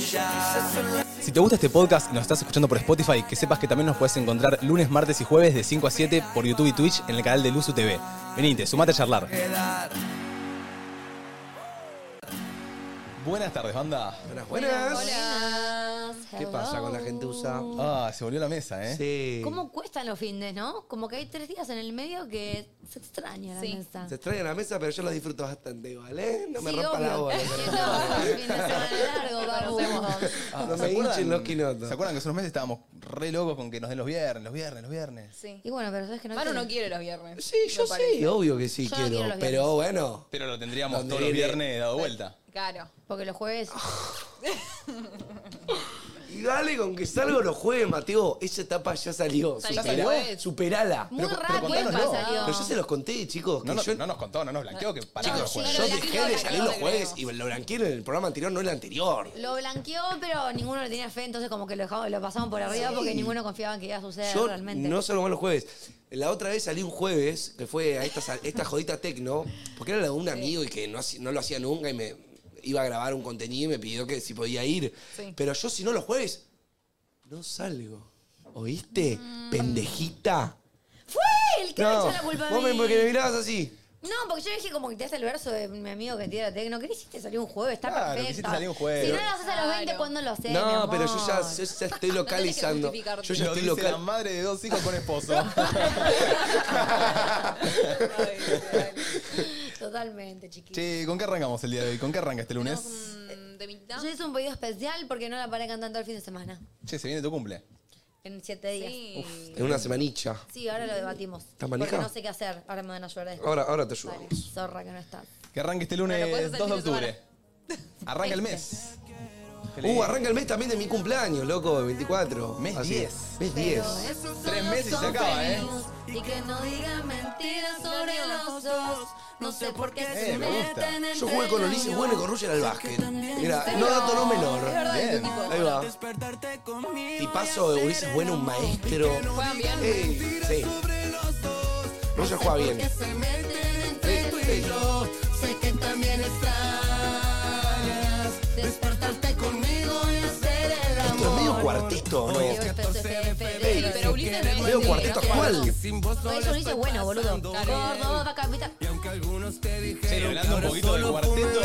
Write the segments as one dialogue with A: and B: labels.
A: Si te gusta este podcast y nos estás escuchando por Spotify, que sepas que también nos puedes encontrar lunes, martes y jueves de 5 a 7 por YouTube y Twitch en el canal de Luzu TV. Venite, sumate a charlar. Buenas tardes, banda.
B: Buenas, ¿Qué
C: Hello.
B: pasa con la gente usa?
A: Ah, se volvió la mesa, ¿eh?
B: Sí.
C: ¿Cómo cuestan los findes, no? Como que hay tres días en el medio que se extraña la mesa.
B: Se extraña la mesa, pero yo la disfruto bastante, ¿vale? No me
C: Sí,
B: rompa la
C: obvio.
B: bola.
C: No, fin de semana largo, vamos.
A: Ah,
B: No
A: ¿se
B: me
A: acuerdan-
B: hinchen los quinotos.
A: ¿Se acuerdan que hace unos meses estábamos re locos con que nos den los viernes, los viernes, los viernes?
D: Sí.
C: Y bueno, pero sabes que no
D: Manu no
C: quiere.
D: quiere los viernes.
B: Sí, yo
D: me parece.
B: sí, obvio que sí
C: Yo no
B: quiero.
C: quiero los
B: pero bueno,
A: Pero lo tendríamos
B: Donde
A: todos los
B: viene-
A: viernes dado vuelta.
D: Claro.
C: Porque los jueves.
B: Ah, y dale con que salgo los jueves, Mateo. Esa etapa ya salió.
D: Saliste
B: Superá-
A: el jueves.
B: Superala.
C: Muy
A: pero
C: rápido
A: contanos, no.
C: salió.
B: Pero yo se los conté, chicos. Que
A: No, no-
B: yo,
A: no nos contó, no nos blanqueó que paramos los
D: sí,
A: jueves.
B: yo
D: Pero la
B: dejé
D: gente
B: de
D: no
B: salir
D: la
B: los
D: creo.
B: jueves y lo blanqueé en el programa anterior, no en el anterior.
C: Lo blanqueó, pero ninguno le tenía fe, entonces como que lo, dejamos, lo pasamos por arriba
B: Sí.
C: porque ninguno confiaba en que iba a suceder
B: Yo
C: realmente.
B: no salgo más los jueves. La otra vez salí un jueves, que fue a esta, sal- esta jodita tecno, porque era la de un amigo y que no, haci- no lo hacía nunca y me iba a grabar un contenido y me pidió que si podía ir.
D: Sí.
B: Pero yo si no los jueves, no salgo. ¿Oíste? Pendejita.
C: ¡Fue él! Mm. que me
B: no,
C: echó la culpa a
B: vos me,
C: mí?
B: porque me mirabas así.
C: No, porque yo dije como que te hace el verso de mi amigo que tira tecno. ¿Qué le hiciste salir un jueves? Está
A: Claro,
C: perfecto.
A: quisiste salir un jueves.
C: Si no lo haces a los 20,
D: Claro.
C: ¿cuándo lo haces? mi
B: No,
C: amor?
B: pero yo ya, yo ya estoy localizando.
D: justificarte.
B: yo ya
A: lo
B: estoy
A: dice la
B: localizando.
A: madre de dos hijos con esposo.
D: Ay, dale.
C: Totalmente, chiquito.
A: che, ¿con qué arrancamos el día de hoy? ¿Con qué arranca este lunes?
D: Mm, De mitad.
C: Yo hice un pedido especial porque no la paré cantando el fin de semana.
A: Che, se viene tu cumple.
C: En siete días. Sí,
D: Sí.
B: En una semanicha.
C: ahora lo debatimos.
B: ¿Estás manija?
C: Porque no sé qué hacer. Ahora me van a ayudar después.
B: Ahora, ahora te ayudo.
C: Dale, zorra que no estás.
A: Que arranque este
D: Bueno, puedes
A: lunes
D: hacer
A: 2 de
D: el fin de Este.
A: octubre. Arranca el mes.
B: Uh, arranca el mes también de mi cumpleaños, loco, el 24.
A: Mes
B: Así.
A: 10.
B: Mes 10.
C: eh,
A: Tres meses y se acaba, ¿eh?
C: Y que no digan mentiras sobre los dos. No sé por qué
A: Eh, me gusta.
B: Yo jugué con Ulises Bueno y con Roger al básquet. Mira, no dato no menor.
A: Bien.
B: Ahí va. Tipazo de Ulises Bueno, un maestro.
D: Juegan bien.
B: Ey, sí. Roger juega bien. Ey, ey. Esto es medio cuarteto, ¿no?
D: Sí, pero Ulises no es
B: Medio
D: de-
B: cuarteto actual.
C: No, eso dice bueno, boludo. Córdoba, capital.
A: Che, hablando un poquito del cuarteto,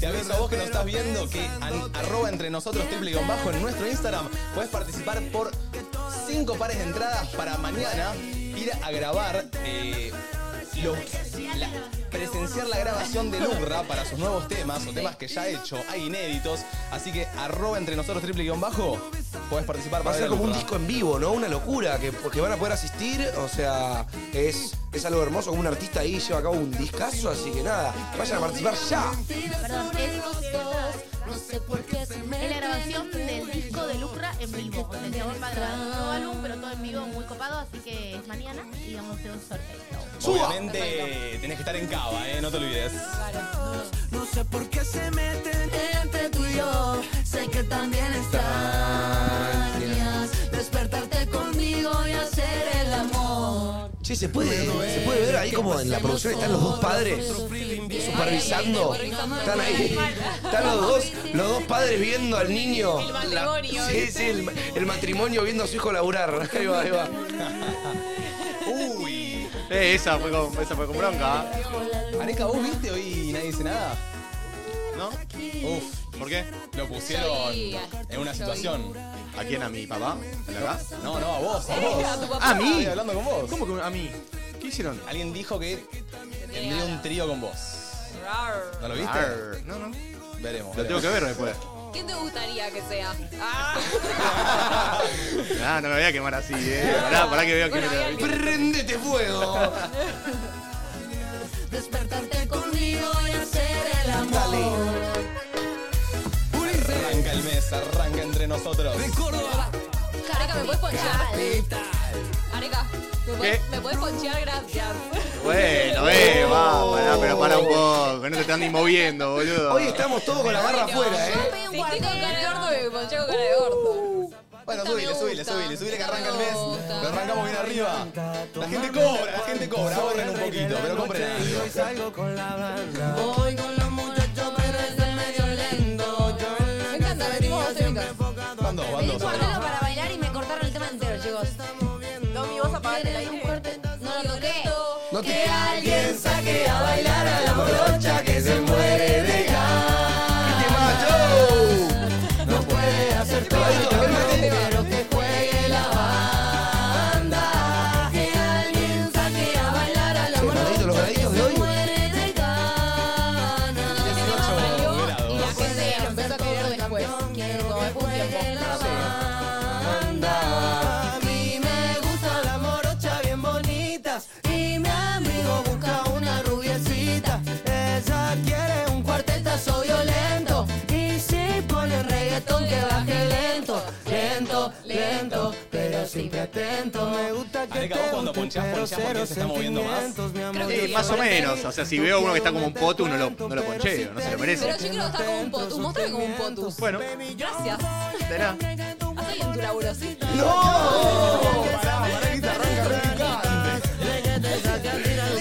A: te aviso a vos que nos estás viendo que an- arroba entre nosotros triple guión bajo en nuestro Instagram podés participar por cinco pares de entradas para mañana ir a grabar eh, los- la- presenciar la grabación de Lurra para sus nuevos temas o temas que ya ha hecho, hay inéditos, así que arroba entre nosotros triple guión bajo podés participar
B: Va a
A: para
B: ser
A: ver
B: como un
A: Lurra.
B: disco en vivo, ¿no? Una locura, que, que van a poder asistir, o sea, es, es algo hermoso, como un artista ahí lleva a cabo un discazo, así que nada, vayan a participar ya.
C: Perdón, es-
E: Es la grabación del disco de Lucra en vivo. Desde ahora va a grabar un nuevo álbum, pero todo en vivo, muy copado. Así que es mañana y vamos a hacer un sorteo.
B: ¡Suba!
A: Obviamente tenés que estar en Cava, eh, no te olvides.
B: Che, ¿se puede, se puede ver ahí como en la producción están los dos padres supervisando. Están ahí. Están los dos, los dos padres viendo al niño.
D: El matrimonio,
B: La- sí, sí, el, el matrimonio viendo a su hijo laburar. Ahí va, ahí va.
A: Uy,
F: Eh, esa fue con, esa fue con bronca. ¿ah?
A: Areca, ¿vos viste hoy nadie dice nada?
F: ¿No?
A: Uf.
F: ¿Por qué?
A: Lo pusieron
D: Yo vi,
A: en una
D: yo
A: situación.
F: ¿A quién? ¿A mi papá? ¿A la verdad?
A: No, no, a vos, a vos.
D: a tu papá.
F: ¿A mí?
A: Estoy hablando con vos.
F: ¿Cómo que a mí? ¿Qué hicieron?
A: Alguien dijo que tendría un trío con vos.
D: Rar.
A: ¿No lo viste?
F: Arr. No, no.
A: Veremos.
F: Lo tengo
A: veremos.
F: que ver después.
D: ¿Quién te gustaría que sea? Ah.
F: Ah, no me voy a quemar así, eh. Pará, pará que veo que
D: Bueno,
F: me
D: había
B: ¡Prendete fuego! Dale.
A: Arranca el mes, arranca entre nosotros.
D: Areca, ¿me puedes ponchar? Areca, ¿me
F: ¿Qué?
D: puedes- ¿me puedes ponchar? Gracias.
F: Bueno, eh, va, pará, pero para un poco. No te están ni moviendo, boludo.
B: Hoy estamos todos con la barra afuera, ¿eh?
C: Yo pedí un
D: Si estoy con cara de
C: cuarteto.
D: gordo, me ponché con cara de
F: Uh,
D: gordo.
A: Bueno,
D: Esta me
A: subile, subile,
D: gusta.
A: subile, subile que
D: Esta
A: arranca el
D: me
A: mes.
D: gusta.
A: Lo arrancamos bien arriba. La gente cobra, la gente cobra. Ahorren un poquito, pero compren algo.
D: Me encanta, me estoy Quiero comer por tiempo.
G: A mí me gusta la morocha bien bonitas y mi amigo busca una rubiecita. Ella quiere un cuartetazo violento y si pone reggaetón que baje lento, lento, lento, pero siempre atento. Me gusta que
A: Areca, vos cuando ponchás, ponchás porque se está moviendo más.
F: Sí, más o menos. O sea, si veo a uno que está como un potu, no lo, no lo poncheo, no se
D: Pero
F: lo merece.
D: yo quiero estar como un potus. Mostrame como un potus.
F: Bueno,
D: Gracias.
F: de nada.
D: Hasta bien tu laburo, sí.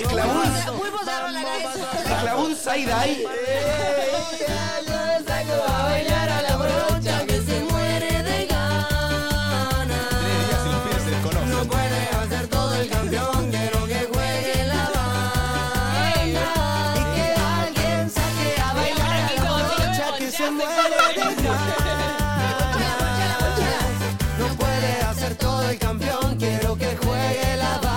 B: Clavó un,
D: Muy posado en la cabeza.
B: clavó un side-eye.
G: a bailar a la brocha que se muere de ganas.
A: Tres días y los pibes se desconocen.
G: Puede hacer todo el campeón, quiero que juegue la banda. Y que alguien saque a bailar a la brocha que se muere de ganas. No puede hacer todo el campeón, quiero que juegue la banda.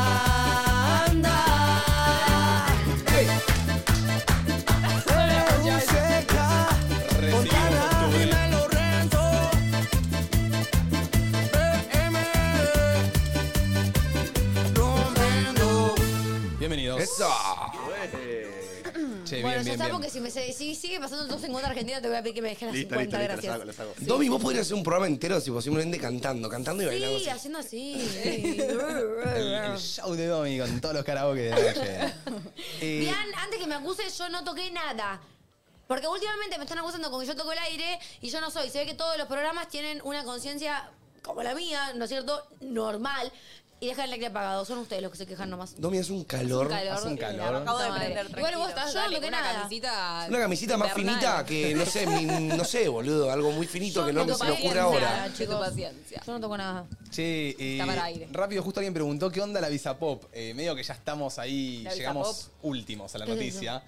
G: Ey. Seca,
A: Recibimos
G: Montana,
A: octubre.
G: dime Lorenzo. BM. Romendo.
A: Bienvenidos.
B: Eso.
A: Che, bien,
C: Bueno, ya
A: bien,
C: está
A: bien.
C: porque si, me, si sigue pasando el 250 Argentina te voy a pedir que me dejes las
F: Listo, listo,
C: 50,
F: listo, las
C: gracias.
F: hago, las hago.
B: Domi, vos podrías hacer un programa entero si posiblemente cantando, cantando y bailando.
C: Sí,
B: así.
C: haciendo así.
A: El, el show de Domi con todos los karaoke de la noche. Eh,
C: Bien, antes que me acuses, yo no toqué nada. Porque últimamente me están acusando con que yo toco el aire y yo no soy. Se ve que todos los programas tienen una conciencia como la mía, ¿no es cierto? Normal. Y dejan el aire apagado. Son ustedes los que se quejan nomás.
B: Domi, hace un calor.
A: Hace un calor.
D: Acabo de
C: Puta madre.
D: aprender.
C: Igual vos
D: tranquilo.
C: estás, yo no
D: Dale,
C: toqué
D: una
C: nada.
D: camisita.
B: Una camisita más
D: invernal.
B: finita que, no sé, mi- no sé, boludo, algo muy finito que no
D: Tu
B: me se le ocurre
D: paciencia,
B: ahora.
D: tu paciencia.
C: Yo no toco nada.
A: Che, eh,
D: Está para aire.
A: rápido, justo alguien preguntó qué onda la Visa Pop. Eh, medio que ya estamos ahí,
D: La Visa
A: llegamos últimos a la
C: ¿Qué es
A: noticia.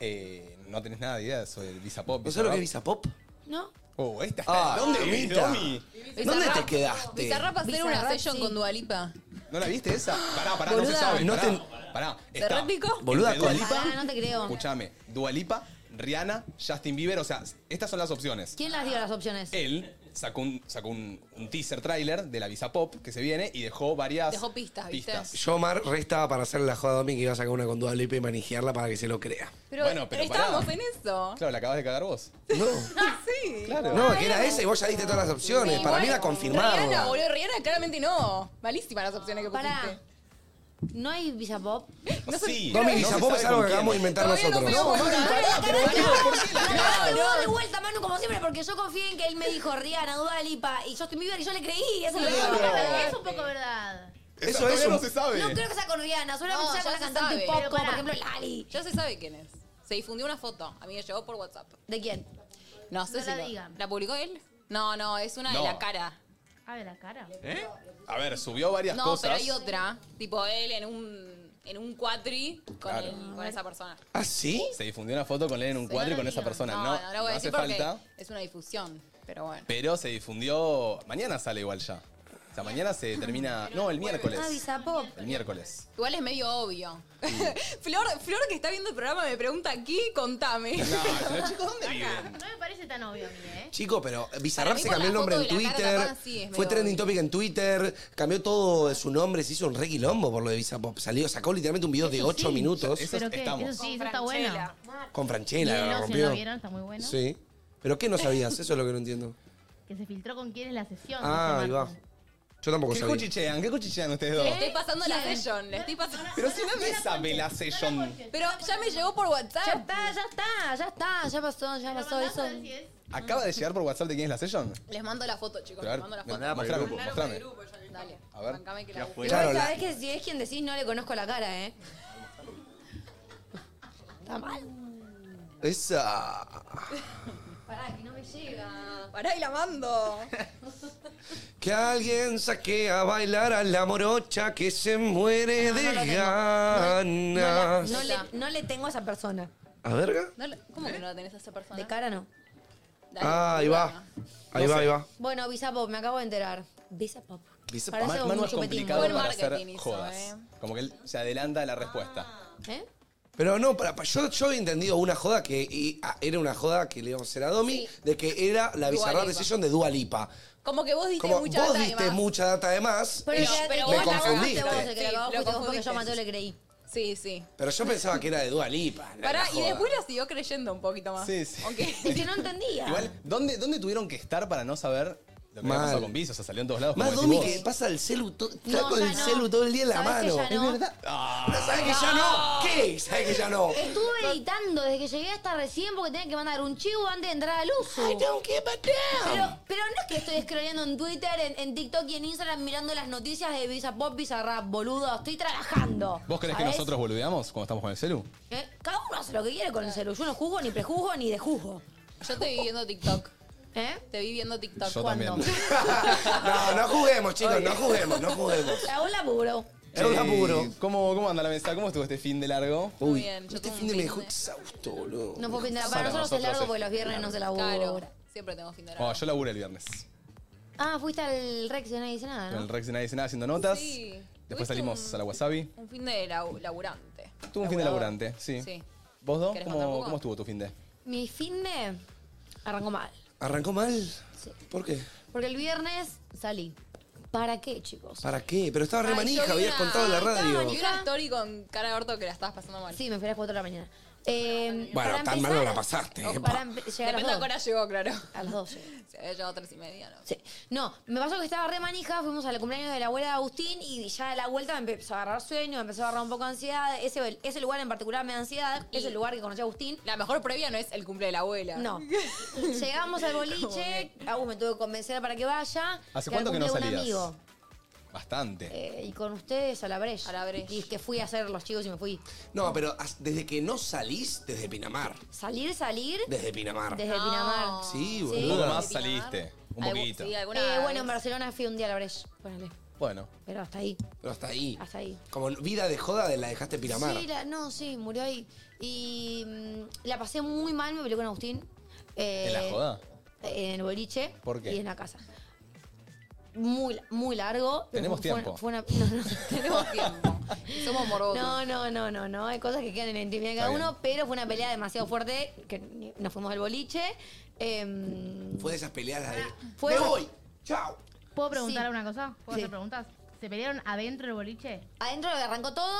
A: Eh, no tenés nada de idea sobre el Visa Pop.
B: ¿No sabes lo que es
A: Visa Pop?
B: Visa Pop?
C: ¿No?
A: Oh, esta está.
B: Ah,
A: ¿Dónde viste,
B: Domita.
A: Domi?
B: ¿Dónde te
D: Bizarrap.
B: quedaste?
D: Bizarrap hacer una
C: Bizarrap,
D: session
C: sí.
D: con Dualipa.
A: ¿No la viste esa? Pará, pará, no
D: Boluda.
A: se sabe.
B: No
A: pará,
B: te-
A: pará.
D: ¿Te
A: Está
D: repico?
B: Boluda,
A: entre Dua
B: con-
A: Lipa,
C: Pará, no te creo.
A: Escuchame, Dualipa, Rihanna, Justin Bieber. O sea, estas son las opciones.
C: ¿Quién las dio las opciones?
A: Él sacó un, sacó un, un teaser trailer de la Visa Pop que se viene y dejó varias
D: Dejó pistas, ¿viste?
A: pistas.
B: Yo, Mar, restaba para hacer la joda a Domi que iba a sacar una con Dua Lipa y manejarla para que se lo crea.
D: Pero,
A: Bueno, pero
D: estábamos
A: pará.
D: en eso. Ah,
A: Claro, la acabas de cagar vos.
B: No,
D: Sí.
A: Claro.
B: no, que era esa y vos ya diste todas las opciones.
D: Sí,
B: para
D: igual.
B: mí era
D: Rihanna,
B: confirmarla.
D: boludo, Rihanna claramente no. Malísimas las opciones que pusiste.
C: Pará. ¿No hay Visa Pop?
D: No sé-
A: sí.
B: Domi,
A: No
B: Visa
A: se
B: Pop
A: sabe
B: es algo
A: con
B: que
A: quién.
B: acabamos de inventar
D: Todavía no
B: nosotros.
D: me voy a
A: Mari,
D: comprar.
A: pará, pero Mari, ¿por qué la
C: Te
A: cagás?
C: voy a dar de vuelta, Manu, como siempre, porque yo confié en que él me dijo Rihanna, Dua Lipa y Justin Bieber y yo le creí. Eso es lo que
E: Es
C: digo.
E: un poco- Es un poco verdad.
A: Esa
B: Eso es
A: todavía
B: un-
A: no se sabe.
C: No creo que sea con Rihanna,
D: No,
C: solamente sea
D: ya
C: con la
D: se
C: cantante
D: sabe.
C: pop,
E: Pero
C: como por
E: pará.
C: ejemplo Lali.
D: Ya se sabe quién es. Se difundió una foto. A mí me llegó por WhatsApp.
C: ¿De quién?
D: No sé
E: No
D: si
E: la
D: lo-
E: digan.
D: ¿La publicó él? No, no, es una
A: No.
D: de la cara.
E: A ver la cara.
A: ¿Eh? A ver, subió varias
D: No,
A: cosas.
D: pero hay otra. Tipo él en un, en un cuatri con,
A: Claro.
D: el- con esa persona.
B: ¿Ah, sí?
A: Se difundió una foto con él en un cuadro y con esa persona. No, no,
D: lo voy a
A: hace
D: decir porque
A: falta.
D: es una difusión. Pero bueno.
A: Pero se difundió. Mañana sale igual ya. O sea, mañana se termina. No, el
C: Ah,
A: miércoles.
C: Visa Pop.
A: El miércoles.
D: Igual es medio obvio.
A: Mm.
D: Flor, Flor que está viendo el programa me pregunta aquí, contame.
A: No, pero chicos, ¿dónde viven?
E: No me parece tan obvio a mí, ¿eh?
B: Chico, pero
D: Para
B: Bizarrap
D: mí
B: se
D: por
B: cambió el
D: la
B: nombre en
D: foto de la cara
B: Twitter.
D: capaz sí es medio
B: Fue trending
D: obvio.
B: topic en Twitter. Cambió todo de su nombre. Se hizo un re quilombo por lo de Visa Pop. Salió, sacó literalmente un video de 8 minutos
A: Eso
E: Pero qué,
A: estamos.
E: eso sí, eso está bueno.
B: con Franchella. la
E: Mírenlo, si no
B: rompió.
E: lo vieron, está muy bueno.
B: Sí. ¿Pero qué no sabías? Eso es lo que no entiendo.
E: Que se filtró con quién es la sesión.
B: Ah, ahí
E: dice
B: va.
E: Marco.
B: Yo tampoco
A: ¿Qué
B: sabía.
A: cuchichean? ¿Qué cuchichean ustedes dos?
D: Le estoy pasando la session, le estoy pasando.
A: Pero si nadie sabe la
E: No la
A: session.
E: ponches,
D: Pero ya me llegó por
C: Ya pues.
D: WhatsApp.
C: está, ya está, ya está, ya pasó, ya
E: no la
C: pasó
E: mandás
C: eso.
E: a ver si es.
A: ¿Acaba de llegar por WhatsApp de quién es la session?
D: Les mando la foto, chicos.
A: Pero a
D: Les
A: ver,
D: mando la foto.
A: mostrame, mostrame, pues, mostrame.
D: Dale.
A: A ver.
D: bancame que la
F: Ya
D: busque.
F: fue.
B: Claro,
C: Igual
B: la-
C: sabés que si es quien decís no le conozco la cara, ¿eh? Está mal.
B: Esa.
C: Pará, que no me llega.
D: Pará y la mando.
B: Que alguien saque a bailar a la morocha que se muere
C: No, no
B: de
C: la tengo.
D: Ah,
C: No, la-
B: ganas.
C: no le, no le tengo a esa persona.
B: ¿A verga?
D: No la- ¿Cómo que no la tenés a esa persona?
C: De cara no.
D: Dale,
B: Ah, ahí
D: boluda.
B: va. Ahí va, ahí va.
C: Bueno, Visa Pop, me acabo de enterar. Visa Pop.
B: Visa
C: Parece
A: Ma-
C: un
A: Manu es
C: chupetín.
A: complicado
D: Buen
A: para hacer
D: marketing hizo,
A: jodas.
D: eh.
A: Como que él se adelanta a la respuesta.
C: ¿Eh?
B: Pero no, para, para- yo, yo había entendido una joda que y- ah, era una joda que le íbamos a hacer a Domi, de que era la
D: Dua
B: Bizarrap
D: Lipa.
B: Decision de Dua Lipa.
D: Como que vos diste
B: Como
D: mucha
B: vos
D: data
B: diste
D: además.
B: mucha data además,
C: Pero,
B: es-
C: la-
D: pero
B: me
D: vos la cagaste
B: confundiste.
C: vos, el que la cagaste
D: Sí, lo
C: vos porque yo a
D: confundiste.
C: Mateo le creí.
D: Sí, sí.
A: Eh,
B: Pero yo pensaba que era de Dua Lipa. la-
D: Pará,
B: la
D: y
B: joda.
D: después la siguió creyendo un poquito más.
A: Sí, sí.
D: Aunque-
C: Es que no entendía.
A: Igual, ¿dónde, ¿dónde tuvieron que estar para no saber lo que
B: Mal.
A: había pasado con Biz? O sea, salió en todos lados.
B: Más
A: como
B: Domi
A: decís
B: que
A: vos.
B: pasa el celu, to- está
C: No,
B: con
C: ya
B: el
C: no.
B: celu todo el día en la
C: ¿Sabés que
B: mano.
C: ya no?
B: Es verdad.
A: Ah.
B: Pero ¿sabes que ya no? ¿Qué? ¿Sabes que ya no?
C: Estuve editando desde que llegué hasta recién porque tenía que mandar un chivo antes de entrar al uso.
B: I don't give a damn.
C: Pero, pero no es que estoy scrolleando en Twitter, en, en TikTok y en Instagram mirando las noticias de Visa Pop, Visa Rap, boludo. Estoy trabajando.
A: ¿Vos crees que
C: ¿sabés?
A: nosotros boludeamos cuando estamos con el celu?
C: ¿Eh? Cada uno hace lo que quiere con el celular. Yo no juzgo, ni prejuzgo, ni desjuzgo.
D: Yo te vi viendo TikTok.
C: ¿Eh?
D: Te vi viendo TikTok.
A: Yo
D: ¿Cuándo?
A: también.
B: No, no juguemos, chicos, no juguemos, no juguemos.
C: La bola puro.
B: Es un apuro.
A: Eh, ¿Cómo, ¿Cómo anda la mesa? ¿Cómo estuvo este fin de largo?
D: Muy
B: Uy,
D: bien, yo
B: este
D: tuve
B: fin de
D: un
B: me
D: fin
B: dejó
D: de-
B: exhausto, boludo.
C: No puedo pintar.
A: Para
C: Para nosotros es
A: nosotros
C: largo
A: es
C: porque los viernes no se labura.
D: Claro, siempre tengo fin de largo.
A: Oh, yo laburé el viernes.
C: Ah, fuiste al Rex y no dice nada,
A: Con
C: ¿no?
A: el Rex y nadie dice nada haciendo notas.
D: Ah. Sí.
A: Después
D: Tuviste
A: salimos
D: un-
A: a la Wasabi.
D: Un fin de lau- laburante.
A: Tuve un fin de laburante, sí.
D: Sí.
A: ¿Vos dos?
D: ¿Querés contar un
A: ¿Cómo,
D: poco?
A: cómo estuvo tu fin de?
C: Mi fin de arrancó mal.
B: ¿Arrancó mal? ¿Por qué?
C: Porque el viernes salí. ¿Para qué, chicos?
B: ¿Para qué? Pero estaba re
D: Ay, yo
B: manija,
D: vi
B: habías
D: una-
B: contado en la radio.
D: Vi una story con cara de orto que la estabas pasando mal.
C: Sí, me fui a las 4 de la mañana. Eh,
B: Bueno,
C: para
B: tan
C: empezar-
B: mal no la pasaste, eh,
C: Para
B: pa.
C: empe- llegar a
D: Depende de
C: las
D: a qué
C: 2.
D: hora llegó, claro.
C: A las 12.
D: Se había llegado a tres y media, ¿no?
C: Sí. No, me pasó que estaba re manija, fuimos al cumpleaños de la abuela de Agustín y ya de la vuelta me empezó a agarrar sueño, me empezó a agarrar un poco de ansiedad. Ese, ese lugar en particular me da ansiedad, es el lugar que conocí a Agustín.
D: La mejor previa no es el cumple de la abuela.
C: No. Llegamos al boliche, Agus me tuvo que convencer para que vaya.
A: ¿Hace
C: Fui al
A: cuánto que no
C: cumple de un
A: salías?
C: amigo.
A: Bastante.
C: Eh, y con ustedes a la brecha.
D: A la brecha.
C: Y que fui a hacer los chicos y me fui.
B: No, pero as- desde que no salís, desde Pinamar.
C: Salir, salir
B: Desde Pinamar.
C: desde Pinamar.
B: Sí,
A: Un poco
B: boludo.
A: más saliste. Un
D: Algu-
A: poquito.
D: Sí, alguna
C: Eh, bueno, en
D: vez.
C: Barcelona fui un día a la brecha. Ponele.
A: Bueno.
C: Pero hasta ahí,
B: Pero hasta ahí.
C: hasta ahí.
B: Como vida de joda de la dejaste Pinamar.
C: Sí, la- no, sí, murió ahí. Y mm, la pasé muy mal, me peleé con Agustín. Eh,
A: ¿En la joda?
C: En el boliche.
A: ¿Por qué?
C: Y en la casa. Muy, muy largo.
A: Tenemos
C: Fue- fue-
A: tiempo.
C: fue una- no, no,
D: Tenemos tiempo. Somos morbosos.
C: no, no, no, no, no. Hay cosas que quedan en la intimidad de cada
A: Está bien.
C: uno, pero fue una pelea demasiado fuerte que ni- nos fuimos al boliche. Em,
B: Fue de esas peleadas de.
C: Fue-
B: ¡Me voy! ¡Chao!
E: ¿Puedo preguntar
C: Sí.
E: una cosa? ¿Puedo
C: Sí.
E: hacer preguntas? ¿Se pelearon adentro del boliche?
C: adentro arrancó todo.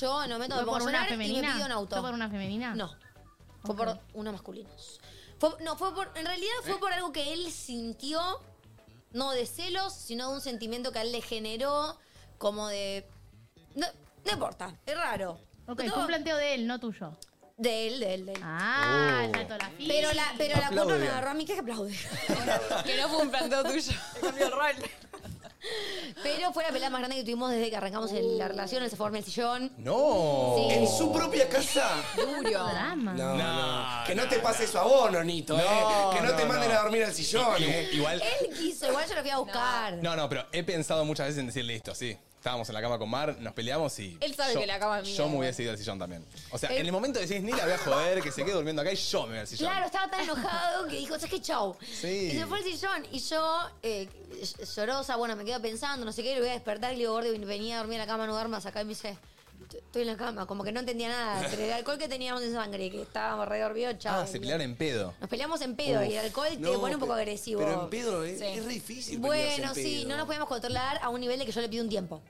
C: Yo no meto
E: ¿Fue
C: de
E: por una
C: llorar y me
E: femenina?
C: pido un auto.
E: ¿Fue por una femenina?
C: No. Fue
E: Ah. Ok.
C: por unos masculinos. Fue- no, fue por. En realidad fue por algo que él sintió, no de celos, sino de un sentimiento que a él le generó, como de. No, no importa, es raro.
E: Ok,
C: No,
E: fue un planteo de él, no tuyo.
C: De él, de él, de él.
E: Ah,
A: Oh.
E: saltó la fila.
C: Pero la, pero la
A: Aplaude.
C: cuatro me agarró a mí que aplaude.
D: Que no fue un planteo tuyo. Cambió el rol.
C: Pero fue la pelea más grande que tuvimos desde que arrancamos el- la relación, él se formó en el sillón.
A: ¡No!
C: Sí.
B: En su propia casa.
D: Duro.
E: Drama.
B: No, no,
A: Oh. No,
B: Que no,
A: no,
B: te pase eso a vos, Nonito,
A: No,
B: ¿eh? Que no,
A: no,
B: te manden
A: no.
B: a dormir al sillón, ¿eh?
A: Igual.
C: Él quiso, igual yo lo fui a buscar.
A: No, no, pero he pensado muchas veces en decir, listo, sí. Estábamos en la cama con Mar, nos peleamos y.
D: Él sabe que la cama es mía, Eh.
A: Yo me
D: igual.
A: hubiese ido al sillón también. O sea,
C: Él-
A: en el momento decís, ni la voy a joder, que se quede durmiendo acá y yo me voy al sillón.
C: Claro, estaba tan enojado que dijo, ¿sabes qué? Chau.
A: Sí.
C: Y se fue al sillón. Y yo, eh, ll- llorosa, bueno, me quedo pensando, no sé qué, lo voy a despertar. Y le digo, gordo, ven- venía a dormir a la cama, no duermas acá. Y me dice, "T- estoy en la cama. Como que no entendía nada. Entre el alcohol que teníamos en sangre, que estábamos re dormidos, chau.
A: Ah, se pelearon en pedo.
C: Nos peleamos en pedo y el alcohol te
B: No,
C: pone un poco
B: pe-
C: agresivo.
B: Pero en pedo es,
D: Sí.
B: es re difícil. pelearse en
C: Bueno, sí,
B: pedo.
C: no nos podíamos controlar a un nivel de que yo le pido un tiempo.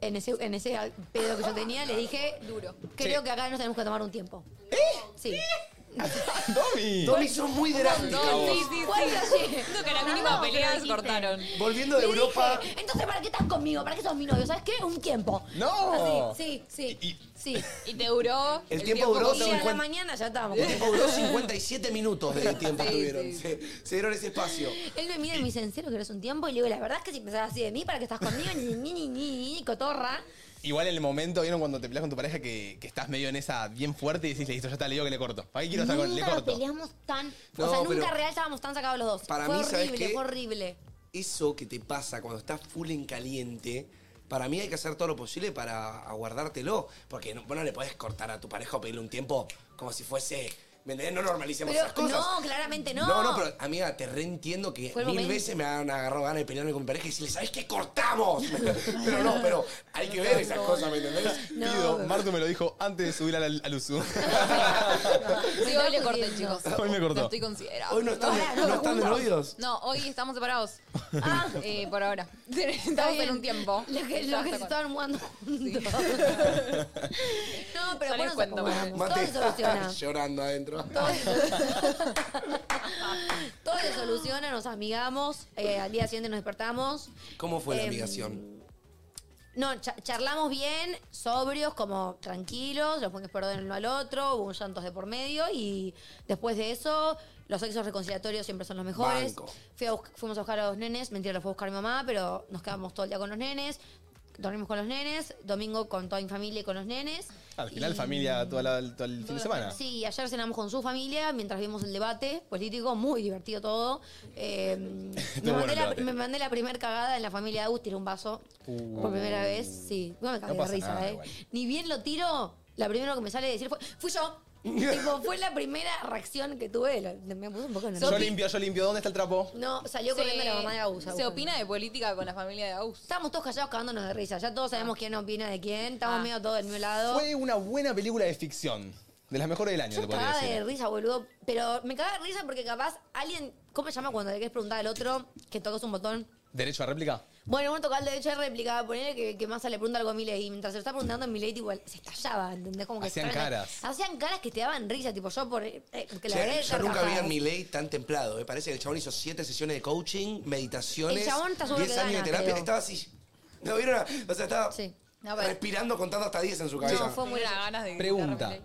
C: En ese, en ese pedo que yo tenía, le dije,
D: Duro.
C: creo
A: Sí.
C: que acá nos tenemos que tomar un tiempo. ¿Eh? Sí.
A: ¡Domi!
B: Domi, sos muy drástica vos.
D: Sí, sí, sí. Siento que la mínima
E: No,
D: pelea
E: pero
D: se
E: dijiste.
D: cortaron.
B: Volviendo de
C: Le
B: Europa.
C: dije, Entonces, ¿para qué estás conmigo? ¿Para qué sos mi novio? ¿Sabes qué? Un tiempo.
A: ¡No!
C: Así, sí,
A: Y-
C: sí, sí.
D: Y te duró.
B: El tiempo duró
D: que
C: Y a la
B: 50.
C: mañana ya estábamos.
B: El tiempo duró 57 minutos de tiempo
D: Sí,
B: tuvieron.
D: sí.
B: Se, se dieron ese espacio.
C: Él me mira y me dice, ¿en serio querés un tiempo? Y le digo, la verdad es que si pensás así de mí, ¿para qué estás conmigo? Ni, ni, ni, ni, ni, cotorra.
A: Igual en el momento, ¿vieron cuando te peleas con tu pareja que, que estás medio en esa bien fuerte y decís, listo, ya está, le digo que le corto. ¿Para qué quiero estar con Le
C: nunca nos
A: corto.
C: peleamos tan...
B: No,
C: o sea,
B: pero-
C: nunca real estábamos tan sacados los dos.
B: Para
C: fue
B: mí, ¿sabes
C: horrible,
B: qué?
C: fue horrible.
B: Eso que te pasa cuando estás full en caliente, para mí hay que hacer todo lo posible para aguardártelo. Porque no, vos no le podés cortar a tu pareja o pedirle un tiempo como si fuese ¿Me entendés? No normalicemos
C: Pero
B: esas cosas.
C: no, claramente no.
B: No, no, pero amiga, te reentiendo que
C: Fue el
B: mil
C: momento.
B: veces me han agarrado ganas de pelearme con mi pareja y decirle, ¿sabes qué? ¡Cortamos! pero no, pero hay que ver esas cosas, ¿me entendés?
A: Pido, Martu me lo dijo antes de subir al, al uso.
D: Sí, hoy le corté, chicos.
A: Hoy me cortó.
D: Lo estoy considerado.
B: Hoy no están, no, están de novios.
D: No, hoy estamos separados. Eh, por ahora. Estamos en un tiempo.
C: Los que,
D: Ya
C: los que se
D: está
C: estaban
D: con-
C: mudando juntos. no, pero
D: Ya les
C: bueno,
D: cuento,
C: todo
B: Mate,
C: se soluciona.
B: llorando adentro.
C: Todo se soluciona, nos amigamos, eh, al día siguiente nos despertamos.
B: ¿Cómo fue la
C: Em,
B: amigación?
C: No, cha- charlamos bien, sobrios, como tranquilos, los pongas perdón el uno al otro, hubo llantos de por medio y después de eso, los sexos reconciliatorios siempre son los mejores.
B: Banco.
C: Fui a bus- fuimos a buscar a los nenes, mentira, los fue a buscar mi mamá, pero nos quedamos todo el día con los nenes, dormimos con los nenes, domingo con toda mi familia y con los nenes.
A: Al final,
C: Y-
A: familia, toda la- todo el fin de semana.
C: Sí, y ayer cenamos con su familia mientras vimos el debate político, muy divertido todo. Eh, me,
A: bueno
C: mandé
A: el
C: la,
A: debate.
C: me mandé la primera cagada en la familia de Agus, tiré un vaso
A: Uh.
C: por primera vez. Sí, no me
A: No
C: cagué de
A: pasa
C: risa,
A: nada,
C: ¿eh?
A: igual.
C: Ni bien lo tiro, la primera que me sale a decir fue, fui yo. Tipo, fue la primera reacción que tuve. Lo- Me puse un poco
A: Yo
C: nerviosa.
A: limpio, yo limpio. ¿Dónde está el trapo?
C: No, salió corriendo la mamá de Agus. Agus.
D: se opina de política con la familia de Agus.
C: Estábamos todos callados cagándonos de risa. Ya todos
D: Ah.
C: sabemos quién opina de quién. Estamos medio todos del mismo lado.
A: Fue una buena película de ficción. De las mejores del año, te
C: Yo
A: podría
C: cagaba de
A: decir.
C: risa, boludo. Pero me cagaba de risa porque capaz alguien. ¿Cómo se llama cuando le querés preguntar al otro que tocas un botón?
A: ¿Derecho a réplica?
C: Bueno, uno tocaba el derecho de réplica, ponerle que, que Massa le pregunta algo a Milei. Y mientras se lo está preguntando a Milei, igual se estallaba, ¿entendés? Como que
A: Hacían
C: estaban-
A: caras.
C: Hacían caras que te daban risa, tipo yo por. eh, eh, que la
B: Che,
C: verdad,
B: yo nunca vi a
C: carcajadas.
B: Milei tan templado. Me parece que el chabón hizo siete sesiones de coaching, meditaciones,
C: El chabón está súper
B: 10 años de
C: vegana,
B: terapia.
C: creo.
B: Estaba así. ¿No vieron? O sea, estaba
C: Sí.
D: No, pero-
B: respirando, contando hasta 10 en su cabeza.
C: No, fue muy.
D: Tengo unas ganas de gritar a
A: Pregunta.
D: Milei.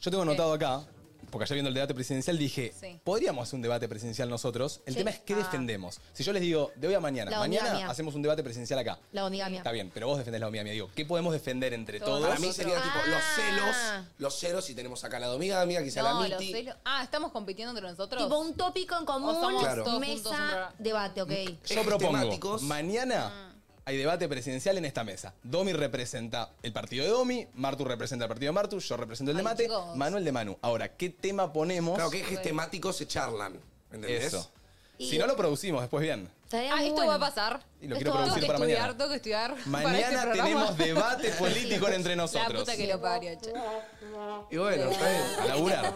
A: Yo tengo anotado acá, porque ayer viendo el debate presidencial dije,
D: Sí.
A: podríamos hacer un debate presidencial nosotros. El
C: Sí. Ah.
A: tema es qué defendemos. Si yo les digo, de hoy a mañana,
C: La
A: mañana
C: endogamia.
A: hacemos un debate presidencial acá.
C: La endogamia.
A: Está bien, pero vos defendés la homigamia. Digo, ¿qué podemos defender entre todos?
B: Para mí sería
C: Ah.
B: tipo los celos, los celos, y tenemos acá la domiga, amiga, quizá
D: No,
B: la
D: los
B: Miti.
D: celos. Ah, estamos compitiendo entre nosotros. Ah,
C: Tipo un tópico en común,
D: O somos
B: Claro.
D: todos juntos un
C: mesa,
D: programa.
C: debate, ok.
A: Yo
B: Ejes
A: propongo,
B: temáticos.
A: mañana hay debate presidencial en esta mesa. Domi representa el partido de Domi, Martu representa el partido de Martu, yo represento el de
D: Ay,
A: Mate,
D: chicos.
A: Manuel de Manu. Ahora, ¿qué tema ponemos?
B: Claro, que ejes temáticos se charlan. ¿Entendés?
A: Eso.
C: Y-
A: Si no lo producimos después bien.
C: Estaría
D: Ah,
C: muy
D: esto
C: bueno.
D: va a pasar.
A: Y lo
D: Esto
A: quiero
D: va a
A: producir
D: pasar.
A: para
D: Tengo que
A: mañana.
D: estudiar, tengo que estudiar. para
A: Mañana
D: este programa.
A: tenemos debate político entre
D: La
A: nosotros.
D: puta que lo parió, che.
B: Y bueno, está bien.
A: A laburar.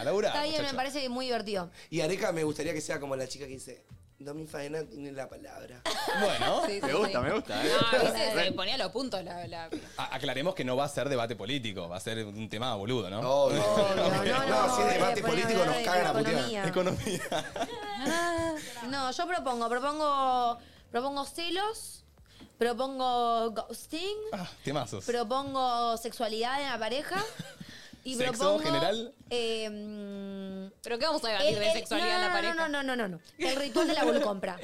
A: A laburar.
C: Está bien,
A: muchacho.
C: me parece muy divertido.
B: Y Areca me gustaría que sea como la chica que dice, Domi Faena tiene la palabra.
A: Bueno,
D: Sí, sí,
F: Me
D: sí.
F: gusta, me gusta. eh.
D: Ah, viste, se ponía los puntos la. la-
A: a- aclaremos que no va a ser debate político, va a ser un tema boludo, ¿no?
B: Obvio.
C: no,
B: No,
C: no,
B: si es
C: eh,
B: debate
C: poner a
B: político
C: hablar
B: nos
C: de
B: cagan a putear.
C: economía.
A: Economía.
C: Ah, No, yo propongo, propongo, propongo celos, propongo ghosting,
A: Ah, temazos.
C: propongo sexualidad en la pareja y
A: ¿Sexo
C: propongo
A: general?
C: eh, mm,
D: Pero ¿qué vamos a
C: el-
D: debatir de
C: el-
D: sexualidad en la
C: no,
D: pareja?
C: No, no, no, no, no, no. El ritual de la volucompra.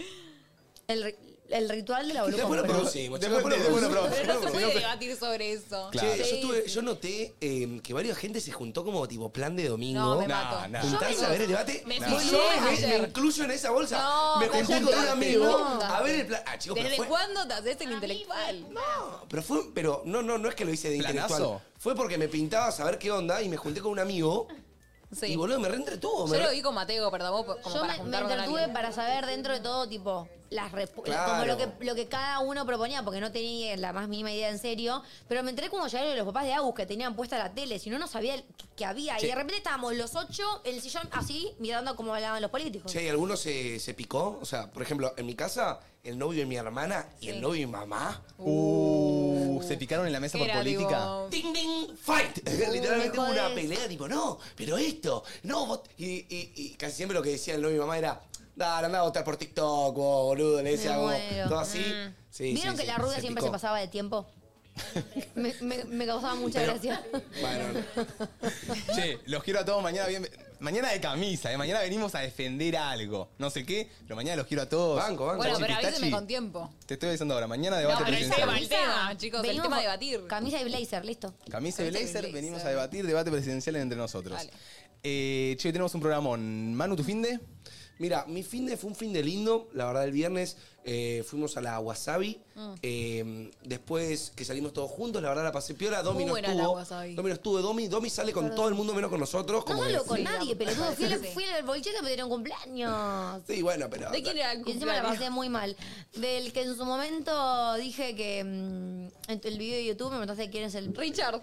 C: El, ri- el ritual de la
B: Después lo
C: volucompra.
B: producimos, chicos,
A: Después-
B: después lo
A: después lo
B: producimos.
D: Pero no se
A: Bueno,
D: puede
A: pero-
D: debatir sobre eso.
A: Claro.
B: Che, yo, estuve- yo noté eh, que varias gente se juntó como tipo plan de domingo.
D: No, me
A: Nah,
D: mato.
A: nah.
B: Juntarse a ver el debate.
D: me
B: No,
D: fijé
B: yo me- me,
D: ayer.
B: incluyo en esa bolsa.
D: No,
B: me
D: pero
B: junté
D: ya
B: con un
D: no,
B: amigo
D: no.
B: a ver el plan. Ah, chicos, pero
D: ¿Desde
B: fue,
D: cuándo te haces el intelectual?
B: No, pero fue. Pero no, no, no es que lo hice de
A: ¿Planazo?
B: intelectual. Fue porque me pintaba saber qué onda y me junté con un amigo.
D: Sí.
B: Y boludo, me reentretuvo.
D: Yo
B: me
D: lo
B: re-
D: vi con Mateo, perdón, vos, como
C: Yo
D: para
C: me, me
D: juntarme con
C: entretuve
D: alguien.
C: para saber dentro de todo, tipo, las respu-
B: Claro.
C: como lo que, lo que cada uno proponía, porque no tenía la más mínima idea en serio. Pero me enteré cuando llegaron los papás de Agus que tenían puesta la tele, si no, no sabía el- que había.
A: Sí.
C: Y de repente estábamos los ocho en el sillón así, mirando cómo hablaban los políticos.
B: Che, ¿y alguno se, se picó? O sea, por ejemplo, en mi casa, el novio de mi hermana y el novio de mi mamá.
A: Uh, se picaron en la mesa por
D: Era,
A: política.
D: digo,
B: ¡Ting, ting! ¡Fight! Literalmente
C: me
B: hubo una
C: jodés.
B: pelea, tipo, no, pero esto, no, vos. Y, y- y casi siempre lo que decía el novio de mi mamá era, dale, andá a votar por TikTok, vos, boludo, le decía
C: Me
B: vos,
C: muero. Mm.
B: todo así. Sí,
C: ¿Vieron
B: sí, sí,
C: que la rubia
B: se
C: siempre
B: picó.
C: se pasaba de tiempo? me, me- me causaba mucha
B: Pero-
C: gracia.
B: Bueno,
A: Che, los quiero a todos mañana bien. Mañana de camisa, ¿eh? mañana venimos a defender algo. No sé qué, pero mañana los quiero a todos.
B: Banco, banco.
D: Bueno, pero
A: Tachi,
D: avísenme
A: Tachi.
D: con tiempo.
A: Te estoy avisando ahora, mañana debate
D: No, pero el
A: presidencial.
D: tema, el tema, chicos, el
C: Venimos
D: tema de
C: con
D: debatir.
C: Camisa y blazer, listo.
A: Camisa y
D: Camisa y
A: blazer,
D: blazer.
A: venimos a debatir, debate presidencial entre nosotros.
D: Dale.
A: Eh, che, hoy tenemos un programón. Manu, tu fin de.
B: Mira, mi fin de fue un fin de lindo, la verdad, el viernes eh, fuimos a la Wasabi.
C: Mm.
B: eh, después que salimos todos juntos, la verdad la pasé piola. Domi no
D: buena la
B: estuvo.
D: Wasabi.
B: Domi no estuvo. Domi, Domi sale con todo el mundo menos con nosotros.
C: No
B: Como que-
C: hablo con
D: Sí,
C: nadie,
D: la-
C: pelotudo. Fui, al-
D: Sí.
C: fui al boliche que me dieron cumpleaños.
B: Sí, bueno, pero.
D: ¿De quién era el
C: Y encima la
D: cumpleaños?
C: pasé muy mal. Del que en su momento dije que mm, en tu- el video de YouTube me preguntaste quién es el.
D: Richard.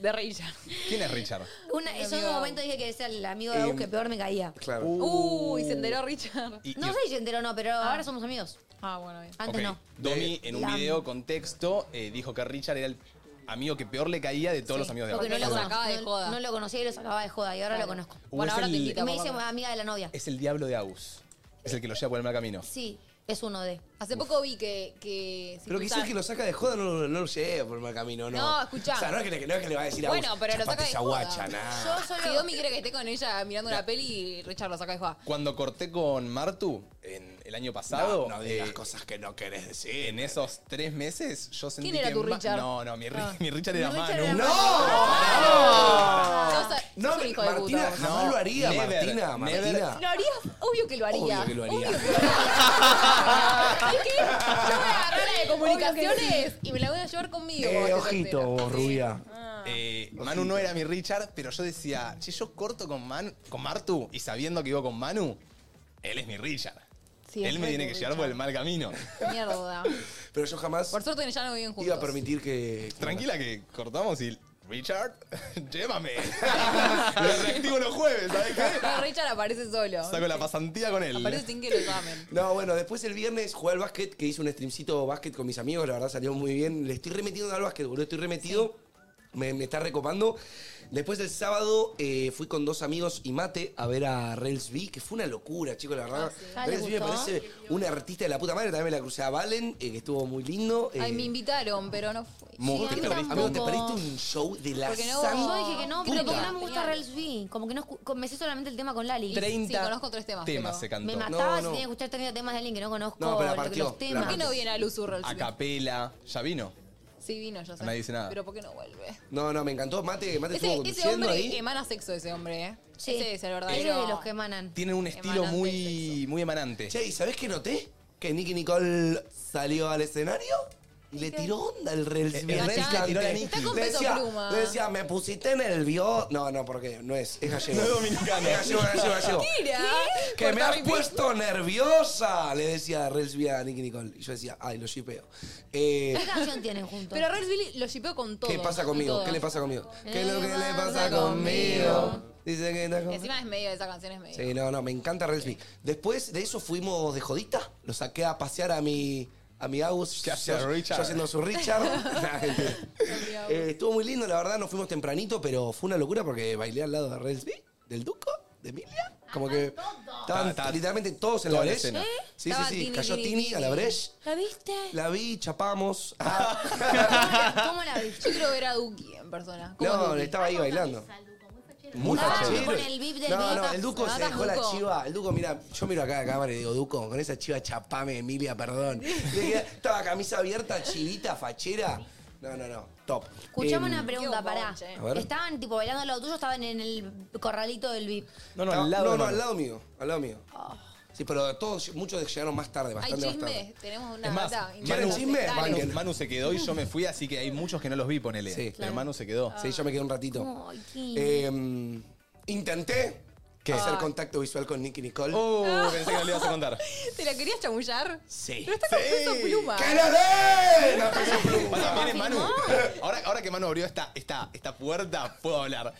D: De Richard.
A: ¿Quién es Richard?
C: Una, yo en
D: amigo.
C: un momento dije que es el amigo de Agus
B: Em,
C: que peor me caía.
B: Claro.
D: Uy, se enteró Richard.
A: Y-
C: No
A: y-
C: sé si se enteró o no, pero ahora somos amigos.
D: Ah, bueno, bien.
C: Antes
A: Ok.
C: no.
B: Eh,
A: Domi, en un
C: La-
A: video con texto, eh, dijo que Richard era el amigo que peor le caía de todos los amigos de
C: Porque
A: Barbie.
C: no lo,
D: Los
C: conocí-
D: sacaba de
C: no-
D: joda.
C: no lo conocía y lo sacaba de joda y ahora lo conozco.
A: Uh,
D: Bueno,
A: es
D: ahora te
A: el-
D: invita.
C: Y me dice
D: papá.
C: amiga de la novia.
A: Es el diablo de Agus. Es el que lo lleva por el mal camino.
C: Sí, es uno de.
D: Hace poco vi que. que si
B: Pero
D: tú
B: quizás
D: sabes-
B: que lo saca de joda no, lo- no lo lleve por el mal camino, ¿no?
D: No, escuchá.
B: O sea, no es que le, no es que le va a decir a
D: Bueno,
B: vos,
D: pero lo
B: "Chapate
D: saca de
B: esa
D: joda".
B: guacha, nah.
C: Yo solo.
D: Si Domi quiere que esté con ella mirando una peli, Richard lo saca de joda.
A: Cuando corté con Martu en el año pasado,
B: No, no digas
A: eh,
B: cosas que no querés decir.
A: en esos tres meses, yo sentí
D: ¿Quién era
A: que
D: tu
A: Ma-
D: Richard? Ah.
A: No, no, mi, Ri- mi Richard era
C: Mi
A: Manu.
C: Richard era
B: ¡No!
C: Manu.
D: No, o sea,
B: No,
D: sos un
B: pero
D: hijo de
B: Martina
D: puta.
B: jamás
A: No,
B: lo haría,
A: never,
B: Martina,
A: never.
B: Martina.
D: ¿Lo harías? Obvio que lo haría.
B: Obvio que lo haría.
D: Obvio que lo haría. Es que yo voy a agarrar la de comunicaciones y me la voy a llevar conmigo.
B: Eh,
D: cuando esté
B: ojito,
D: soltera.
B: vos, rubia.
A: Eh, Manu no era mi Richard, pero yo decía, che, yo corto con, Man- con Martu y sabiendo que iba con Manu, él es mi Richard.
D: Sí,
A: él
D: es
A: me
D: re
A: tiene
D: tu
A: que llevar por
D: Richard.
A: el mal camino.
D: Mierda.
B: Pero yo jamás
D: Por suerte ya no viven juntos.
B: iba a permitir que...
A: Tranquila que cortamos y. Richard, llévame. Lo reactivo los jueves, ¿sabes qué?
D: Pero Richard aparece solo.
A: Saco la pasantía con
D: Aparece
A: él.
D: sin que lo amen.
B: No, bueno, después el viernes jugué al básquet, que hice un streamcito básquet con mis amigos, la verdad salió muy bien. Le estoy remetiendo al básquet, boludo, estoy remetido. Me, me está recopando. Después el sábado eh, fui con dos amigos y mate a ver a Rels B, que fue una locura, chicos, la verdad.
C: Ah, ¿le
B: Rels B me
C: gustó?
B: parece un artista de la puta madre, también me la crucé a Valen, eh, que estuvo muy lindo. eh,
D: Ay, me invitaron, pero no fui.
A: Muy
C: Sí, a mí
A: triste.
B: Amigo, te
C: tampoco.
B: perdiste un show de la
D: Porque no-
B: sangre.
C: Yo dije que no, pero
B: Puta.
C: porque no me gusta
D: Oh, Genial.
C: Reels V. Como que no escu- con- me sé solamente el tema con Lali.
D: Tre-
A: 30
D: Sí, conozco tres temas,
A: temas
D: pero-
A: se
C: Me
A: cantó.
C: mataba
B: no.
C: si tenía que escuchar 30 temas de alguien que no conozco.
B: No, pero la
C: lo-
B: partió,
C: los
B: la
C: temas.
D: ¿Por qué no viene a Luz Urrel?
A: A capela. ¿Ya vino?
D: Sí vino, yo sé.
A: Nadie dice nada.
D: Pero ¿por qué no vuelve?
B: No, no, me encantó. Mate, mate
D: Ese,
B: estuvo
D: ese
B: conduciendo
D: hombre
B: ahí.
D: emana sexo, ese hombre, ¿eh?
C: Sí.
D: Ese es el verdadero.
C: Ese es de los que emanan.
A: Tienen un estilo
D: Emanante
A: muy, muy emanante.
B: Che, ¿y sabés qué noté? Que Nicky Nicole salió al escenario y le tiró onda el Rels.
D: Eh,
A: El
B: el
A: Rels
B: Rels
A: le tiró a la
B: cante.
A: Nicki. Está
D: con
B: Le
D: peso
B: decía,
D: pluma.
B: le decía, me pusiste nervioso. No, no, porque no es, es gallego.
A: No es dominicano.
B: Es gallego, gallego, gallego.
D: Mira,
B: Que me has
D: Cortame-
B: puesto nerviosa, le decía Rels B a Nicky Nicole. Y yo decía, ay, lo shipeo. Eh,
C: ¿Qué canción tienen juntos?
D: Pero Rex Billy lo shipeo con todo.
B: ¿Qué pasa
D: con
B: conmigo?
D: todo.
B: ¿Qué le pasa conmigo? ¿Qué es lo que le pasa
D: pasa
B: conmigo?
D: conmigo?
B: Dice que está
D: Y
B: conmigo.
D: Encima es medio, esa canción es medio.
B: Sí, no, no, me encanta Relsby. Después de eso fuimos de jodita. Lo saqué a pasear a mi, a mi Agus.
A: ¿Qué hacía
B: Yo-
A: Richard?
B: Yo haciendo su Richard. Nah, mentira. Eh, estuvo muy lindo, la verdad. Nos fuimos tempranito, pero fue una locura porque bailé al lado de Relsby, del Duco, de Emilia. Como que estaban
A: Ta, ta.
B: literalmente todos en la
A: Toda la
B: brecha.
A: escena. ¿Eh?
B: Sí, sí,
D: Estaba
B: sí.
D: Tini,
B: Cayó
D: Tini,
B: Tini a la
D: Tini.
B: brecha.
C: ¿La viste?
B: La vi, chapamos. Ah,
C: ¿Cómo la viste?
D: Yo quiero ver a Duki en persona. ¿Cómo es
B: no,
D: Duki?
B: estaba ahí bailando. Muy
C: Ah,
B: fachero.
C: con el beep del
B: No,
C: beep.
B: no, el Duco
D: Ah,
B: se dejó la
D: Duco.
B: chiva. El Duco, mira, yo miro acá a la cámara y digo, Duco, con esa chiva chapame, Emilia, perdón. Le queda- Estaba camisa abierta, chivita, fachera. No, no, no, top.
C: Escuchame
B: Em,
C: una pregunta,
D: qué
C: pará.
D: boche.
B: A ver.
C: Estaban tipo bailando al lado tuyo, o estaban en el corralito del VIP.
A: No, no,
B: estaba-
A: al lado.
B: No,
A: de
B: no,
A: Manu.
B: al lado mío, al lado mío. Sí, pero todos, muchos llegaron más tarde,
D: Hay
B: bastante más tarde.
D: chisme, tenemos una
A: Es más,
D: data
A: ¿quieren
D: interesante.
B: chisme?
D: Dale.
A: Manu,
B: Banquen.
A: Manu se quedó y yo me fui, así que hay muchos que no los vi, ponele.
B: Sí.
A: Pero
B: Claro.
A: Manu se quedó.
D: Ah.
B: Sí, yo me quedé un ratito.
C: Ay, qué-
B: Em, intenté hacer contacto visual con Nicky Nicole.
A: Oh, pensé que no le ibas a contar.
D: ¿Te la querías chamullar?
B: Sí.
D: Pero está con peso pluma.
B: ¡Que nos den! A peso pluma.
A: Pará, viene Manu. Ahora, ahora que Manu abrió esta, esta, esta puerta, puedo hablar.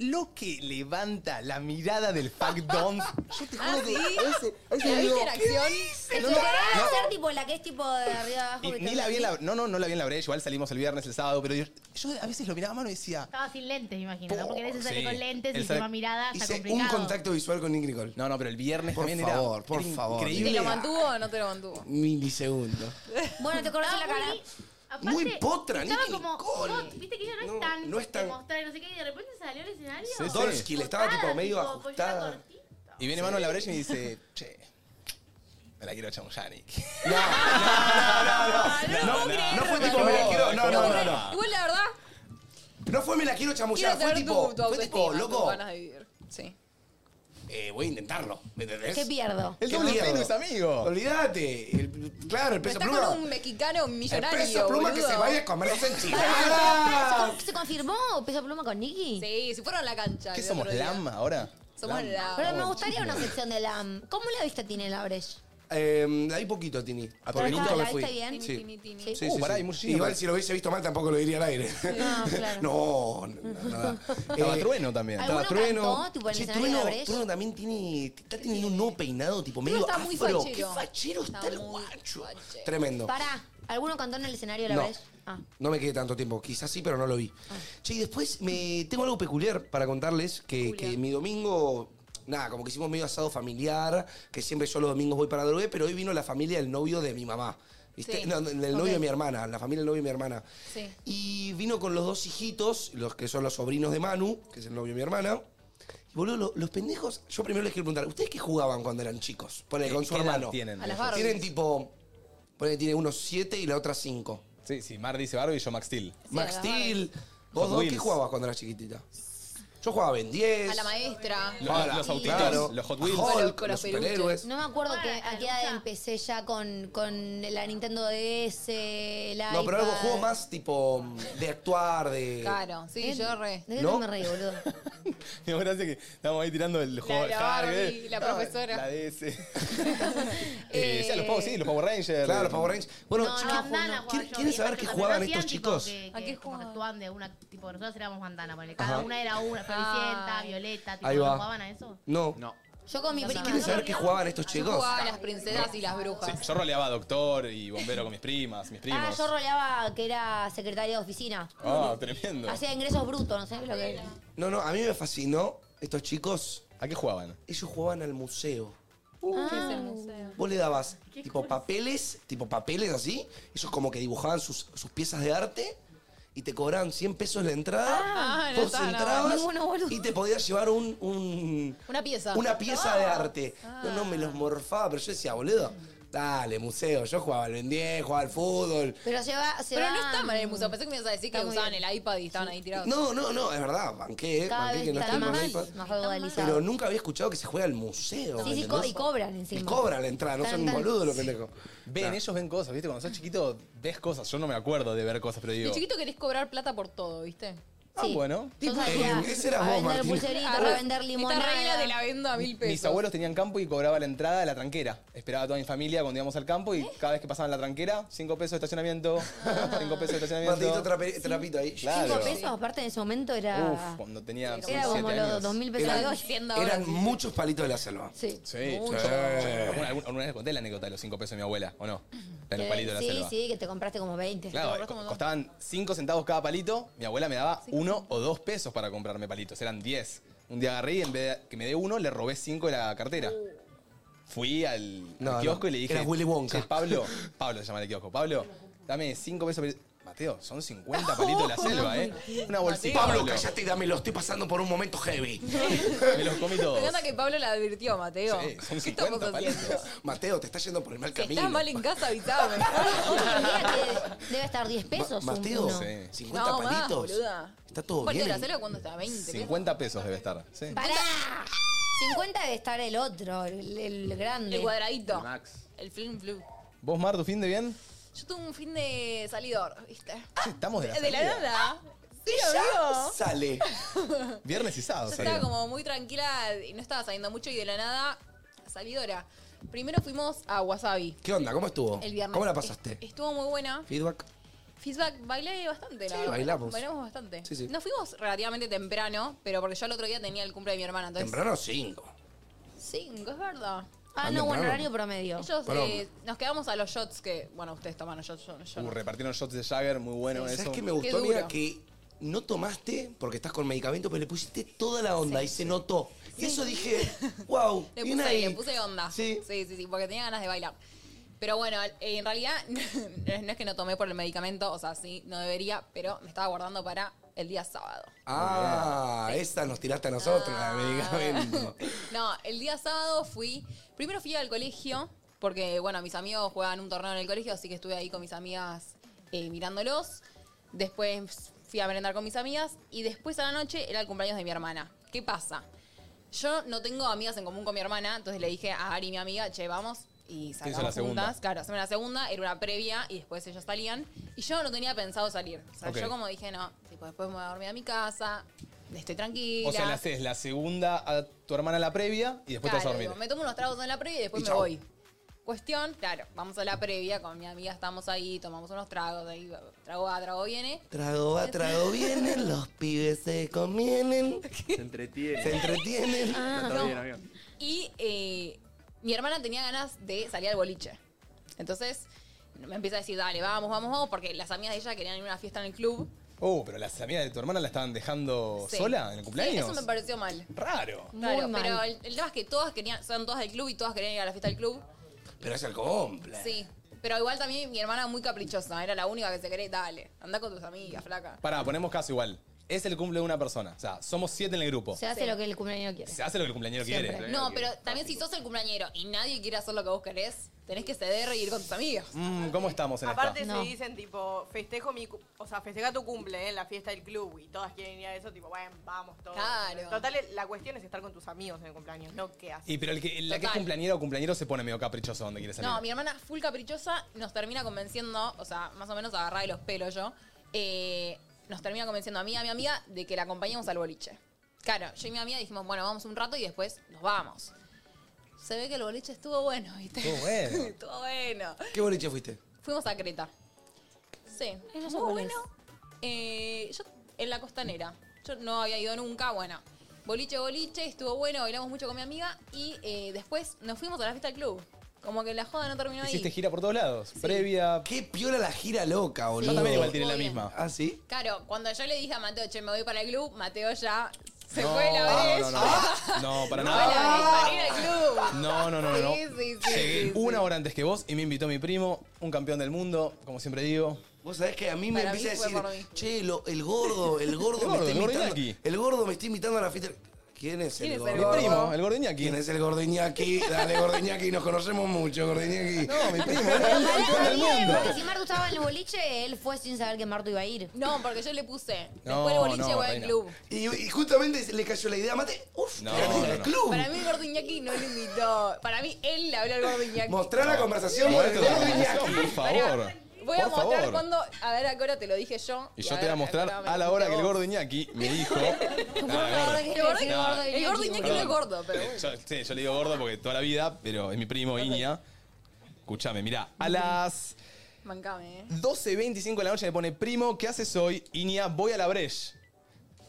A: Lo que levanta la mirada del fuck Don. Yo te
D: ¿Ah,
A: juro que.
D: sí?
A: a veces- a veces
D: ¿La
A: digo,
D: viste en acción?
C: ¿Te
A: no,
C: querés
A: no.
C: hacer tipo la que es tipo de arriba abajo?
A: Y
C: que
A: ni
C: te-
A: la vi en la. No, no, no la vi en la brecha. Igual salimos el viernes, el sábado, pero yo, yo a veces lo miraba a Manu y decía.
E: Estaba sin lentes, me imagino, ¿no? Porque a veces
A: Sí.
E: sale con lentes
A: Él
E: y
A: sale-
E: lleva mirada, está
B: Hice
E: complicado.
B: un contacto visual con Nicky Nicole.
A: No, no, pero el viernes
B: Por
A: también
B: favor,
A: era.
B: por
A: era
B: favor.
A: Increíble.
D: ¿Te lo
B: Mira.
D: mantuvo o no te lo mantuvo?
B: Milisegundo.
C: Bueno, te conocí la
E: Estaba
C: cara.
E: muy- aparte,
B: Muy potra,
E: estaba
B: Nicki
E: como,
B: Nicole.
E: no, viste que ella no,
B: No,
E: es tan,
B: no es tan-
E: de mostrar y no sé qué, y de repente salió al escenario.
A: Sí, sí.
B: Dolsky le estaba tipo
E: cortada,
B: medio
E: tipo, pollera
B: ajustada.
E: cortita.
A: Y viene Manu en la brecha y me dice, che, me la quiero chamullar, Nick.
D: No, no, no,
B: Ah, No fue
A: no,
B: tipo, me la quiero. No, no, no, no.
D: Igual la verdad,
B: No fue me la quiero
D: quiero
B: chamullar. Fue
D: saber tu,
B: tipo,
D: tu
B: fue
D: autoestima,
B: tipo,
D: tus
B: loco.
D: ganas de vivir. Sí.
B: eh, voy a intentarlo. ¿Me entendés?
C: ¿Qué pierdo?
A: El doble
B: miedo.
A: pelo es amigo.
B: Olvídate. El- Claro, el
D: Pero
B: peso
D: está
B: pluma.
D: con un mexicano
B: el
D: millonario.
B: peso pluma que
D: boludo.
B: se vaya a comer dos
C: ¿Se,
B: enchiladas.
C: con- Ah, se confirmó Peso Pluma con Nicky?
D: Sí, se fueron a la cancha.
A: ¿Qué
D: Ah, el
A: somos,
D: otro día.
A: LAM ahora?
D: Somos la.
C: Pero me gustaría una sección de LAM. ¿Cómo la viste a Tine Labresh?
B: Eh, hay poquito, Tini.
A: Ah,
B: Porque
A: pero
B: nunca
C: está-
B: me
C: la
B: fui.
C: viste bien.
B: Sí.
D: Tini, tini.
C: Sí.
B: Sí,
A: Uh,
B: sí,
A: pará,
B: sí.
A: hay muchísimo.
B: Igual si lo hubiese visto mal tampoco lo diría al aire.
C: No, claro.
B: No, no, nada.
A: Estaba
B: Eh,
A: Trueno también.
C: ¿Alguno
B: Estaba Trueno.
C: cantó, tipo, en el
B: Che,
C: escenario
B: Trueno,
C: de Brecht?
B: Trueno también tiene, está teniendo un nuevo peinado, tipo medio
D: está muy
B: afro.
D: fachero.
B: Qué fachero está,
D: Está
B: el
D: muy
B: guacho.
D: fachero.
B: Tremendo.
C: Pará, ¿alguno cantó en el escenario
B: No.
C: Labresh? Ah.
B: No me quedé tanto tiempo, quizás sí, pero no lo vi.
D: Ah.
B: Che, y después me tengo algo peculiar para contarles, que, que mi domingo, nada, como que hicimos medio asado familiar, que siempre yo los domingos voy para drogué, pero hoy vino la familia del novio de mi mamá. ¿Viste?
D: Sí.
B: No, del novio de mi hermana, la familia del novio de mi hermana.
D: Sí.
B: Y vino con los dos hijitos, los que son los sobrinos de Manu, que es el novio de mi hermana. Y boludo, lo- los pendejos, yo primero les quiero preguntar, ¿ustedes qué jugaban cuando eran chicos? Ponele, con su
A: Eh, ¿Qué edad
B: hermano.
A: tienen?
D: A las
A: ellos?
D: Barbies.
B: Tienen tipo, ponele, tiene unos siete y la otra cinco.
A: Sí, sí, Mar dice Barbie y yo Max Steel.
B: Max
D: a la
B: Steel. ¿Vos dos qué
A: Wheels.
B: jugabas cuando eras chiquitita? Yo jugaba Ben 10.
D: A la maestra.
A: Los- los autitos, los Hot Wheels.
B: a Hulk,
D: Con
B: los
D: los peluches.
B: superhéroes.
C: No me acuerdo que, a qué edad
E: Lucha.
C: empecé ya con, con la Nintendo DS, el iPad.
B: No, pero algo juego más tipo mm, de actuar, de.
D: Claro, sí,
C: ¿Eh?
D: yo re.
C: ¿De qué
B: ¿No?
C: no me reí, boludo?
A: Me parece que estamos ahí tirando el juego.
D: la
A: Harry,
D: Barbie, la
A: no,
D: profesora.
A: La DS. eh, sí, los Power, sí, los Power Rangers.
B: Claro, los Power Rangers. Bueno,
C: No,
B: chicos,
C: no,
E: Bandana jugaba
B: ¿quieren-
E: yo,
B: ¿quieren
E: y
B: saber
E: aparte
B: qué
E: cuando
B: jugaban
E: hacían,
B: estos
E: tipo,
B: chicos?
E: que-
D: ¿A
E: que
D: qué
E: como
D: jugaban?
E: actuaban de una, tipo, nosotros éramos bandana, ponele.
B: Ajá.
E: Cada una era una, Floricienta,
D: Ay.
E: Violeta, tipo,
B: Ahí
E: ¿no
B: va.
E: jugaban a eso?
B: No.
F: No.
C: Yo con mi prima.
B: ¿Quieren
C: ¿no?
B: saber qué jugaban estos
D: Yo
B: chicos?
D: jugaba a las princesas y las
A: Sí,
D: brujas.
A: yo roleaba doctor y bombero con mis primas, mis primos.
C: Ah, yo roleaba que era secretaria de oficina.
A: Ah, tremendo.
C: Hacía ingresos brutos, no sé lo que.
B: No, no, a mí me fascinó. Estos chicos,
A: ¿A qué jugaban?
B: ellos jugaban al museo.
C: Ah.
B: Vos le dabas tipo papeles, tipo papeles así, ellos como que dibujaban sus, sus piezas de arte y te cobraban 100 pesos la entrada,
D: Ah, no
B: vos
D: estaba nada.
B: entrabas
C: Ninguno, boludo.
B: y te podías llevar un, un-
D: Una pieza.
B: una pieza de arte.
C: Ah.
B: No, no, me los morfaba, pero yo decía, boludo, dale, museo, yo jugaba al Ben 10, jugaba al fútbol.
C: Pero se va. Se
D: Pero
C: va-
D: no estaban en el museo. Pensé que me ibas a decir que
C: Está muy
D: usaban
C: bien.
D: el iPad y estaban ahí tirados.
B: No, no, no, es verdad, banqué,
C: Cada
B: banqué
C: vez
B: Eh, que no
C: está
B: estén
C: más,
B: con iPad.
C: más feudalizado.
B: Pero nunca había escuchado que se juega al museo.
C: Sí, sí,
B: ¿entendés?
C: co- y cobran encima.
B: Y cobran la entrada, no
C: Tan,
B: son
C: tan.
B: boludos los pendejos.
A: Ven,
B: Nah.
A: ellos ven cosas, ¿viste? Cuando sos chiquito, ves cosas. Yo no me acuerdo de ver cosas, pero
D: De
A: digo.
D: chiquito querés cobrar plata por todo, ¿viste? Ah,
A: Ah,
C: Sí.
A: bueno.
C: Yo
B: Tipo,
C: salía
B: eh, ese eras
C: a
B: vos,
C: vender
B: Martín.
C: pulseritas, a vender
D: Esta regla
C: limonada.
D: te la vendo a mil pesos.
A: Mis abuelos tenían campo y cobraba la entrada de la tranquera. Esperaba a toda mi familia cuando íbamos al campo y
D: ¿Eh?
A: cada vez que pasaban la tranquera, 5 pesos de estacionamiento,
D: Ah.
A: 5 pesos de
B: Martito,
A: estacionamiento.
B: trape- trapito ahí.
A: claro.
C: Cinco pesos, aparte en ese momento era.
A: Uf, cuando tenía
C: era como
A: 7
C: los
A: años.
C: 2000 pesos de
B: Eran,
C: hoy.
B: eran muchos palitos de la selva.
C: Sí.
A: Sí,
D: Mucho.
A: yo- ¿Alguna, alguna- alguna vez conté la anécdota de los 5 pesos de mi abuela, ¿o no? La de los palitos de la
C: sí,
A: selva.
C: sí, que te compraste como 20.
A: Claro,
D: acordás
A: co-
D: como dos?
A: costaban 5 centavos cada palito. Mi abuela me daba 1 o 2 pesos para comprarme palitos. Eran 10. Un día agarré y en vez de que me dé uno, le robé 5 de la cartera.
D: Uh.
A: Fui al, al
B: No, no,
A: kiosco y le dije.
B: era Willy Wonka.
A: "Che, Pablo, Pablo se llama el kiosco. Pablo, dame 5 pesos. pali-". Mateo, son 50 palitos de la selva, ¿eh? Una bolsita.
B: Pablo, callate y dámelo. Estoy pasando por un momento heavy.
A: Me los comí
D: Me
A: todos.
D: encanta que Pablo la advirtió, Mateo.
A: Sí, son
D: ¿Qué estamos
A: 50
D: haciendo?
A: palitos.
B: Mateo, te está yendo por el mal
D: Si
B: camino.
D: estás mal en casa, avisame.
C: Hoy en día que debe estar 10
B: Ma-
C: pesos. un-
B: Mateo,
C: uno.
A: Sí.
B: 50
D: No, más,
B: palitos.
D: boluda.
B: está todo
D: Aparte
B: bien.
D: de la selva cuando estaba 20. pesos.
A: 50 pesos debe estar. Sí.
C: ¡Pará! 50 debe estar el otro, el, el grande.
D: El cuadradito.
F: Max.
D: El flim flu.
A: ¿Vos, Mar, tu fin de bien?
D: Yo tuve un fin de salidor, ¿viste?
A: Sí, estamos de la,
D: de la
A: salida.
D: nada. Sí, amigo.
B: Sale.
A: Viernes y sábado.
D: Yo
A: salió.
D: estaba como muy tranquila y no estaba saliendo mucho y de la nada, salidora. Primero fuimos a Wasabi
B: ¿Qué onda? ¿Cómo estuvo?
D: el viernes. Eh,
B: ¿Cómo la pasaste?
D: Est- Estuvo muy buena.
B: Feedback.
D: Feedback, bailé bastante. la
B: Sí,
D: verdad.
B: bailamos.
D: Bailamos bastante.
B: Sí, sí.
D: Nos fuimos relativamente temprano, pero porque yo el otro día tenía el cumple de mi hermana. Entonces,
B: Temprano 5.
D: Cinco, es verdad.
C: Ah,
B: Ande,
C: no, buen
B: claro.
C: horario promedio.
D: Ellos
B: Perdón.
D: eh, nos quedamos a los shots que, bueno, ustedes tomaron shots, yo, yo
A: Uh,
D: no.
A: repartieron shots de Jagger, muy bueno
B: ¿Sabes
A: eso.
B: qué me
D: Qué
B: gustó,
D: duro.
B: amiga? Que no tomaste porque estás con medicamento, pero le pusiste toda la onda y se notó. Y eso dije, wow,
D: Le
B: bien
D: puse,
B: ahí.
D: le puse onda.
B: Sí.
D: sí, sí, sí, porque tenía ganas de bailar. Pero bueno, eh, en realidad no es que no tomé por el medicamento, o sea, sí, no debería, pero me estaba guardando para el día sábado.
B: Ah, esta nos tiraste a nosotros, la
D: Ah.
B: de medicamento.
D: No, el día sábado fui, primero fui al colegio, porque bueno, mis amigos jugaban un torneo en el colegio, así que estuve ahí con mis amigas eh, mirándolos. Después fui a merendar con mis amigas y después a la noche era el cumpleaños de mi hermana. ¿Qué pasa? Yo no tengo amigas en común con mi hermana, entonces le dije a Ari, mi amiga, che, vamos. Y
A: hizo la
D: sacamos
A: segunda.
D: juntas. Claro, hacemos la segunda, era una previa y después ellas salían. Y yo no tenía pensado salir. O sea,
A: Ok.
D: yo como dije, no, tipo, después me voy a dormir a mi casa, estoy tranquila.
A: O sea, le haces la segunda a tu hermana la previa y después te vas a
D: Claro,
A: dormir.
D: digo, me tomo unos tragos en la previa y después
A: Y
D: me
A: chau.
D: voy. Cuestión, claro, vamos a la previa, con mi amiga estamos ahí, tomamos unos tragos, ahí trago a trago viene.
B: Trago a trago vienen, los pibes se convienen,
F: Se entretiene.
B: se entretienen.
D: Ah.
F: Está bien, amigo.
D: Y eh, mi hermana tenía ganas de salir al boliche. Entonces me empieza a decir, dale, vamos, vamos, vamos, porque las amigas de ella querían ir a una fiesta en el club.
A: Oh, pero las amigas de tu hermana la estaban dejando
D: Sí.
A: sola en el
D: Sí,
A: cumpleaños.
D: eso me pareció mal.
A: Raro.
D: Claro,
C: mal.
D: pero el, el tema es que todas querían, son todas del club y todas querían ir a la fiesta del club.
B: Pero es el comple.
D: Sí. Pero igual también mi hermana muy caprichosa, era la única que se quería, dale, anda con tus amigas, flaca.
A: Pará, ponemos caso igual. Es el cumple de una persona. O sea, somos siete en el grupo.
C: Se hace lo que el cumpleaños quiere.
A: Se hace lo que el cumpleañero
C: Siempre.
A: quiere.
D: No, pero también si sos el cumpleañero y nadie quiere hacer lo que vos querés, tenés que ceder y ir con tus amigos.
A: Mm, ¿Cómo estamos en
H: Aparte
A: esta?
H: se
C: No.
H: dicen tipo, festejo mi, cu- o sea, festeja tu cumple ¿eh? en la fiesta del club y todas quieren ir a eso, tipo, bueno, vamos todos.
D: Claro.
H: Total, la cuestión es estar con tus amigos en el cumpleaños, no qué haces.
A: Y pero el que, la que es
D: Total.
A: cumpleañera o cumpleañero se pone medio caprichoso donde quiere salir.
D: No, mi hermana full caprichosa nos termina convenciendo, o sea, más o menos agarrada de los pelos yo, eh, nos termina convenciendo a mí y a mi amiga de que la acompañemos al boliche. Claro, yo y mi amiga dijimos, bueno, vamos un rato y después nos vamos. Se ve que el boliche estuvo bueno, ¿viste?
A: Estuvo bueno.
D: estuvo bueno.
B: ¿Qué boliche fuiste?
D: Fuimos a Creta. Sí.
C: Eso
D: Muy
C: cuál es.
D: bueno. Eh, yo en la costanera. Yo no había ido nunca, bueno. Boliche, boliche, estuvo bueno, bailamos mucho con mi amiga y eh, después nos fuimos a la fiesta del club. Como que la joda no terminó
A: Hiciste
D: ahí.
A: gira por todos lados. Previa.
B: Qué piola la gira loca, boludo.
A: Yo también igual tiré la
D: Estuvo bien.
A: misma.
B: ¿Ah, sí?
D: Claro, cuando yo le dije a Mateo, che, me voy para el club, Mateo ya se
A: no,
D: fue la vez.
A: no, no, no, no. para
D: Fue la vez
A: nada.
D: para ir al club.
A: No, no, no, no. no.
D: Sí, sí, sí,
A: Llegué
D: sí,
A: una hora antes que vos y me invitó mi primo, un campeón del mundo, como siempre digo.
B: Vos sabés que a mí me
D: Para
B: empieza
D: mí
B: a
D: fue por
B: decir,
D: mí.
B: che, lo- el gordo, el gordo me
A: gordo,
B: está
A: el gordo
B: invitando.
A: Iñaki.
B: El gordo me está invitando a la fiesta. ¿Quién es el
D: ¿Quién es
B: gordo?
D: el
A: Mi
D: gordo?
A: primo, el gordo Iñaki.
B: ¿Quién es el gordo Iñaki? Dale, gordo Iñaki, nos conocemos mucho, gordo Iñaki.
A: No, mi primo, ¿eh? era el
C: Pará,
A: campeón
C: está
A: del
C: bien,
A: mundo.
C: porque si Martu estaba en el boliche, él fue sin saber que Martu iba a ir.
D: No, porque yo le puse, después
A: No,
D: del boliche
A: no,
D: voy al
A: reina.
D: club.
B: Y, y justamente le cayó la idea a Mate. Uf,
A: No,
B: quédate en
A: no,
B: el
A: no.
B: club.
D: Para mí el gordo Iñaki no lo invitó. Para mí él le habló al gordo Iñaki.
B: Mostrá la conversación con el
A: Muerto de
B: gordo
A: admiración,
B: Iñaki.
A: Por favor.
D: Pará, Voy a
A: Por
D: mostrar
A: favor.
D: cuando. A ver, a qué hora te lo dije yo.
A: Y yo
D: a
A: te voy a
D: ver
A: mostrar
D: qué hora me
A: a la
D: dijiste
A: hora que el
D: vos.
A: gordo Iñaki me dijo.
C: favor,
A: Nada,
C: que- Sí,
D: El gordo,
C: gordo
D: el
C: Iñaki.
D: gordo Iñaki no es gordo, pero bueno.
A: Yo, sí, yo le digo gordo porque toda la vida, pero es mi primo Iña. Escúchame, mira, a las
D: Mancame, eh.
A: 12.25 de la noche me pone, primo, ¿qué haces hoy? Iña, voy a la Breche.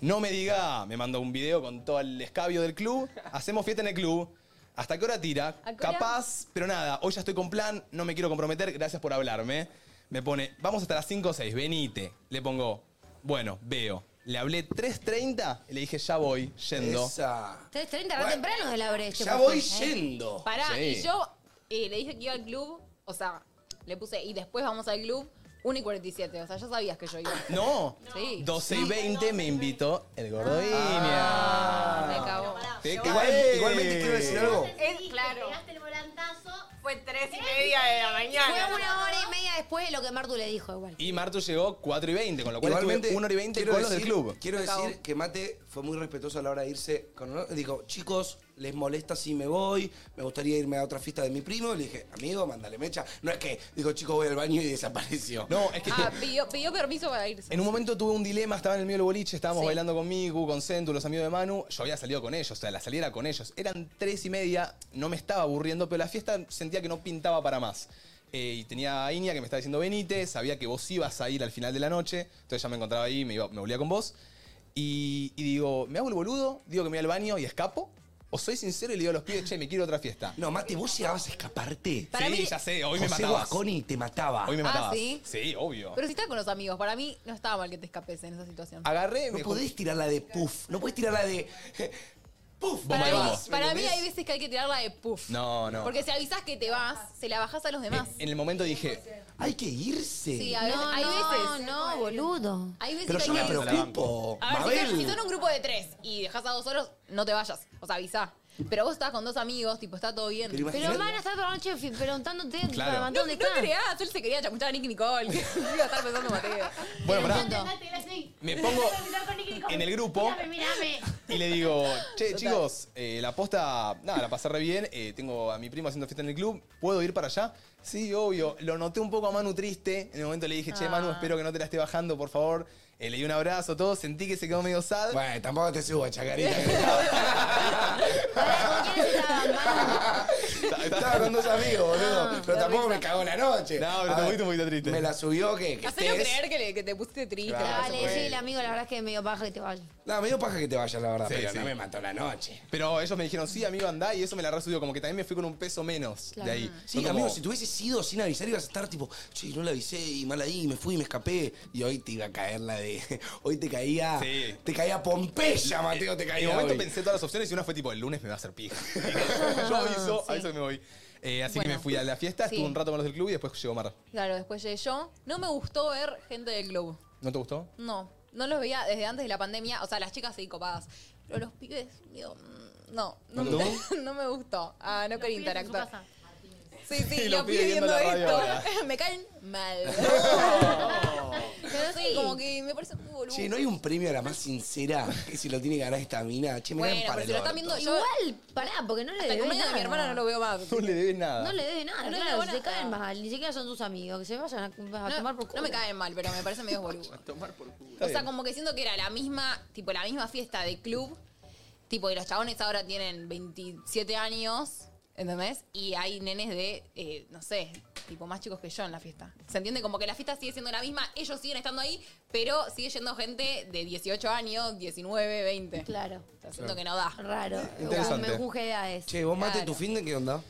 A: No me diga, me mandó un video con todo el escabio del club. Hacemos fiesta en el club. ¿Hasta qué hora tira?
D: ¿A qué hora?
A: Capaz, pero nada, hoy ya estoy con plan, no me quiero comprometer, gracias por hablarme. Me pone, vamos hasta las 5 o 6, venite. Le pongo, bueno, veo. Le hablé 3.30 y le dije, ya voy, yendo.
B: Esa.
C: 3.30, era temprano de la brecha. ¿eh?
B: Ya voy yendo.
D: Pará,
A: Sí.
D: y yo eh, le dije que iba al club, o sea, le puse, y después vamos al club, 1 y 47. O sea, ya sabías que yo iba.
A: No,
D: Sí.
A: 12 y 20 me invitó el gordo Iña. Ah.
D: Me cagó.
A: Te
B: Igual-
A: cagué.
B: igualmente quiero decir algo.
D: Eh,
H: Es claro,
E: Pegaste el volantazo.
H: fue tres y media de la mañana.
C: Fue una hora y media después de lo que Martu le dijo igual.
A: Y Martu llegó 4 y 20, con lo cual estuve 1 hora y 20
B: quiero
A: con los del
B: decir-
A: club.
B: Quiero
D: Acabo.
B: decir que Mate fue muy respetuoso a la hora de irse. Con, dijo, chicos, les molesta si me voy, me gustaría irme a otra fiesta de mi primo. Y le dije, amigo, mándale mecha. No es que, dijo, chicos, voy al baño y desapareció.
A: No, es que
D: Ah, pidió, pidió permiso para irse.
A: en un momento tuve un dilema, estaba en el medio del boliche, estábamos
D: Sí.
A: bailando con Miku, con Centu, los amigos de Manu. Yo había salido con ellos, o sea, la salida era con ellos. Eran 3 y media, no me estaba aburriendo, pero la fiesta sentía que no pintaba para más. Eh, y tenía a Iña que me estaba diciendo venite, sabía que vos ibas a ir al final de la noche, entonces ya me encontraba ahí, me, iba, me volvía con vos. Y, y digo, ¿me hago el boludo? Digo que me voy al baño y escapo. ¿O soy sincero y le digo a los pibes, che, me quiero a otra fiesta?
B: No, Mate, vos llegabas a escaparte.
D: Para
A: sí,
D: mí-
A: ya sé, hoy me
B: José
A: matabas.
B: Guasconi te mataba.
A: Hoy me
D: Ah,
A: matabas.
D: ¿sí?
A: obvio.
D: Pero si estás con los amigos, para mí no estaba mal que te escapes en esa situación.
A: Agarré,
B: No
A: me
B: podés tirarla de puff, no podés tirarla de... Puff,
D: Para,
A: Ahí
D: mí,
A: vamos.
D: para mí
B: ¿Entendés?
D: hay veces que hay que tirarla de puff.
A: No, Eh, no.
D: Porque si avisas que te vas, se la bajás a los demás.
A: En el momento dije,
B: Hay que irse.
A: eh.
D: Sí, a veces, hay
C: no,
D: veces.
C: no, boludo.
D: Hay veces
B: Pero
D: que
B: yo
D: hay
B: me
D: que avisar.
B: preocupo.
D: A ver, si son, si
B: Mabel.
D: son un grupo de tres y dejas a dos solos, no te vayas. O sea, avisá. Pero vos estás con dos amigos, tipo, está todo bien.
B: Pero
D: No,
C: Pero
B: Imagínate.
C: van a estar toda la noche fi- preguntándote,
A: Claro.
C: para
D: no
C: ¿dónde están?
D: creás, él se quería chamuchar a Nick Nicole. que iba a estar pensando en Mateo.
A: bueno, pará,
E: Date, date, date.
A: me pongo en el grupo.
E: Mírame, mírame.
A: Y le digo, che, chicos, eh, la posta, nada, la pasé re bien. eh, tengo a mi primo haciendo fiesta en el club. ¿Puedo ir para allá? Sí, obvio. Lo noté un poco a Manu triste. En el momento le dije, che,
D: Ah.
A: Manu, espero que no te la esté bajando, por favor. Eh, le di un abrazo, todo. Sentí que se quedó medio sad.
B: Bueno, tampoco te subo, chacarita. Estaba con dos amigos,
D: Ah,
B: boludo. pero tampoco me cagó la noche.
A: No, pero
B: A
A: te
B: ver,
A: fuiste un poquito triste.
B: Me la subió que. que
D: Hacelo
B: estés-
D: creer que, le- que te pusiste triste.
C: Dale,
B: bueno.
C: sí, el amigo, la verdad es que medio paja que te vaya.
B: No, me dio paja que te vayas, la verdad,
A: Sí,
B: pero
A: sí.
B: no me mató la noche.
A: Pero ellos me dijeron, sí, amigo, andá. Y eso me la resubió. Como que también me fui con un peso menos
C: Claro.
A: de ahí.
B: Sí,
A: Fue como-
B: amigo, si te hubieses ido sin avisar, ibas a estar tipo, che, no la avisé y mal ahí, me fui y me escapé. Y hoy te iba a caer la de. Hoy te caía.
A: Sí.
B: Te caía Pompeya, Mateo, te
A: En
B: caía.
A: el momento
B: hoy.
A: pensé todas las opciones y una fue tipo, el lunes me va a hacer pija. Yo aviso, a eso me voy. Eh, así que
D: Bueno.
A: me fui a la fiesta,
D: Sí.
A: estuve un rato con los del club y después llegó Mar.
D: Claro, después llegué yo. No me gustó ver gente del club.
A: ¿No te gustó?
D: No, no los veía desde antes de la pandemia. O sea, las chicas sí copadas. Pero los pibes, digo, mm, no. No,
A: ¿No?
D: me- no me gustó. Ah, no quería
E: Pibes en su
D: interactuar.
E: casa.
D: Sí, sí,
A: Y
D: los pibes viendo,
A: la radio ahora.
D: esto. me caen mal. Pero sí, como que me parece muy boludo.
B: Che, ¿no hay un premio a la más sincera? Que si lo tiene que ganar esta mina. Che, me
D: Bueno,
B: dan para
D: pero si
B: el
D: lo están
B: orto.
D: viendo yo.
C: Igual, pará, porque no le
D: hasta el
C: debes
D: cumpleaños
C: nada.
D: de mi hermana no lo veo más.
A: No le debes nada.
C: No le debes nada,
D: No le
C: claro,
D: debo
C: si te
D: nada.
C: caen mal, ni siquiera son tus amigos, que se vayan a, a
D: No,
C: tomar por culo.
D: no me caen mal, pero me parece medio boludo.
A: Está
D: O sea,
A: bien.
D: como que siento que era la misma, tipo, la misma fiesta de club. Tipo, y los chabones ahora tienen 27 años, ¿entendés? Y hay nenes de, eh, no sé, tipo, más chicos que yo en la fiesta. ¿Se entiende? Como que la fiesta sigue siendo la misma, ellos siguen estando ahí, pero sigue yendo gente de 18 años, 19, 20.
C: Claro,
D: O sea, siento que no da.
C: raro.
A: Interesante.
C: Me empuje de edades.
B: Che, vos mate
D: Claro.
B: tu fin de qué onda?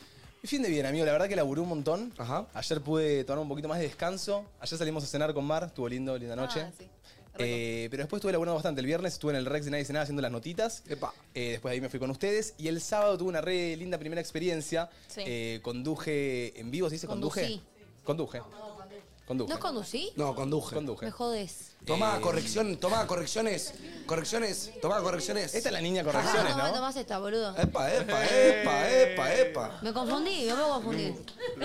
A: Y fin de bien, amigo. La verdad que laburé un montón.
B: Ajá.
A: Ayer pude tomar un poquito más de descanso. Ayer salimos a cenar con Mar. Estuvo lindo, linda noche.
D: Ah, sí. Rico.
A: Eh, pero después estuve laburando bastante. El viernes estuve en el Rex de Nadie Dice Nada haciendo las notitas.
B: Epa.
A: Eh, después de ahí me fui con ustedes. Y el sábado tuve una re linda primera experiencia.
D: Sí.
A: Eh, conduje en vivo, ¿se dice?
C: Conducí.
A: Conduje. Conduje.
C: ¿No conducí?
B: No, conduje.
A: Conduje. Eh,
C: Me jodes.
B: Tomá, corrección, tomá, correcciones. Correcciones, tomá, correcciones.
A: Esta es la niña
C: Ah,
A: correcciones,
C: tomá,
A: ¿no?
C: tomás esta, boludo.
B: Epa, epa, epa,
A: Eh.
B: epa, epa.
C: Me confundí, me puedo confundir.
B: Mm.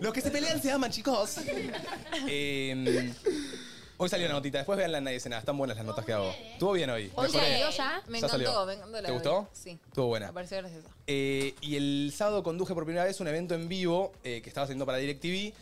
A: Los que se pelean se aman, chicos. Eh, hoy salió la notita. Después vean la Nadie Dice Nada. Están buenas las notas que hago. Estuvo bien hoy.
C: Hoy
A: Mejoré.
C: salió ya.
D: eh. Me
A: Ya
D: encantó,
A: salió.
D: me encantó la
A: ¿Te
D: de
A: gustó?
D: hoy. Sí.
A: Estuvo buena.
D: Me pareció graciosa.
A: Eh, y el sábado conduje por primera vez un evento en vivo eh, que estaba haciendo para DirecTV.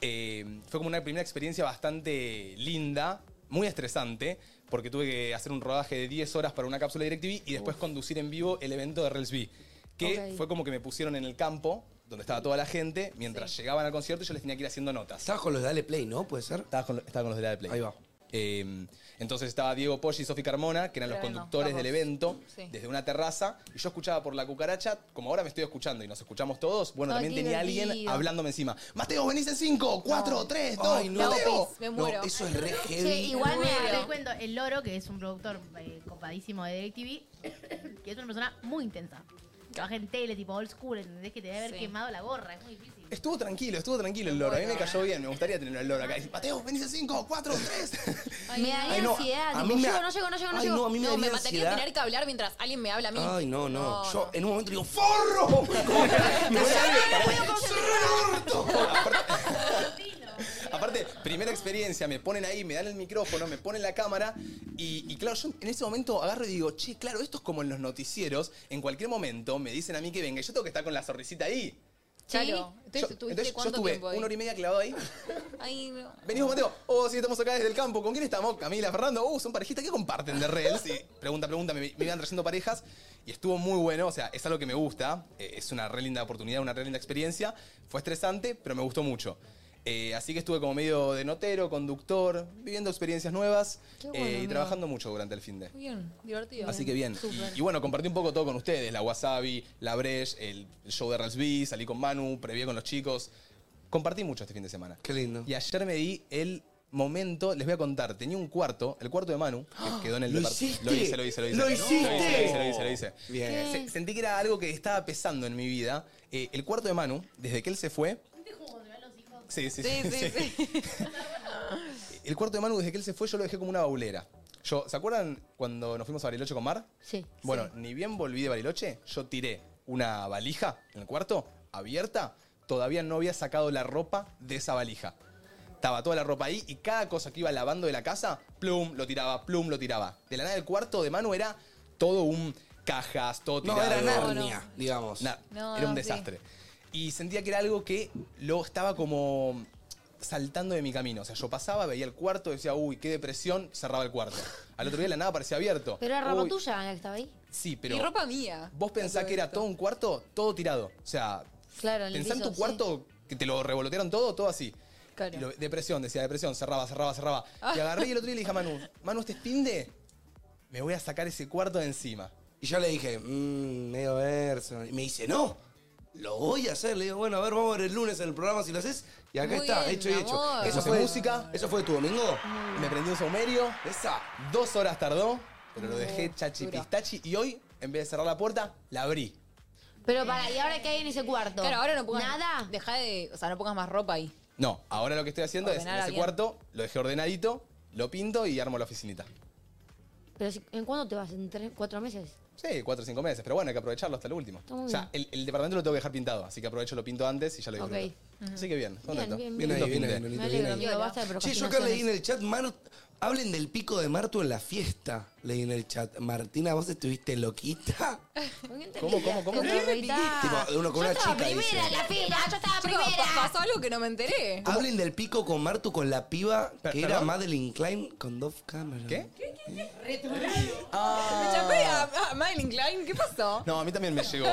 A: Eh, fue como una primera experiencia bastante linda, muy estresante, porque tuve que hacer un rodaje de 10 horas para una cápsula de DirecTV y después conducir en vivo el evento de Rels B, que
C: Ok.
A: fue como que me pusieron en el campo, donde estaba toda la gente, mientras llegaban al concierto yo les tenía que ir haciendo notas.
B: Estabas con los de Dale Play, ¿no? ¿Puede ser?
A: Estaba con, estaba con los de la de Play.
B: Ahí va.
A: Eh, entonces estaba Diego Poggi y Sofi Carmona, que eran los
D: Tremendo,
A: conductores
D: vamos.
A: del evento,
D: Sí.
A: desde una terraza. Y yo escuchaba por la cucaracha, como ahora me estoy escuchando y nos escuchamos todos, bueno,
C: Ay,
A: también
C: qué
A: tenía alguien
C: divertido.
A: hablándome encima. Mateo, venís en 5, 4, 3, 2,
B: Ay, no.
A: Mateo.
D: Me
B: No,
D: muero.
B: eso es re
C: Che,
B: heavy.
C: igual me
E: Te
C: agarré.
E: cuento, el Loro, que es un productor eh, copadísimo de DirecTV, que es una persona muy intensa. Trabaja en tele, tipo old school, ¿entendés? Que te debe haber
D: Sí.
E: quemado la gorra, es muy difícil.
A: Estuvo tranquilo, estuvo tranquilo el loro. A mí me cayó bien, me gustaría tener el loro acá. Y dice, Mateo, venís en 5, 4, 3.
C: Me daría
B: Ay, no,
C: ansiedad.
B: a
C: tipo,
B: mí me-
C: llego, no llego, no llego, no
B: Ay,
C: llego.
B: no, a mí me
D: No,
B: daría
D: me mataría
B: ansiedad.
D: tener que hablar mientras alguien me habla a mí.
B: Ay, no, no.
D: No,
B: Yo
D: no.
B: en un momento digo, ¡forro! Me sale-
A: Aparte, primera experiencia, me ponen ahí, me dan el micrófono, me ponen la cámara y, y claro, yo en ese momento agarro y digo, che, claro, esto es como en los noticieros, en cualquier momento me dicen a mí que venga, y yo tengo que estar con la sonrisita ahí.
D: Claro. ¿Tú
A: Yo-
D: estuviste
A: entonces yo
D: cuánto
A: estuve
D: tiempo ahí?
A: una hora y media clavado ahí.
D: Ay, no.
A: Venimos, Mateo. Oh, sí, estamos acá desde el campo. ¿Con quién estamos? Camila, Fernando. Oh, son parejitas. ¿Qué comparten de Reels? Y pregunta, pregunta. Me, me iban trayendo parejas. Y estuvo muy bueno. O sea, es algo que me gusta. Eh, es una re linda oportunidad, una re linda experiencia. Fue estresante, pero me gustó mucho. Eh, así que estuve como medio de notero, conductor, viviendo experiencias nuevas
C: Qué bueno,
A: eh, y
C: amigo.
A: trabajando mucho durante el fin de.
D: Bien, divertido.
A: Así que bien. Y, y bueno, compartí un poco todo con ustedes. La Wasabi, la Bresh, el show de Reels B, salí con Manu, previé con los chicos. Compartí mucho este fin de semana.
B: Qué lindo.
A: Y ayer me di el momento, les voy a contar, tenía un cuarto, el cuarto de Manu, que quedó en el
B: ¿Lo
A: depart-
B: hiciste?
A: Lo hice, lo hice, lo hice.
B: ¡Lo
A: No.
B: hiciste!
A: Lo hice, lo hice, lo hice.
B: Bien.
A: Se- sentí que era algo que estaba pesando en mi vida. Eh, el cuarto de Manu, desde que él se fue. Sí, sí, sí.
D: Sí, sí,
A: sí.
D: sí.
A: El cuarto de Manu, desde que él se fue, yo lo dejé como una baulera. Yo, ¿Se acuerdan cuando nos fuimos a Bariloche con Mar?
C: Sí.
A: Bueno, ni bien volví de Bariloche, yo tiré una valija en el cuarto, abierta. Todavía no había sacado la ropa de esa valija. Estaba toda la ropa ahí y cada cosa que iba lavando de la casa, plum, lo tiraba, plum, lo tiraba. De la nada, el cuarto de Manu era todo un cajas, todo
B: No,
A: tirado.
B: era Narnia, digamos.
A: Na-
D: No,
A: era un
D: sí.
A: desastre. Y sentía que era algo que lo estaba como saltando de mi camino. O sea, yo pasaba, veía el cuarto, decía, uy, qué depresión, cerraba el cuarto. Al otro día la nada parecía abierto.
C: Pero era ropa
A: Uy,
C: tuya la que estaba ahí.
A: Sí, pero
D: Y ropa mía.
A: vos pensás que era todo un cuarto, todo tirado. O sea,
C: Claro, en el
A: pensá en
C: piso,
A: tu
C: sí.
A: cuarto que te lo revolotearon todo, todo así.
D: Claro.
A: Y lo- depresión, decía depresión, cerraba, cerraba, cerraba. Y agarré y el otro día le dije a Manu, Manu, ¿este es finde? Me voy a sacar ese cuarto de encima.
B: Y yo le dije,
A: "Mm,
B: mmm, medio verso. Y me dice, no, lo voy a hacer. Le digo, bueno, a ver, vamos a ver el lunes en el programa si lo haces. Y acá
D: Muy
B: está,
D: bien,
B: hecho y
D: mi
B: hecho.
D: amor.
B: Eso
A: Puse
B: fue
A: música.
B: ¿Eso fue tu domingo?
A: Me prendí un saumerio,
B: Esa.
A: Dos horas tardó, pero lo dejé chachi
D: dura.
A: pistachi y hoy, en vez de cerrar la puerta, la abrí.
C: Pero para, ¿y ahora qué hay en ese cuarto?
D: eh, Claro, ahora no pongas.
C: Nada.
D: Deja de. O sea, no pongas más ropa ahí.
A: No, ahora lo que estoy haciendo
D: Ordenar
A: es en
D: a
A: ese
D: bien.
A: cuarto, lo dejé ordenadito, lo pinto y armo la oficinita.
C: Pero si- ¿en cuándo te vas? ¿En tres, cuatro meses?
A: Sí, cuatro o cinco meses, pero bueno, hay que aprovecharlo hasta el último.
C: Está muy
A: O sea, el, el departamento lo tengo que dejar pintado, así que aprovecho, lo pinto antes y ya lo
C: Ok.
A: disfruto. Así que bien, contento.
C: bien,
B: Bien
A: Lo
B: ahí, bien
A: pinté.
B: ahí, Lolita,
C: Me
B: bien
C: alegro,
B: ahí.
C: amigo, basta de
B: Che, yo
C: procrastinaciones.
B: acá leí en el chat, Manu, hablen del pico de Martu en la fiesta. Leí en el chat, Martina, ¿vos estuviste loquita?
C: ¿Con quién te
A: ¿Cómo,
C: peleas?
A: cómo, cómo?
C: Con
A: ¿Con
C: Rita.
B: Tipo, uno con
C: yo
B: una
C: estaba
B: chica,
C: primera
B: dice.
C: en la fila, yo estaba
D: Chicos,
C: primera.
D: pa- pasó algo que no me enteré.
A: Ah.
B: Hablen del pico con Martu, con la piba que
A: Per-
B: era
A: perdón.
B: Madeline Klein con dos cámaras.
A: ¿Qué?
D: Me chapé a, a Madeline Klein. ¿Qué pasó?
A: No, a mí también me llegó.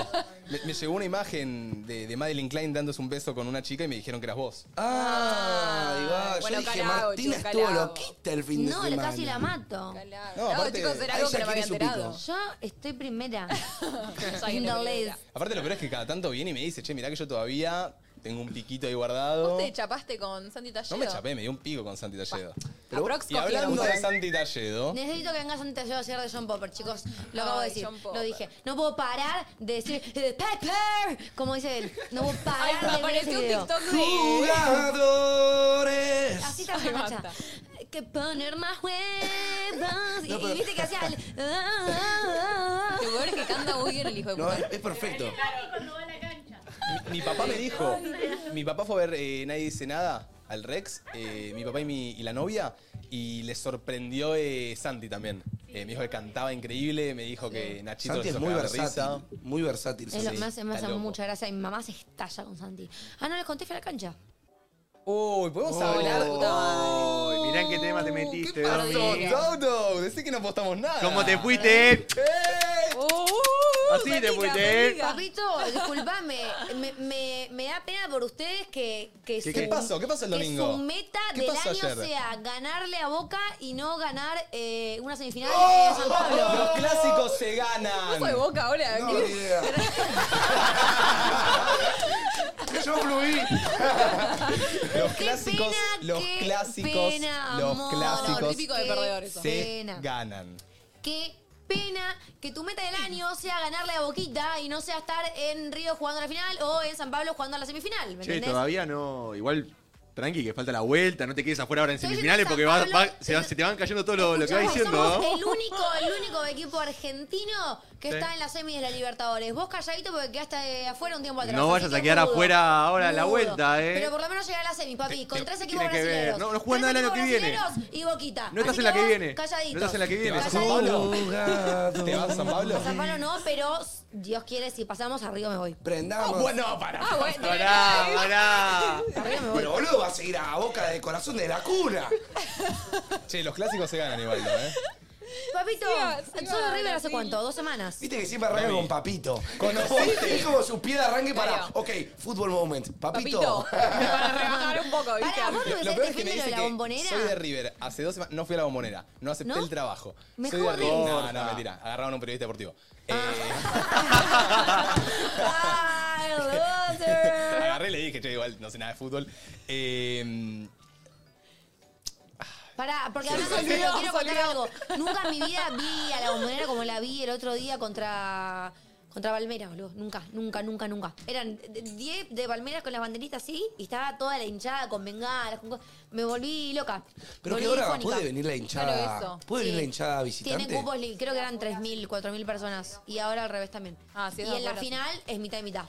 A: Me, me llegó una imagen de, de Madeline Klein dándose un beso con una chica y me dijeron que eras vos.
B: Ah, ahí va.
D: Ah,
B: Yo
D: bueno,
B: dije,
D: carajo,
B: Martina
D: chico,
B: estuvo
D: carajo.
B: loquita el fin de
C: no,
B: semana.
C: le casi la mato.
A: No,
D: No,
A: aparte-
D: chicos, era
B: Ahí
D: algo
B: ya
D: que no me
B: quiere
D: había
B: su pico.
D: enterado.
C: Yo estoy primera.
D: Ya que no tenía idea.
A: Aparte, lo peor es que cada tanto viene y me dice, che, mirá que yo todavía tengo un piquito ahí guardado.
D: ¿Vos te chapaste con Santi Talledo?
A: No me chapé, me dio un pico con Santi Talledo.
D: Pero
A: Y hablando de Santi Talledo,
C: Necesito que vengas antes de hacer de John Popper, chicos. Lo acabo de
D: Ay,
C: decir.
D: John Popper.
C: Lo dije. No puedo parar de decir eh, Pepper, como dice él. No puedo
D: Ay,
C: parar
D: me
C: de ver ese
D: apareció un
C: video.
D: TikTok de...
B: Jugadores.
C: Así también
D: Ay,
C: Nacha.
D: basta.
C: Hay Que poner más huevos. Y-
B: No,
C: y,
B: pero-
C: viste que hacía el... ah, ah, ah.
D: Lo peor es que canta muy bien el hijo de
B: No, eh.
D: puta.
B: es, es perfecto.
E: Cuando va a la cancha.
A: mi, mi papá me dijo, mi papá fue a ver eh, Nadie dice nada al Rex, eh, mi papá y, mi- y la novia, y le sorprendió eh, Santi también. Eh, me dijo que cantaba increíble, me dijo que Nachito
B: Santi
A: le
B: es
A: hizo
B: muy
A: cagar de risa.
B: versátil. Muy versátil.
C: Es lo-
B: Santi.
C: me hace, me
A: está
C: hace
A: loco.
C: mucha gracia. Mi mamá se estalla con Santi. Ah, no les conté, fui a la cancha.
A: Uy,
B: Oh.
A: ¿podemos hablar?
F: Uy, mirá en qué tema te metiste,
A: ¿Qué pasó,
F: Domi.
A: Toto? Decí que no apostamos nada.
F: ¿Cómo te fuiste?
A: ¡Eh!
D: Uh,
F: Así te
D: fatiga,
F: fuiste, ¿eh?
D: fatiga.
C: Papito, disculpame. Me, me- me da pena por ustedes que, que
A: ¿Qué- qué pasó? ¿Qué pasó el
C: que
A: domingo?
C: su meta
A: ¿Qué
C: del
A: pasó
C: año
A: ayer?
C: sea ganarle a Boca y no ganar eh, una semifinal
A: ¡Oh!
C: de San Pablo.
A: Los clásicos se ganan.
D: Soy boca, hola.
B: No,
A: eh.
B: ni idea. Yo fluí.
A: Los
C: Qué
A: clásicos,
C: pena,
A: los
C: qué
A: clásicos,
C: pena,
A: los
C: amor.
A: clásicos
D: No, típico de
C: Qué
D: perdedor eso.
A: se
C: pena.
A: ganan.
C: Qué pena que tu meta del año sea ganarle a Boquita y no sea estar en Río jugando a la final o en San Pablo jugando a la semifinal. ¿Me
F: Che,
C: entendés?
F: todavía no. Igual, tranqui, que falta la vuelta. No te quedes afuera ahora en
C: Estoy
F: semifinales
C: yendo
F: porque
C: a
F: va-
C: San
F: va-
C: Pablo.
F: se, va- se te van cayendo todo lo, lo que va
C: Escuchame,
F: diciendo.
C: Somos
F: ¿no?
C: el único, el único equipo argentino que
F: Sí.
C: está en la semi de la Libertadores. Vos calladito porque quedaste afuera un tiempo atrás.
F: No
C: así
F: vayas
C: que
F: a quedar
C: mudo,
F: afuera ahora en la
C: mudo.
F: vuelta, ¿eh?
C: Pero por lo menos llegar a la semi, papi, con
F: te-
C: tres
F: tiene
C: equipos
F: que ver.
C: brasileños.
F: No, no juegan nada el año que viene.
C: brasileños Y Boquita.
F: No estás
C: Así
F: en la que
C: vos,
F: viene.
C: Calladito.
F: No estás en la que viene.
A: ¿Te vas a San
C: Calladito.
A: Pablo?
B: Jugado.
A: ¿Te vas a San Pablo?
C: San Pablo no, pero Dios quiere, si pasamos a Río me voy.
B: Prendamos.
A: Bueno, para.
D: Ah, bueno.
F: Pará, pará.
B: Pero boludo, va a seguir a boca del corazón de la cuna.
A: Che, los clásicos se ganan igual, ¿no, ¿eh?
C: Papito,
D: Siga, siga,
C: solo River hace
D: Brasil.
C: cuánto, dos semanas.
B: Viste que siempre arranca
A: Mami.
B: con papito.
A: ¿Conociste?
B: Es como su pie de arranque para.
D: Claro.
B: Ok, fútbol moment. Papito.
D: Papito. Para rebajar un poco, ¿viste?
C: Pará, vos no
A: Lo
C: pensás
A: peor es que
C: este
A: me
C: fin de
A: dice
C: la
A: que soy de
C: bombonera.
A: River. Hace dos semanas no fui a la bombonera. No acepté
C: ¿No?
A: el trabajo.
C: Me
A: soy de
C: jodés.
A: River. No, no, mentira. Agarraron a un periodista deportivo.
C: Ah. Ay,
A: Eh,
C: brother.
A: agarré y le dije, che, igual no sé nada de fútbol. Eh,
C: Pará, porque hablando de fútbol, quiero contar algo. Nunca en mi vida vi a la bombonera como la vi el otro día contra. Contra Valmera, boludo. Nunca, nunca, nunca, nunca. Eran 10 de Valmera con las banderitas así y estaba toda la hinchada con bengalas. con cosas. Me volví loca.
B: Pero que
C: Volví
B: ahora
C: disfónica.
B: puede venir la hinchada.
D: Claro, eso.
B: Puede venir
C: Sí.
B: la hinchada visitante.
C: Tiene cupos, li- creo que eran 3.000, 4.000 personas. Y ahora al revés también.
D: Ah, sí,
C: y
D: es
C: en la
D: afuera, sí.
C: final es mitad y mitad.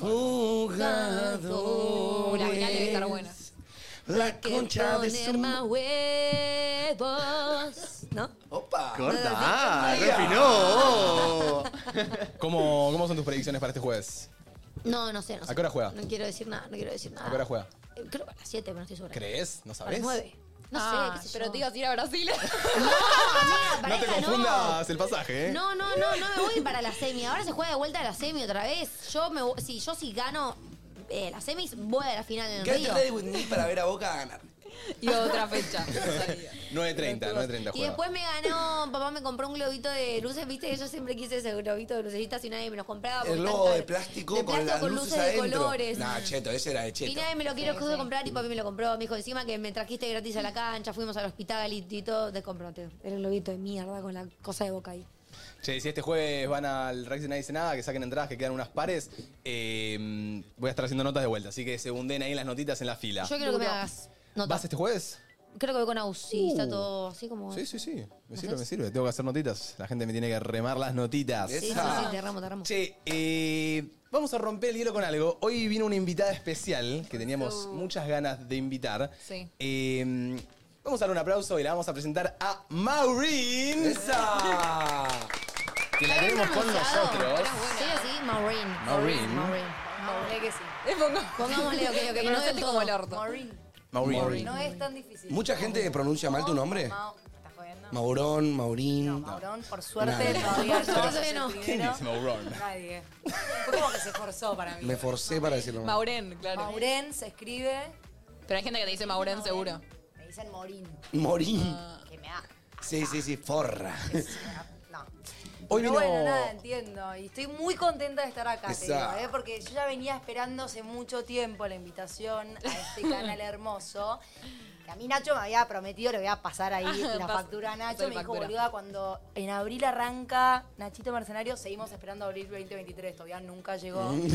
B: Jugadores.
D: La final debe estar buena.
B: La concha de
C: poner
B: su...
C: más huevos. ¿No?
B: ¡Opa!
F: Corta, ah, refinó.
A: ¿Cómo, ¿Cómo son tus predicciones para este jueves?
C: No, no sé, no sé.
A: ¿A qué hora juega?
C: No quiero decir nada, no quiero decir nada.
A: ¿A qué hora juega?
C: Eh, Creo que a las 7, pero no estoy segura.
A: ¿Crees? ¿No
C: A las
A: sabes?
C: 9. No
D: Ah,
C: sé, qué sé
D: pero
C: yo.
D: te ibas a ir a Brasil.
C: No,
A: No
C: amiga,
A: te
C: pareja,
A: confundas el pasaje, ¿eh?
C: No, no, no, no me voy para la semi. Ahora se juega de vuelta a la semi otra vez. Yo me vo- si yo si gano eh, la semis, voy a la final en el
B: Get
C: Río.
B: ready with me para ver a Boca ganar.
D: Y otra fecha.
A: 9.30, 9.30
C: Y
A: juega.
C: después me ganó, papá me compró un globito de luces, viste que yo siempre quise ese globito de lucecitas y nadie me los compraba. porque
B: El
C: están
B: globo de
C: caros.
B: plástico
C: De
B: con
C: plástico
B: las
C: con
B: luces,
C: luces de
B: adentro.
C: colores.
B: Nah, cheto, ese era de
C: Y
B: cheto.
C: nadie me lo quiero comprar y papi me lo compró. Me dijo, encima que me trajiste gratis a la cancha, fuimos al hospital y, y todo, te comprate. Era el globito de mierda con la cosa de boca ahí.
A: Che, si este jueves van al Rex y nadie dice nada, que saquen entradas, que quedan unas pares, eh, voy a estar haciendo notas de vuelta, así que se hunden ahí las notitas en la fila.
C: Yo quiero que me
D: Duro.
C: hagas nota.
A: Ah, ¿Vas este jueves?
C: Creo que voy con Agus, sí, está todo así como...
A: Sí, sí, sí. Me sirve,
C: haces?
A: me sirve. Tengo que hacer notitas. La gente me tiene que remar las notitas.
C: Sí, sí,
B: Esa.
C: sí, te ramo, te ramo.
A: Che, eh, vamos a romper el hielo con algo. Hoy vino una invitada especial que teníamos muchas ganas de invitar.
D: Sí.
A: Eh, vamos a dar un aplauso y la vamos a presentar a Maureen.
B: ¡Esa!
A: Que la tenemos con nosotros.
C: Sí, sí, Maureen.
A: Maureen.
D: Pongámosle que sí. Le pongo.
C: Pongámosle, ok, ok,
D: Que
C: no
D: pronunciaste
C: del todo.
D: como el orto.
A: Maureen.
I: No es tan difícil.
B: ¿Mucha gente pronuncia mal tu nombre?
I: Mau- ¿Estás jodiendo?
B: Maurón, Maurín.
I: No, Maurón, por suerte
B: Nada.
I: todavía no.
C: Por suerte no.
I: Es el
A: ¿Quién
I: primero.
A: es Maureen?
I: Nadie. Fue como que se esforzó para mí.
B: Me forcé para decirlo. mal.
D: Mauren, claro.
I: Maurén se escribe.
D: Pero hay gente que te dice Mauren seguro.
I: Me dicen Morín.
B: Morín.
I: Que me da.
B: Sí, sí, sí, forra.
I: es una- No. Pero
A: Hoy vino.
I: bueno, nada, entiendo. Y estoy muy contenta de estar acá, te digo,
B: Exacto.
I: ¿eh? porque yo ya venía esperando hace mucho tiempo la invitación a este canal hermoso. Que a mí Nacho me había prometido, le voy a pasar ahí la
D: Pas-
I: factura a Nacho.
D: pasale
I: Me dijo,
D: factura.
I: boluda, cuando en abril arranca Nachito Mercenario, seguimos esperando abril 2023. Todavía nunca llegó.
H: Mm.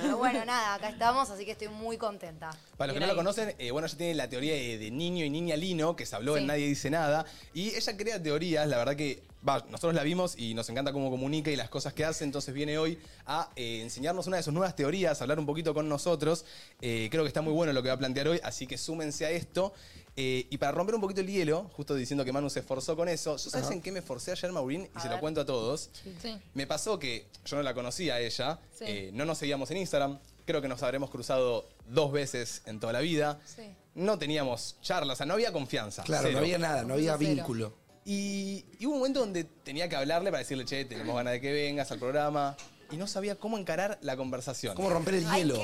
I: Pero bueno, nada, acá estamos, así que estoy muy contenta.
A: Para los que no
D: Bien
A: la
D: ahí.
A: conocen, eh, bueno, ella tiene la teoría de, de niño y niña lino, que se habló en
D: Sí.
A: Nadie Dice Nada. Y ella crea teorías, la verdad que, va, nosotros la vimos y nos encanta cómo comunica y las cosas que hace. Entonces viene hoy a eh, enseñarnos una de sus nuevas teorías, hablar un poquito con nosotros. Eh, creo que está muy bueno lo que va a plantear hoy, así que súmense a esto. Eh, y para romper un poquito el hielo, justo diciendo que Manu se esforzó con eso, ¿yo sabes en qué me esforcé ayer, Maurín? Y se lo cuento a todos.
D: Sí.
A: Me pasó que yo no la conocía a ella,
D: Sí.
A: eh, no nos seguíamos en Instagram, creo que nos habremos cruzado dos veces en toda la vida.
D: Sí.
A: No teníamos charlas, o sea, no había confianza.
B: Claro,
A: cero.
B: no había nada, no había
D: Cero.
B: vínculo.
A: Y, y hubo un momento donde tenía que hablarle para decirle, che, tenemos ganas de que vengas al programa. Y no sabía cómo encarar la conversación.
B: ¿Cómo romper el hielo?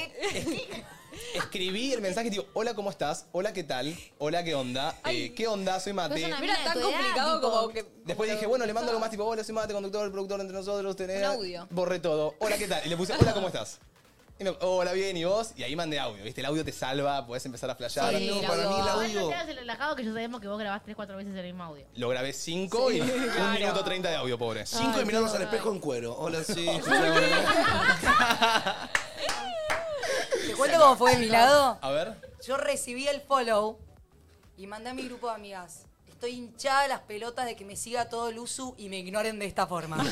A: Escribí el mensaje y digo, hola, ¿cómo estás? Hola, ¿qué tal? Hola, ¿qué onda? Eh, ¿Qué onda? Soy Mate.
C: Pero es una
D: Mira,
C: Mira,
D: tan
C: tu edad,
D: complicado
C: tipo-
D: como que.
A: Después dije, bueno, le mando algo más tipo, hola, soy Mate, conductor, productor entre nosotros, tenés.
D: Un audio.
A: Borré todo. Hola, ¿qué tal? Y le puse, hola, ¿cómo estás? Y me, hola, bien, ¿y vos? Y ahí mandé audio, ¿viste? El audio te salva, podés empezar a flashear.
D: Sí,
B: para mí el
E: Igual no
B: audio.
E: seas el relajado que ya sabemos que vos grabás 3-4 veces el mismo audio.
A: Lo grabé 5 y un minuto 30 de audio, pobre.
D: Ah.
B: Cinco y mirarnos al espejo en cuero. Hola, sí.
I: ¿Te cuento cómo fue de mi lado?
A: A ver.
I: Yo recibí el follow y mandé a mi grupo de amigas. Estoy hinchada de las pelotas de que me siga todo el usu y me ignoren de esta forma.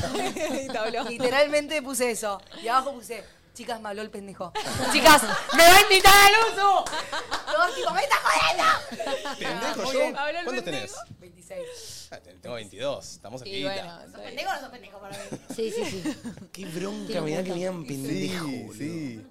D: Y te habló.
I: Literalmente puse eso. Y abajo puse, chicas, me habló el pendejo. Chicas, me va a invitar al usu. Todos tipo, ¡me estás jodiendo!
A: ¿Pendejo
D: muy
A: yo?
D: bien. Habla el
A: ¿Cuántos tenés?
D: pendejo.
I: 26.
A: Ah, Tengo 22, estamos
D: Y
A: cerquita.
D: bueno, sí.
I: ¿Pendejo o no sos pendejo para mí?
C: Sí, sí, sí.
B: Qué bronca me da que me digan pendejo. boludo.
A: sí.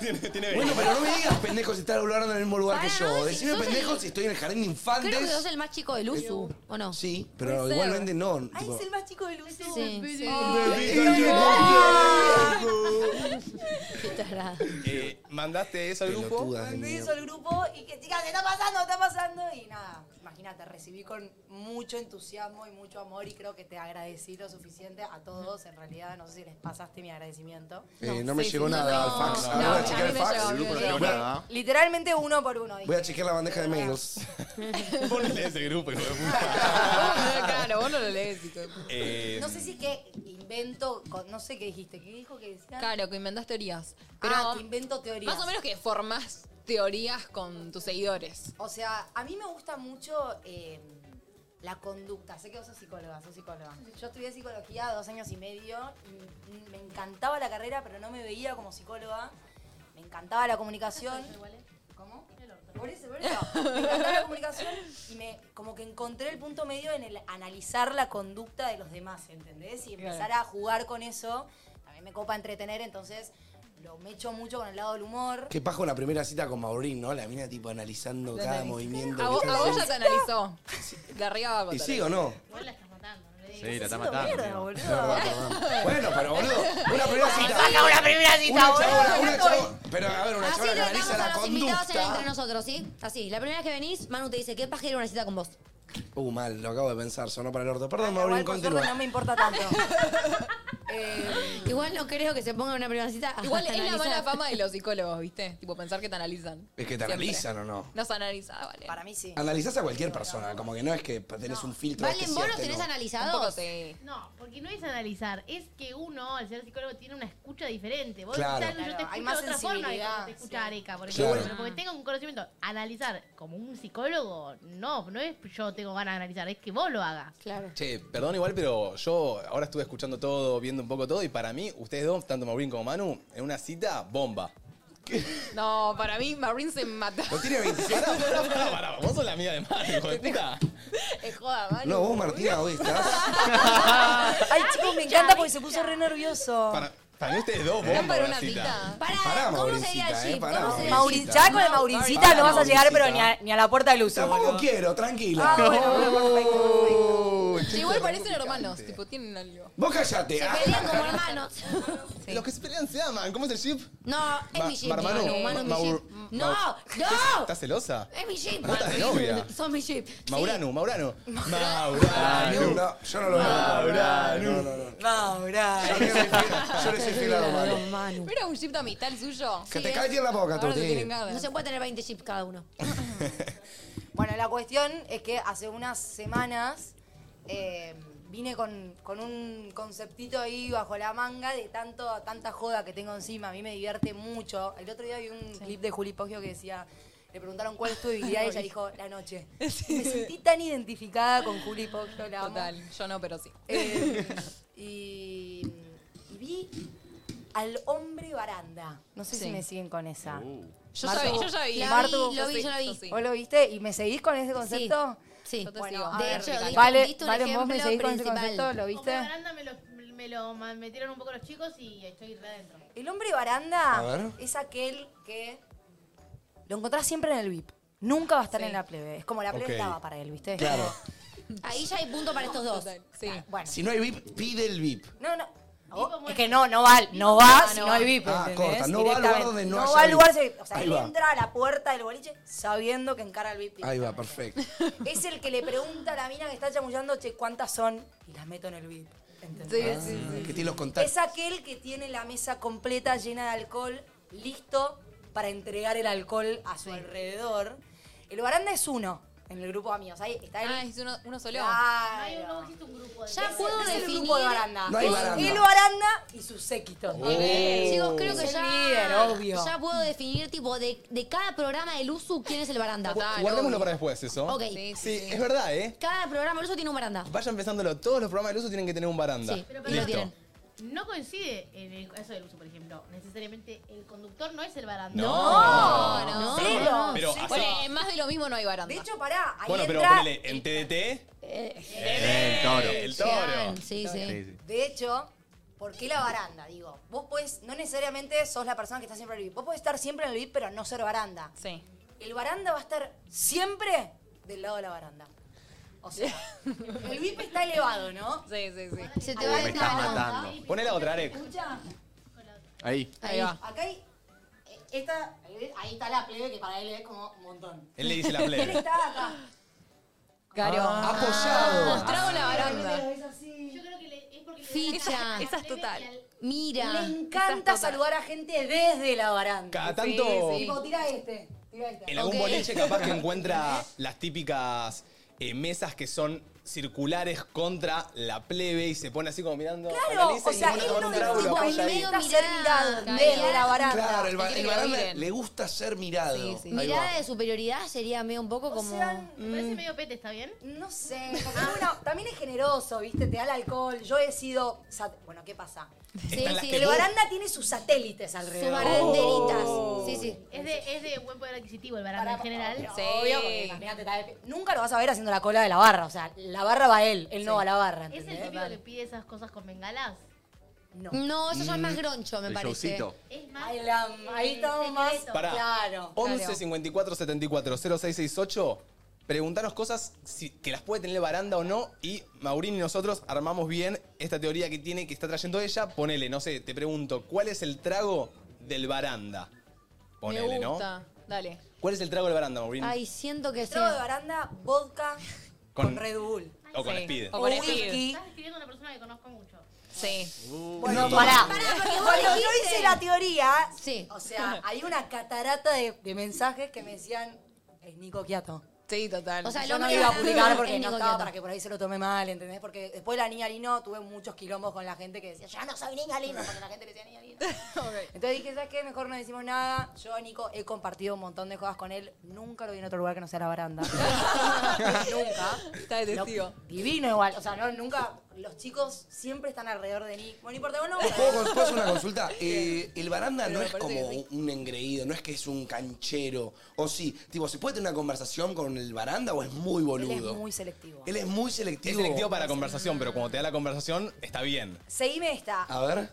A: tiene, tiene
B: Bueno, pero no me digas pendejo si estás hablando en el mismo lugar que
C: Para,
B: yo.
C: no, si
B: Decime
C: sos el-
B: pendejo si estoy en el jardín de
C: Creo que sos
B: infantes.
C: el más chico del Usu, ¿o no?
B: Sí, pero igualmente no.
I: Ay,
B: tipo-
I: es el más chico del usu.
C: Sí. Oh,
A: Eh, mandaste eso al grupo.
B: Pelotudas de
I: Mandé eso
B: mierda.
I: al grupo y que, chicas, ¿qué está pasando? ¿Qué está pasando? Y nada, imagínate, recibí con mucho entusiasmo y mucho amor y creo que te agradecí lo suficiente a todos. En realidad, no sé si les pasaste mi agradecimiento.
B: Eh, no me
D: Sí,
B: llegó
D: sí,
B: nada al
D: no,
B: fax.
D: no,
B: Ahora
D: no,
B: voy a
D: a
B: chequear
D: mí
B: el
D: me
B: fax.
D: llegó,
F: El grupo no
B: Voy a-
F: llegó nada.
I: Literalmente uno por uno. dije.
B: Voy a chequear la bandeja de mails.
A: Ponle ese grupo, hijo de
D: Vos,
A: puta.
D: no, claro, vos no lo lees y todo.
A: Eh,
I: No sé si es que invento, con- no sé qué dijiste, ¿qué dijo que decía?
D: Claro, que inventás teorías. Pero
I: ah, que invento teorías.
D: más o menos que formás teorías con tus seguidores.
I: O sea, a mí me gusta mucho eh, la conducta. Sé que vos sos psicóloga, sos psicóloga. Yo estudié psicología dos años y medio. Mm, y m- me encantaba la carrera, pero no me veía como psicóloga. Me encantaba la comunicación. ¿Cómo? Por eso, por eso. Me encantó la comunicación y me, como que encontré el punto medio en el analizar la conducta de los demás, ¿entendés? Y empezar a jugar con eso. También me copa entretener, entonces lo mecho mucho con el lado del humor.
B: Qué pajo la primera cita con Maurín, ¿no? La mina tipo analizando
I: La
B: cada
I: analiz-
B: movimiento.
D: A
B: que
D: vos,
B: está
D: a vos ya
B: haciendo.
D: te analizó. De arriba abajo.
B: ¿Y
D: te
B: sí
D: analizó.
B: o no?
E: Vos la estás matando, no le digas.
F: Sí, la está
I: Haciendo mierda,
F: matando.
I: boludo.
B: Bueno, pero boludo, una primera cita.
H: Saca una primera
B: Una
H: cita,
B: chabona, una
H: boludo.
B: chabona. Pero a ver, una
C: Así
B: chabona que
C: lo damos
B: analiza la
C: a los invitados en el entre
B: conducta.
C: nosotros, ¿sí? Así, la primera vez que venís, Manu te dice, qué pajera una cita con vos.
B: Uh, mal, lo acabo de pensar, sonó para el orto. Perdón,
I: Igual,
B: Maurín,
I: por suerte, no
B: continúa.
I: me importa tanto. Eh,
C: Igual no creo que se ponga en una primera cita. a
D: Igual es la
C: analizar.
D: mala fama de los psicólogos, ¿viste? Tipo, pensar que te analizan.
B: Es que te
D: Siempre.
B: analizan o no.
D: Nos analiza, ah, vale.
I: para mí sí.
B: Analizás a cualquier persona, como que no es que tenés un filtro. de
C: Valen,
B: que
C: ¿vos
B: sí,
C: los
B: este
C: tenés
B: no.
D: Un poco
C: analizados?
D: te...
E: No, porque no es analizar, es que uno, al ser psicólogo, tiene una escucha diferente. Vos
B: Claro.
E: quizás yo te
I: Claro, hay
E: escucho
I: más
E: de otra forma que como
I: sensibilidad,
E: te escucha
I: sí.
E: Areca, por
B: Claro.
E: ejemplo. Pero porque tenga un conocimiento, analizar como un psicólogo, no, no es yo tengo ganas de analizar, es que vos lo hagas.
C: Claro.
A: Che, perdón igual, pero yo ahora estuve escuchando todo, viendo un poco todo, y para mí, ustedes dos, tanto Maurín como Manu, en una cita, bomba.
D: No, para mí Maureen se mata.
B: No tiene 25.
A: Pará, pará, pará, pará, vos sos la amiga de Manu, hijo de puta.
D: Es joda, Manu.
B: No, vos ah, Martina, hoy estás.
I: Ah, Ay, chicos, me encanta porque se puso re nervioso.
A: Para, para mí ustedes dos, bomba
D: ¿Están para
A: una
D: una
A: cita.
D: cita?
C: Pará,
B: Pará,
C: ¿cómo
B: Maurincita,
C: sería el
B: eh,
C: chip?
B: pará,
C: ¿Cómo sería el
I: Mauri-
C: chip?
I: ya con el Maurincita
B: Para,
I: no vas a llegar,
B: Maurincita.
I: pero ni a, ni a la puerta del uso.
B: Tampoco
I: boludo.
B: quiero, tranquila.
I: Ah, bueno, bueno, perfecto, perfecto.
D: Sí, igual parecen hermanos, tipo, tienen algo.
B: Vos callate.
C: Se
B: ah.
C: pelean como hermanos.
A: Los que se pelean se aman, ¿cómo es el chip?
C: No, es
A: Ma-
C: mi jeep.
A: Marmano,
C: Manu, Manu, es mi
A: Maur-
C: jeep.
A: Maur-
C: No, no.
A: ¿Estás celosa?
C: Es mi jeep.
A: Vos estás de novia.
C: Son mi jeep. Sí.
A: Mauranu, Mauranu.
B: Ah,
A: Mauranu.
B: no, yo no lo veo. No, no, no.
I: Maura.
B: Yo le soy fiel- yo le soy fiel a lo malo.
I: Ah,
C: Manu.
D: Pero un chip de amistad el suyo.
B: Que te
C: Sí,
B: calles la boca,
D: Ahora te
B: Tuti.
D: tienen ganas.
C: No se puede tener 20 chips cada uno.
I: Bueno, la cuestión es que hace unas semanas eh, vine con, con un conceptito ahí bajo la manga de tanto, tanta joda que tengo encima. A mí me divierte mucho. El otro día vi un clip de Juli Poggio que decía. Le preguntaron cuál es tu debilidad y ella dijo, la noche. Me sentí tan identificada con Juli Poggio, la amo.
D: Total, yo no, pero sí.
I: Eh, y, y vi al hombre baranda. No sé si
D: Sí.
I: me siguen con esa.
D: Yo
I: Martu.
D: ya vi, yo ya vi.
C: La
I: Martu,
C: vi, lo
D: yo
C: vi,
D: sí,
C: yo lo
D: yo
C: vi.
D: sí.
I: ¿Vos lo viste? ¿Y me seguís con ese
C: Sí.
I: concepto?
C: Sí.
D: Yo te
I: Bueno,
D: sigo.
I: a
C: De
I: ver,
C: hecho,
D: Ricardo.
C: diste-
I: Vale,
C: diste un
I: vale vos me
C: ejemplo
I: seguís con ese
C: principal.
I: concepto, ¿lo
E: Hombre
I: viste?
E: baranda me lo, me lo ma- metieron un poco los chicos y estoy re adentro.
I: El hombre
B: A ver.
I: baranda es aquel que lo encontrás siempre en el VIP. Nunca va a estar
D: Sí.
I: en la plebe. Es como la plebe
A: Ok.
I: estaba para él, ¿viste?
B: Claro.
C: Ahí ya hay punto para estos dos.
D: Total, sí.
I: Bueno,
B: Si no hay VIP, pide el VIP.
I: no, no.
E: como
I: Es
E: es-
I: que no, no va, no va
D: no
I: si no
D: va.
I: hay VIP.
B: Ah,
I: ¿entendés?
B: corta, no va al lugar
I: Directamente.
B: donde no
I: No
B: haya
I: va al lugar,
B: VIP.
I: se- o sea,
B: Ahí
I: él
B: va.
I: entra a la puerta del boliche sabiendo que encara el VIP.
B: Ahí va,
I: directamente.
B: perfecto.
I: Es el que le pregunta a la mina que está chamullando, che, ¿cuántas son? Y las meto en el VIP. ¿entendés?
D: Sí, sí.
B: Ah, Que tiene los contactos.
I: Es aquel que tiene la mesa completa llena de alcohol, listo para entregar el alcohol a su alrededor. El baranda es uno en el grupo de amigos. Ahí está el.
D: Ah, es uno, uno solo.
I: Claro.
E: No hay un, no existe un grupo de.
C: Ya puedo
I: Es el
C: definir.
I: grupo de baranda.
B: No hay
I: Es
B: baranda.
I: El baranda y su séquito.
A: Oh.
C: Chicos, creo que
I: Es el
C: ya,
I: líder, obvio.
C: ya puedo definir, tipo, de, de cada programa del USU, quién es el baranda.
D: Total,
A: Guardémoslo
D: obvio.
A: para después, eso.
C: Ok.
D: Sí,
A: Sí,
D: sí, sí.
A: es verdad, ¿eh?
C: Cada programa del USU tiene un baranda.
A: Vayan pensándolo, todos los programas del uso tienen que tener un baranda.
C: Sí, pero
A: Y
C: lo
A: listo.
C: tienen.
E: No coincide en el caso del uso, por ejemplo. Necesariamente el conductor no es el baranda.
A: No,
D: no, no.
I: Cero.
A: Pero así-
D: Bueno, en más de lo mismo no hay baranda.
I: De hecho, pará. Ahí
A: bueno, pero
I: entra- eh,
A: ponele eh. en TDT.
F: El toro.
A: Eh, El toro.
C: Sí, sí.
F: Sí, sí.
I: De hecho, ¿por qué la baranda? Digo, vos podés, no necesariamente sos la persona que está siempre en el VIP. Vos podés estar siempre en el VIP, pero no ser baranda.
D: Sí.
I: El baranda va a estar siempre del lado de la baranda. O sea, el VIP está elevado, ¿no?
D: Sí, sí, sí.
C: Se te va
F: Me
C: el
F: estás
C: cano.
F: matando.
A: Poné la otra, Arek.
I: Escucha,
F: Ahí.
D: Ahí va.
I: acá hay. eh, Esta, ahí está la plebe que para él es como un montón.
A: Él le dice la
I: Él
A: plebe.
I: está acá.
D: Caro.
A: Ah,
B: Apoyado.
D: Mostrado la
I: Él
D: baranda.
I: es así.
E: Yo creo que le- es porque le
C: Ficha.
D: Esa es total.
I: Le
C: Mira.
I: encanta saludar a gente desde la baranda.
A: Cada tanto,
D: Sí, sí.
I: Tipo, tira este, tira este.
A: en algún
C: Ok.
A: boliche capaz que encuentra las típicas eh, mesas que son circulares contra la plebe y se pone así como mirando.
I: Claro,
A: analiza
I: o
A: y
I: sea,
A: bueno,
I: él
A: tomar
I: no
A: un
I: es
A: trago,
I: tipo
A: la
I: el
A: vaya ahí.
I: medio ser mirado
C: Claro.
I: desde la baranda.
B: Claro, el, ba-
D: Quiere
B: el
D: que lo
B: baranda
D: miren.
B: le gusta ser mirado. Ahí va.
C: Mirada de superioridad sería medio un poco como.
I: sea,
E: Me parece medio pete, ¿está bien?
I: No sé, porque bueno, también es generoso, ¿viste? Te da el alcohol. Yo he sido. sat- Bueno, ¿qué pasa?
C: sí,
A: las
C: sí.
A: que
I: El
A: vos-
I: baranda tiene sus satélites
C: Sus
I: alrededor.
C: baranderitas.
I: Oh.
A: Oh.
C: Sí, sí.
E: Es de, es de buen poder adquisitivo el
I: Para-
E: baranda en general.
D: Sí.
I: Obvio, porque imagínate, tal vez- Nunca lo vas a ver haciendo la cola de la barra. O sea, la barra va él, él no va a la barra.
E: ¿Es el
I: ¿entendés?
E: típico que pide esas cosas con bengalas?
I: No.
C: No, eso ya es más groncho, me
F: El
C: parece.
F: showcito.
E: Es más.
I: Ahí, la- ahí estamos más.
E: secreto.
A: Pará.
I: Claro.
A: 11 54 74 0668. Preguntanos cosas si- que las puede tener el baranda o no. Y Maurín y nosotros armamos bien esta teoría que tiene, que está trayendo ella. Ponele, no sé, te pregunto, ¿cuál es el trago del baranda? Ponele,
D: Me
A: ¿no?
D: gusta. Dale.
A: ¿Cuál es el trago del baranda, Maurín?
C: Ay, siento que
I: Trago de
C: sea.
I: baranda, vodka
A: Con-
I: con, Red Bull.
A: o con
D: Sí.
A: Speed.
C: Oh,
D: O
I: O
D: con
I: whisky.
E: Estás escribiendo a una persona que conozco mucho.
D: Sí.
I: Bueno, pará.
C: porque vos
I: Cuando yo
C: dijiste.
I: hice la teoría,
C: Sí.
I: o sea, hay una catarata de, de mensajes que me decían, es Nico Quiato.
D: Sí, total.
C: O sea,
I: Yo
C: lo
I: no lo
C: me-
I: iba a publicar
C: es
I: porque no
C: Nico
I: estaba
C: Quiato.
I: para que por ahí se lo tome mal, ¿entendés? Porque después la niña Lino tuve muchos quilombos con la gente que decía, ya no soy niña Lino, porque la gente le decía niña Lino. Entonces dije, ¿sabes qué? Mejor no decimos nada. Yo a Nico he compartido un montón de cosas con él. Nunca lo vi en otro lugar que no sea la baranda. Nunca.
D: Está de
I: Lo-
D: testigo.
I: divino igual. O sea, no, nunca. Los chicos siempre están alrededor de Nick. Bueno, no importa, vos no.
B: ¿Puedo, con- puedo hacer una consulta? Eh, el baranda
D: Pero
B: no
D: me
B: es
D: parece
B: como
D: que sí.
B: un engreído, no es que es un canchero. O sí, tipo, ¿se puede tener una conversación con el baranda o es muy
I: Él
B: boludo?
I: es muy selectivo.
B: Él es muy
A: Es
B: selectivo.
A: selectivo para conversación, pero cuando te da la conversación, está bien.
I: Seguime esta.
B: A ver.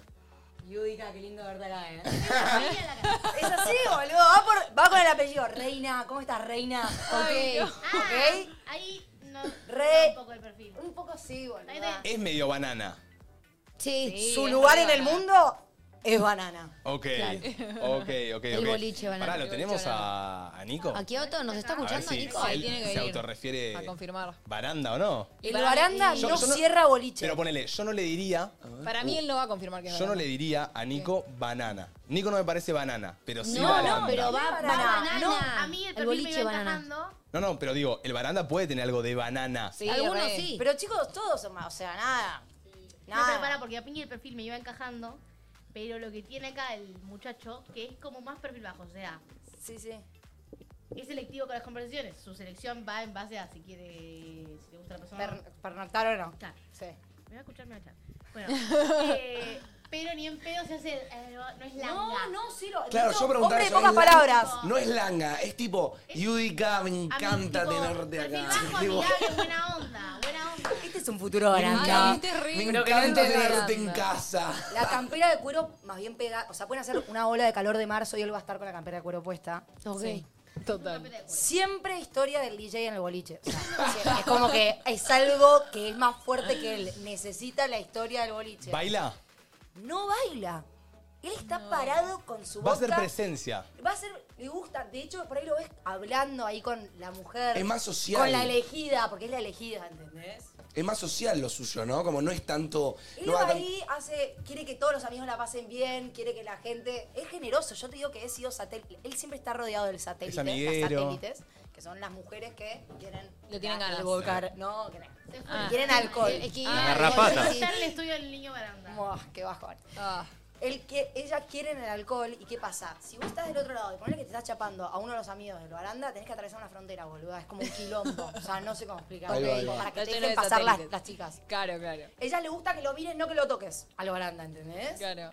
I: Yudica, qué lindo verte acá, ¿eh?
E: Ahí a la cara.
I: Es así, boludo. Va, por- va con el apellido. Reina, ¿cómo estás, reina? Ok.
E: Ah, Ahí no.
I: Re-
E: Un poco el perfil.
I: Un poco sí, boludo.
E: Ahí está.
A: Es medio banana.
C: Sí.
I: Su lugar en el mundo es banana.
A: Ok,
C: Claro.
A: ok, ok.
C: El
A: ok.
C: boliche banana.
A: Pará, ¿lo tenemos a, a Nico?
C: ¿A Kioto nos está
A: A ver
C: escuchando,
A: si
C: Nico?
A: si
D: Ahí
A: él
D: tiene que
A: se
D: venir.
A: autorrefiere
D: A confirmar.
A: baranda o no.
I: El
D: Para-
I: baranda
D: y-
I: no,
A: Yo- yo no-
I: cierra boliche.
A: Pero ponele, yo no le diría.
D: Para mí él no va a confirmar que es
A: Uh. Yo no
D: verdad.
A: le diría a Nico banana. Nico no me parece banana, pero sí
C: No,
A: baranda.
C: no, pero va, va
I: Banana.
C: banana.
I: No,
E: A mí el
C: el
E: perfil me
C: boliche
E: iba
C: banana.
E: encajando.
A: No, no, pero digo, el baranda puede tener algo de banana.
D: Sí,
C: Algunos
D: re.
C: sí.
I: Pero chicos, todos son más. O sea, nada.
E: No, pero pará,
I: Nada.
E: porque a Piñi el perfil me iba encajando. Pero lo que tiene acá el muchacho, que es como más perfil bajo, o sea,
I: Sí, sí.
E: es selectivo con las conversaciones. Su selección va en base a si quiere, si le gusta la persona.
I: Per- ¿Pernoctar o no?
E: Ah. Claro.
I: Sí.
E: Me va a escuchar, me va a echar. Bueno, eh, pero ni en pedo se hace, el- eh, no, no es la
I: No, no, Ciro.
B: Claro,
I: Nico,
B: yo preguntaba.
I: Hombre de
B: eso,
I: pocas
B: es lang-
I: palabras.
B: No es langa, es tipo, Yudica, me encanta tenerte acá.
E: Perfil bajo,
B: Tipo,
E: amigable, buena onda, buena onda.
I: Este es un futuro
B: me
I: baranda.
B: encanta,
D: Ay, Ah, te ríes.
B: me
D: Creo que
B: encanta
D: no te
B: tenerte en
D: baranda.
B: casa.
I: La campera de cuero más bien pegada. O sea, pueden hacer una ola de calor de marzo y él va a estar con la campera de cuero puesta.
C: Ok.
D: Sí. Total.
I: Siempre historia del DJ en el boliche. O sea, siempre. es como que es algo que es más fuerte que él. Necesita la historia del boliche.
A: ¿Baila?
I: no baila. Él está parado con su
A: Va
I: boca.
A: a ser presencia.
I: Va a ser, le gusta, de hecho por ahí lo ves hablando ahí con la mujer.
B: Es más social.
I: Con la elegida, porque es la elegida, ¿entendés?
B: Es más social lo suyo, ¿no? Como no es tanto.
I: Él
B: no
I: va
B: va tan-
I: ahí, hace, quiere que todos los amigos la pasen bien, quiere que la gente. Es generoso, yo te digo que he sido satélite. Él siempre está rodeado del satélite,
A: Es
I: las
A: amiguero.
I: satélites, que son las mujeres que quieren.
D: Le tienen ganas.
I: Volcar. No, que no.
E: Se fue.
D: Ah.
I: Quieren alcohol.
C: Es que-
D: Ah,
F: garrapata.
C: Sí,
E: Ya en el estudio del niño baranda.
I: Buah, qué bajón.
D: Ah,
I: El que ellas quieren el alcohol y qué pasa. Si vos estás del otro lado y ponele que te estás chapando a uno de los amigos de la baranda, tenés que atravesar una frontera, boluda. Es como un quilombo. o sea, no sé cómo explicar.
B: Ahí va, ahí va.
I: Para que
D: Está
I: te
D: lleno de
I: dejen pasar las,
D: satélites.
I: las chicas.
D: claro, claro.
I: Ellas le gusta que lo mires, no que lo toques al baranda, ¿entendés?
D: Claro.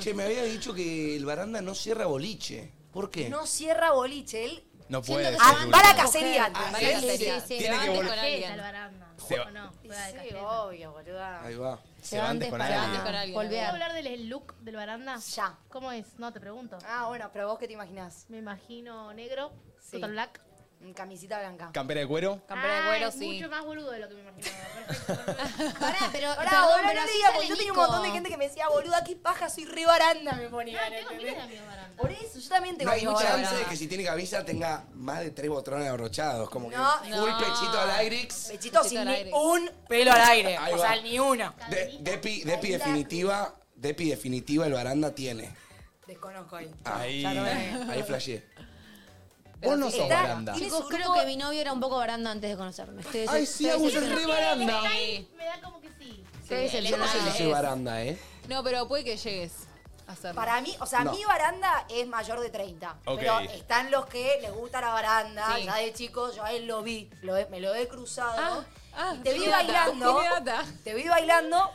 B: Che, me había dicho que el baranda no cierra boliche. ¿por qué?
I: No cierra boliche. Él
A: No
C: Siento
A: puede.
C: que
A: ser
I: Ah,
A: duro.
I: va a la cacería antes.
D: Vale,
C: sí,
D: sería.
C: sí,
A: Tiene
C: sí.
D: Te
A: que
D: levantes
A: volver.
D: con
E: Cajeta al
D: alguien.
E: baranda.
A: Se va.
E: ¿O no? Juega de
I: Sí,
E: cajeta.
I: obvio, boluda.
B: Ahí va.
C: Se van
A: antes con
C: desparando.
A: alguien.
D: con alguien.
E: ¿Puedo
C: Volver.
E: hablar del look del baranda?
I: Ya.
E: ¿Cómo es? No, te pregunto.
I: Ah, bueno, pero vos qué te imaginás?
E: Me imagino negro,
I: Sí.
E: total black.
I: Mm, Camisita blanca.
A: Campera de cuero.
D: Campera de
E: Ah,
D: cuero,
E: es
D: sí.
E: mucho más boludo de lo que me imaginaba. Perfecto. perfecto.
C: Pará, pero.
I: Ahora,
C: perdón,
I: ahora
C: pero
I: no te
C: así
I: digas,
C: sale
I: porque yo tenía un
C: Nico.
I: montón de gente que me decía, boluda, qué paja, soy re baranda, me ponía.
E: Ah, tengo miles de amigos baranda.
I: Por eso, yo también tengo
B: No hay
I: amigos
B: mucha
I: baranda.
B: chance de que si tiene camisa tenga más de tres botones abrochados. Como
I: No.
B: que
D: No.
B: full pechito al Airix.
I: Pechito
D: Pechito
I: sin
D: al aire.
I: ni un pelo al aire.
B: Ahí
I: O
B: va.
I: sea, ni uno.
B: De- depi, depi definitiva, depi definitiva el baranda tiene.
I: Desconozco ahí.
B: Ah,
A: Ahí.
B: Ahí flasheé.
A: Vos no sos
C: Está-
A: baranda.
C: Chicos, creo que mi novio era un poco baranda antes de conocerme. Estoy
A: Ay, sí, Agus es re baranda.
E: Me da como que sí.
C: Estoy
B: Yo no
C: decepcionada.
B: sé si soy baranda, ¿eh?
D: No, pero puede que llegues a hacerlo.
I: Para mí, o sea,
B: No.
I: mi baranda es mayor de 30.
B: Ok.
I: Pero están los que les gusta la baranda,
D: Sí.
I: ya de chicos, yo a él lo vi, lo he- me lo he cruzado.
D: Ah,
I: y te vi
D: tiene data,
I: bailando,
D: tiene data.
I: te vi bailando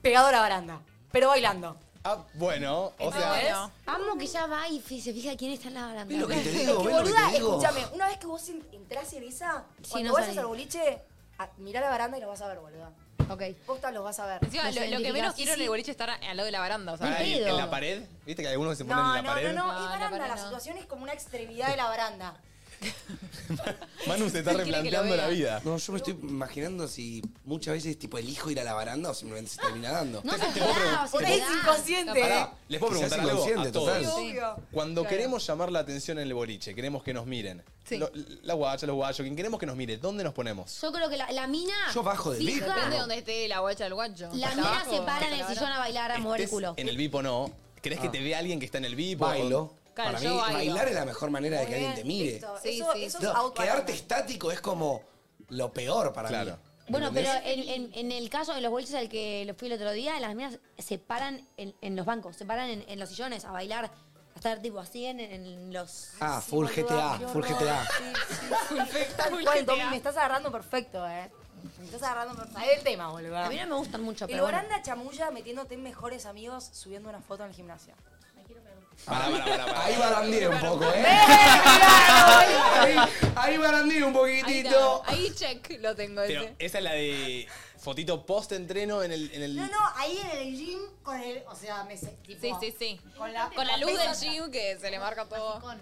I: pegado a la baranda, pero bailando.
A: Ah, bueno, o
I: Entonces,
A: sea.
C: Amo que ya va y fi- se fija quién está en la baranda.
A: Es lo que te
I: Es
A: digo,
I: que,
A: ¿ves lo que
I: boluda,
A: te digo?
I: escúchame, una vez que vos en- entrás en esa,
C: Sí,
I: cuando
C: no
I: vos
C: salís.
I: al boliche, a- mirá la baranda y lo vas a ver, boluda.
C: Ok.
I: Posta lo vas a ver.
D: Encima,
C: Nos
D: lo, lo que
C: identificás.
D: menos quiero en
C: Sí.
D: el boliche es estar al lado de la baranda. O sea,
A: Ah,
C: Ni
A: ¿y-
C: pedo.
A: ¿En la pared? ¿Viste que hay algunos que se ponen
I: No,
A: en la
I: no,
A: pared?
I: no, no,
D: No,
I: es
D: la
I: baranda,
D: pared
I: la
D: no.
I: situación es como una extremidad de la baranda.
A: Manu se está
D: Quiere que lo
A: replanteando la
D: vea.
A: vida.
B: No, yo me estoy imaginando si muchas veces tipo elijo ir a la baranda o simplemente se termina dando.
C: No se da, se
I: Por ahí
C: te
I: es
C: da.
I: inconsciente.
A: Pará, les puedo
B: Quizás
A: preguntar algo
B: inconsciente,
A: a todos.
B: total.
I: Obvio.
A: Cuando queremos llamar la atención en el boliche, queremos que nos miren.
D: Sí.
A: Lo- la guacha, los guayos, quien queremos que nos mire, ¿dónde nos ponemos?
C: Yo creo que la, la mina.
B: Yo bajo del
C: fija-
B: beat,
D: Depende de donde esté la guacha del guacho.
C: La
D: Hasta
C: mina
D: abajo,
C: se para en
D: hasta
C: el
D: la
C: sillón a bailar, a mover el
A: Estés
C: culo.
A: En el VIP o no, ¿crees que te vea alguien que está en el VIP? o-
B: Bailo.
D: Claro,
B: Para
D: yo
B: mí,
D: bailo.
B: bailar es la mejor manera de
I: Muy
B: que alguien
I: bien,
B: te mire.
I: listo.
D: Sí,
I: eso,
D: sí.
I: eso es
B: No,
I: out
B: quedarte
I: baranda.
B: estático es como lo peor para
A: Claro.
B: mí.
C: Bueno, pero
B: ¿Entendés?
C: en, en- en el caso de los bolches al que lo fui el otro día, las minas se paran en, en los bancos, se paran en, en los sillones a bailar, a estar tipo así en, en los.
B: Ah,
I: Sí,
B: full
I: boluda,
B: GTA,
I: qué
B: full
I: horror.
B: GTA.
I: Sí, sí, sí. Tal
D: Full
I: cual,
D: GTA.
I: Domi, me estás agarrando perfecto, eh. Me estás agarrando perfecto. Es el tema, boluda.
C: A mí no me gustan mucho,
I: El
C: pero. bueno.
I: baranda chamulla metiéndote en mejores amigos subiendo una foto en el gimnasio.
A: Pará, pará, pará, pará.
B: Ahí barandeé un poco, ¿eh? ahí, ahí barandeé un
D: Ahí, está.
B: poquitito.
D: Ahí check lo tengo
A: Pero
D: ese.
A: esa es la de fotito post-entreno en el. En el...
I: No, no, ahí en el gym con el. O sea, me sé. Tipo,
D: Sí, sí, sí.
I: Con la,
D: Con la luz del
I: pesa-
D: gym que se le marca todo.
E: Con.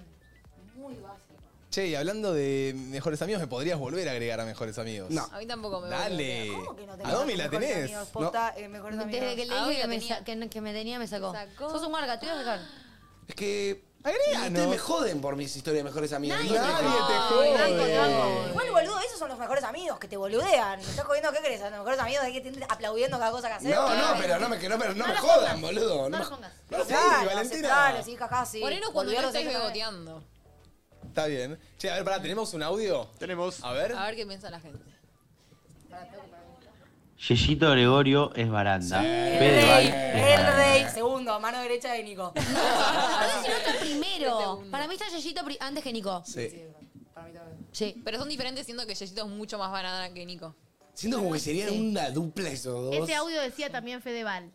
I: Muy básico.
A: Che, y hablando de mejores amigos, ¿me podrías volver a agregar a mejores amigos?
B: No.
D: A mí tampoco me
A: Dale.
I: ¿Cómo que no tenés?
A: a Domi la
I: mejores
A: tenés.
I: amigos?
A: No.
I: Posta, eh, mejores
C: Desde que
I: amigos.
C: le
D: Ah, hoy
C: dije que
D: la
C: me,
D: tenía.
C: sa- que, que me tenía, me sacó.
D: Sacó.
C: Sos un marca, te voy a sacar.
B: Es que.
A: Agreganos.
B: Ustedes me joden por mis historias de mejores amigos.
C: Nadie
B: Entonces,
A: Nadie
B: no.
A: te
D: Ay,
A: jode.
I: Igual, boludo, esos son los mejores amigos que te boludean. ¿Me estás jodiendo qué crees? Los mejores amigos hay que estén aplaudiendo cada cosa que haces. Eh,
B: No, no, pero no me, que no me, no me
E: lo
B: jodan,
E: pongas.
B: boludo.
E: No
B: me-
E: lo pongas.
A: No lo sé, Valentina.
I: Claro, sí, jajá, sí.
D: Ponenos cuando
I: Boludear
D: no
I: los
D: estés
I: hijos también.
D: beboteando.
A: Está bien. Che, a ver, pará, ¿tenemos un audio?
F: Tenemos.
A: A ver.
D: A ver qué piensa la gente.
J: Yeyito Gregorio es baranda.
I: El
J: Fede
I: rey,
J: Val-
I: el rey. Segundo, mano derecha de Nico.
C: Entonces, si no está
D: De
C: primero.
D: segundo.
C: Para mí está Yeyito pri- antes que Nico.
B: Sí.
I: Para mí también.
C: Sí.
D: Pero son diferentes, siento que Yeyito es mucho más banana que Nico.
B: Siento como que serían una dupla esos dos.
E: Ese audio decía también Fedeval.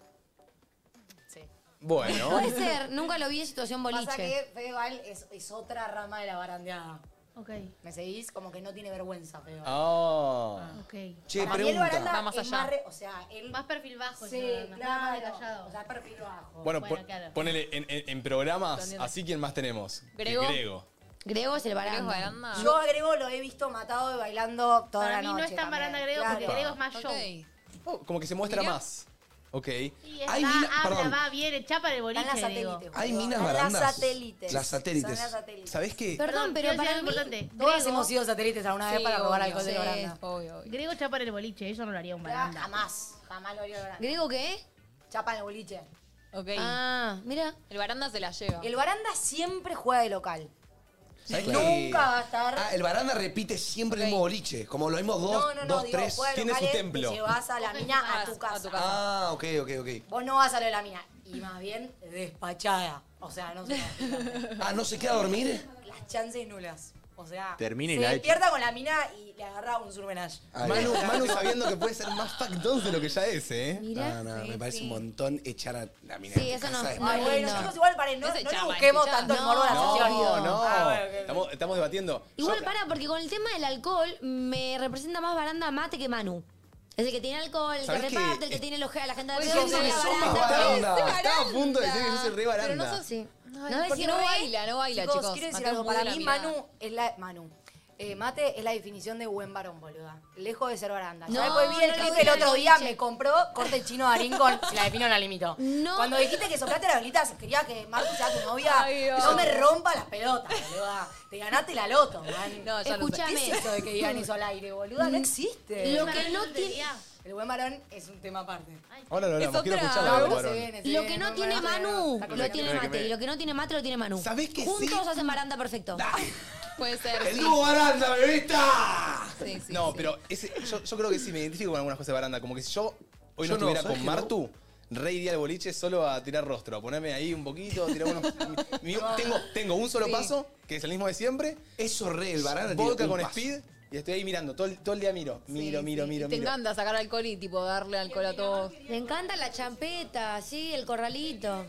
A: Bueno.
C: Puede ser, nunca lo vi en situación
I: Pasa
C: boliche.
I: que Fedeval es, es otra rama de la barandeada.
E: Ok,
I: ¿Me seguís? Como que no tiene vergüenza, Fedeval.
A: Ah.
E: ok.
B: Che,
I: Para mí el
B: pregunta.
I: baranda
D: Va más
I: es
D: allá.
I: más re- o sea, él...
E: Más perfil bajo,
I: sí,
E: yo, no, nada más
I: claro.
E: de callado.
I: O sea, perfil bajo.
A: Bueno,
E: Bueno,
A: pon-
E: claro.
A: ponele en, en- en programas,
D: Daniela.
A: así quién más tenemos. Que
D: Grego.
C: Grego es el
D: ¿Eres
C: baranda.
D: baranda?
I: Yo agrego, lo he visto matado y bailando toda la
E: Para mí
I: noche.
E: no es tan
I: también.
E: baranda Grego
I: Claro.
E: porque Grego es más
D: Ok.
E: show.
A: Oh, como que se muestra
D: Mirá.
A: más. Ok.
E: Sí, es-
B: Ay,
E: va,
B: mira,
E: habla,
B: perdón.
E: va, viene, chapa el boliche,
I: Están las
E: Grego.
I: satélites.
B: Hay
I: boludo.
B: minas
I: Están
B: barandas.
I: Las satélites.
B: Las satélites.
I: Son las satélites.
A: ¿Sabés qué?
C: Perdón, pero
E: quiero decir
C: para
E: algo
C: mí.
E: importante.
I: Todos
E: Grego,
I: hemos sido satélites alguna vez
D: Sí,
I: Ah, para probar
D: obvio,
I: alcohol de la
D: sí,
I: baranda.
D: obvio, obvio.
E: Grego chapa el boliche, eso no lo haría un baranda.
I: Jamás, jamás lo haría el baranda.
C: ¿Grego qué?
I: Chapa en el boliche.
D: Ok.
C: Ah, mira.
D: El baranda se la lleva.
I: Ah. El baranda siempre juega de local.
B: ¿Sabés
A: Claro.
B: qué?
I: Nunca va a estar-
B: Ah, el baranda repite siempre el mismo boliche. Como lo mismo dos,
I: no, no, no,
B: dos,
I: digo,
B: tres.
I: juega de
A: tiene su
I: local es que
A: templo.
I: Llevas a la mina a
D: vas
I: tu casa.
D: a tu casa.
B: Ah, ok, ok, ok.
I: Vos no vas a lo de la mina. Y más bien despachada. O sea, no sé.
B: Ah, ¿no se queda a dormir?
I: Las chances nulas. O sea,
F: Termina y
I: se
F: la echa.
I: despierta con la mina y le agarra un surmenage.
B: Ahí.
A: Manu, Manu sabiendo que puede ser más factón de lo que ya es, ¿eh?
C: Mira.
B: Ah, No, no, me parece un montón echar a la mina.
C: Sí,
B: de tu
C: eso
B: casa
C: no-
B: de-
C: no
I: Ay, bueno,
C: lindo.
I: chicos, igual paren, no,
D: Ese
I: no le
D: chava,
I: busquemos
D: ese chava.
I: tanto el morbo de la
C: No,
I: sesión.
A: No, no.
I: Ah, bueno, ok, ok.
A: Estamos, estamos debatiendo.
C: Igual para, porque con el tema del alcohol me representa más baranda mate que Manu. Es el que tiene alcohol, el que
A: ¿Sabés qué?
C: reparte, el que tiene el oje a la gente de
D: Pues
C: alrededor,
D: yo
C: el
D: creo
C: que
D: que
C: la
D: somos
C: baranda.
D: baranda.
A: Ah, Estaba a punto de decir que yo soy re baranda.
D: Pero no sos-
C: Sí.
D: Ay,
C: No, es
D: porque
C: que
D: no
C: re-
D: baila, no baila, chicos.
I: ¿eh? quiero decir
D: Mateo
I: algo.
D: es muy
I: Para
D: de la
I: mí,
D: mirada.
I: Manu es la. Manu. eh, mate es la definición de buen varón, boluda. Lejos de ser baranda.
C: No,
I: Ya después vi
C: no
I: el
C: lo
I: clip
C: dije,
I: del otro
C: lo
I: día,
C: dije.
I: me compró corte chino de Rincón. Si la defino, la limito.
C: No.
I: Cuando dijiste que soplaste las velitas, quería que Marti sea tu novia.
D: Ay, Dios.
I: no me rompa las pelotas, boluda. Te ganaste la loto, man.
D: No, ya lo sé.
C: Escuchame.
I: ¿Qué es eso de que digan eso al aire, boluda? eh". No existe.
C: Lo que no tiene.
I: El buen varón es un tema aparte.
A: Ahora lo
I: Es
A: hablamos, quiero
I: otra. eh.
A: escucharlo al
I: Ahora
A: varón.
I: se viene, se
C: Lo
I: viene,
C: que no
I: muy
C: tiene
I: bueno.
C: Mate,
I: Está
C: lo tiene
I: complicado.
C: Mate. Y lo que no tiene Mate, lo tiene Manu. ¿Sabés
A: que
C: Juntos hacen baranda perfecto.
D: Puede ser.
A: ¡El
D: sí.
A: dúo Baranda, bebita!
D: Sí, sí.
A: no, pero ese- yo, yo creo que sí me identifico con algunas cosas de Baranda. Como que si yo hoy
B: Yo
A: no
B: no,
A: estuviera
B: ¿sabes
A: con
B: que no?
A: Martu, re iría al boliche solo a tirar rostro, a ponerme ahí un poquito, a tirar unos... mi- mi- tengo, tengo un solo
B: Sí.
A: paso, que es el mismo de siempre.
B: Eso re, el Baranda tiene
A: Vodka
B: un
A: con
B: paso.
A: speed y estoy ahí mirando, todo el, todo el día miro, miro, miro, miro,
D: Te
A: miro.
D: encanta sacar alcohol y tipo darle alcohol a todos.
C: Le encanta la champeta, sí, el corralito.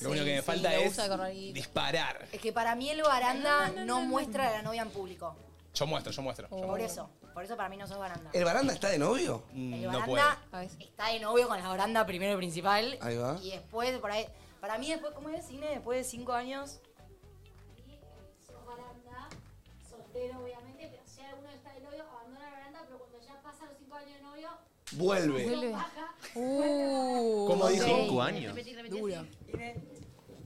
A: Lo único que me
I: sí,
A: falta
I: me
A: es
I: gusta correr.
A: disparar.
I: Es que para mí el baranda no Oh. muestra a la novia en público.
A: Yo muestro, yo muestro. yo
I: Por
A: muestro.
I: eso. Por eso para mí no sos baranda.
B: ¿El Baranda está de novio?
I: El
A: Eh, Mm, No puede.
I: baranda está de novio con la baranda primero y principal.
B: Ahí va.
I: Y después, por ahí. Para mí, después, ¿cómo es el cine? Después de cinco años.
K: Sos baranda, soltero obviamente, pero si alguno está de novio, abandona la baranda, pero cuando ya pasan los 5 años de novio,
A: Vuelve.
K: no baja.
D: Uh,
A: ¿Cómo
D: ok.
A: dijo? Cinco años.
D: Duro.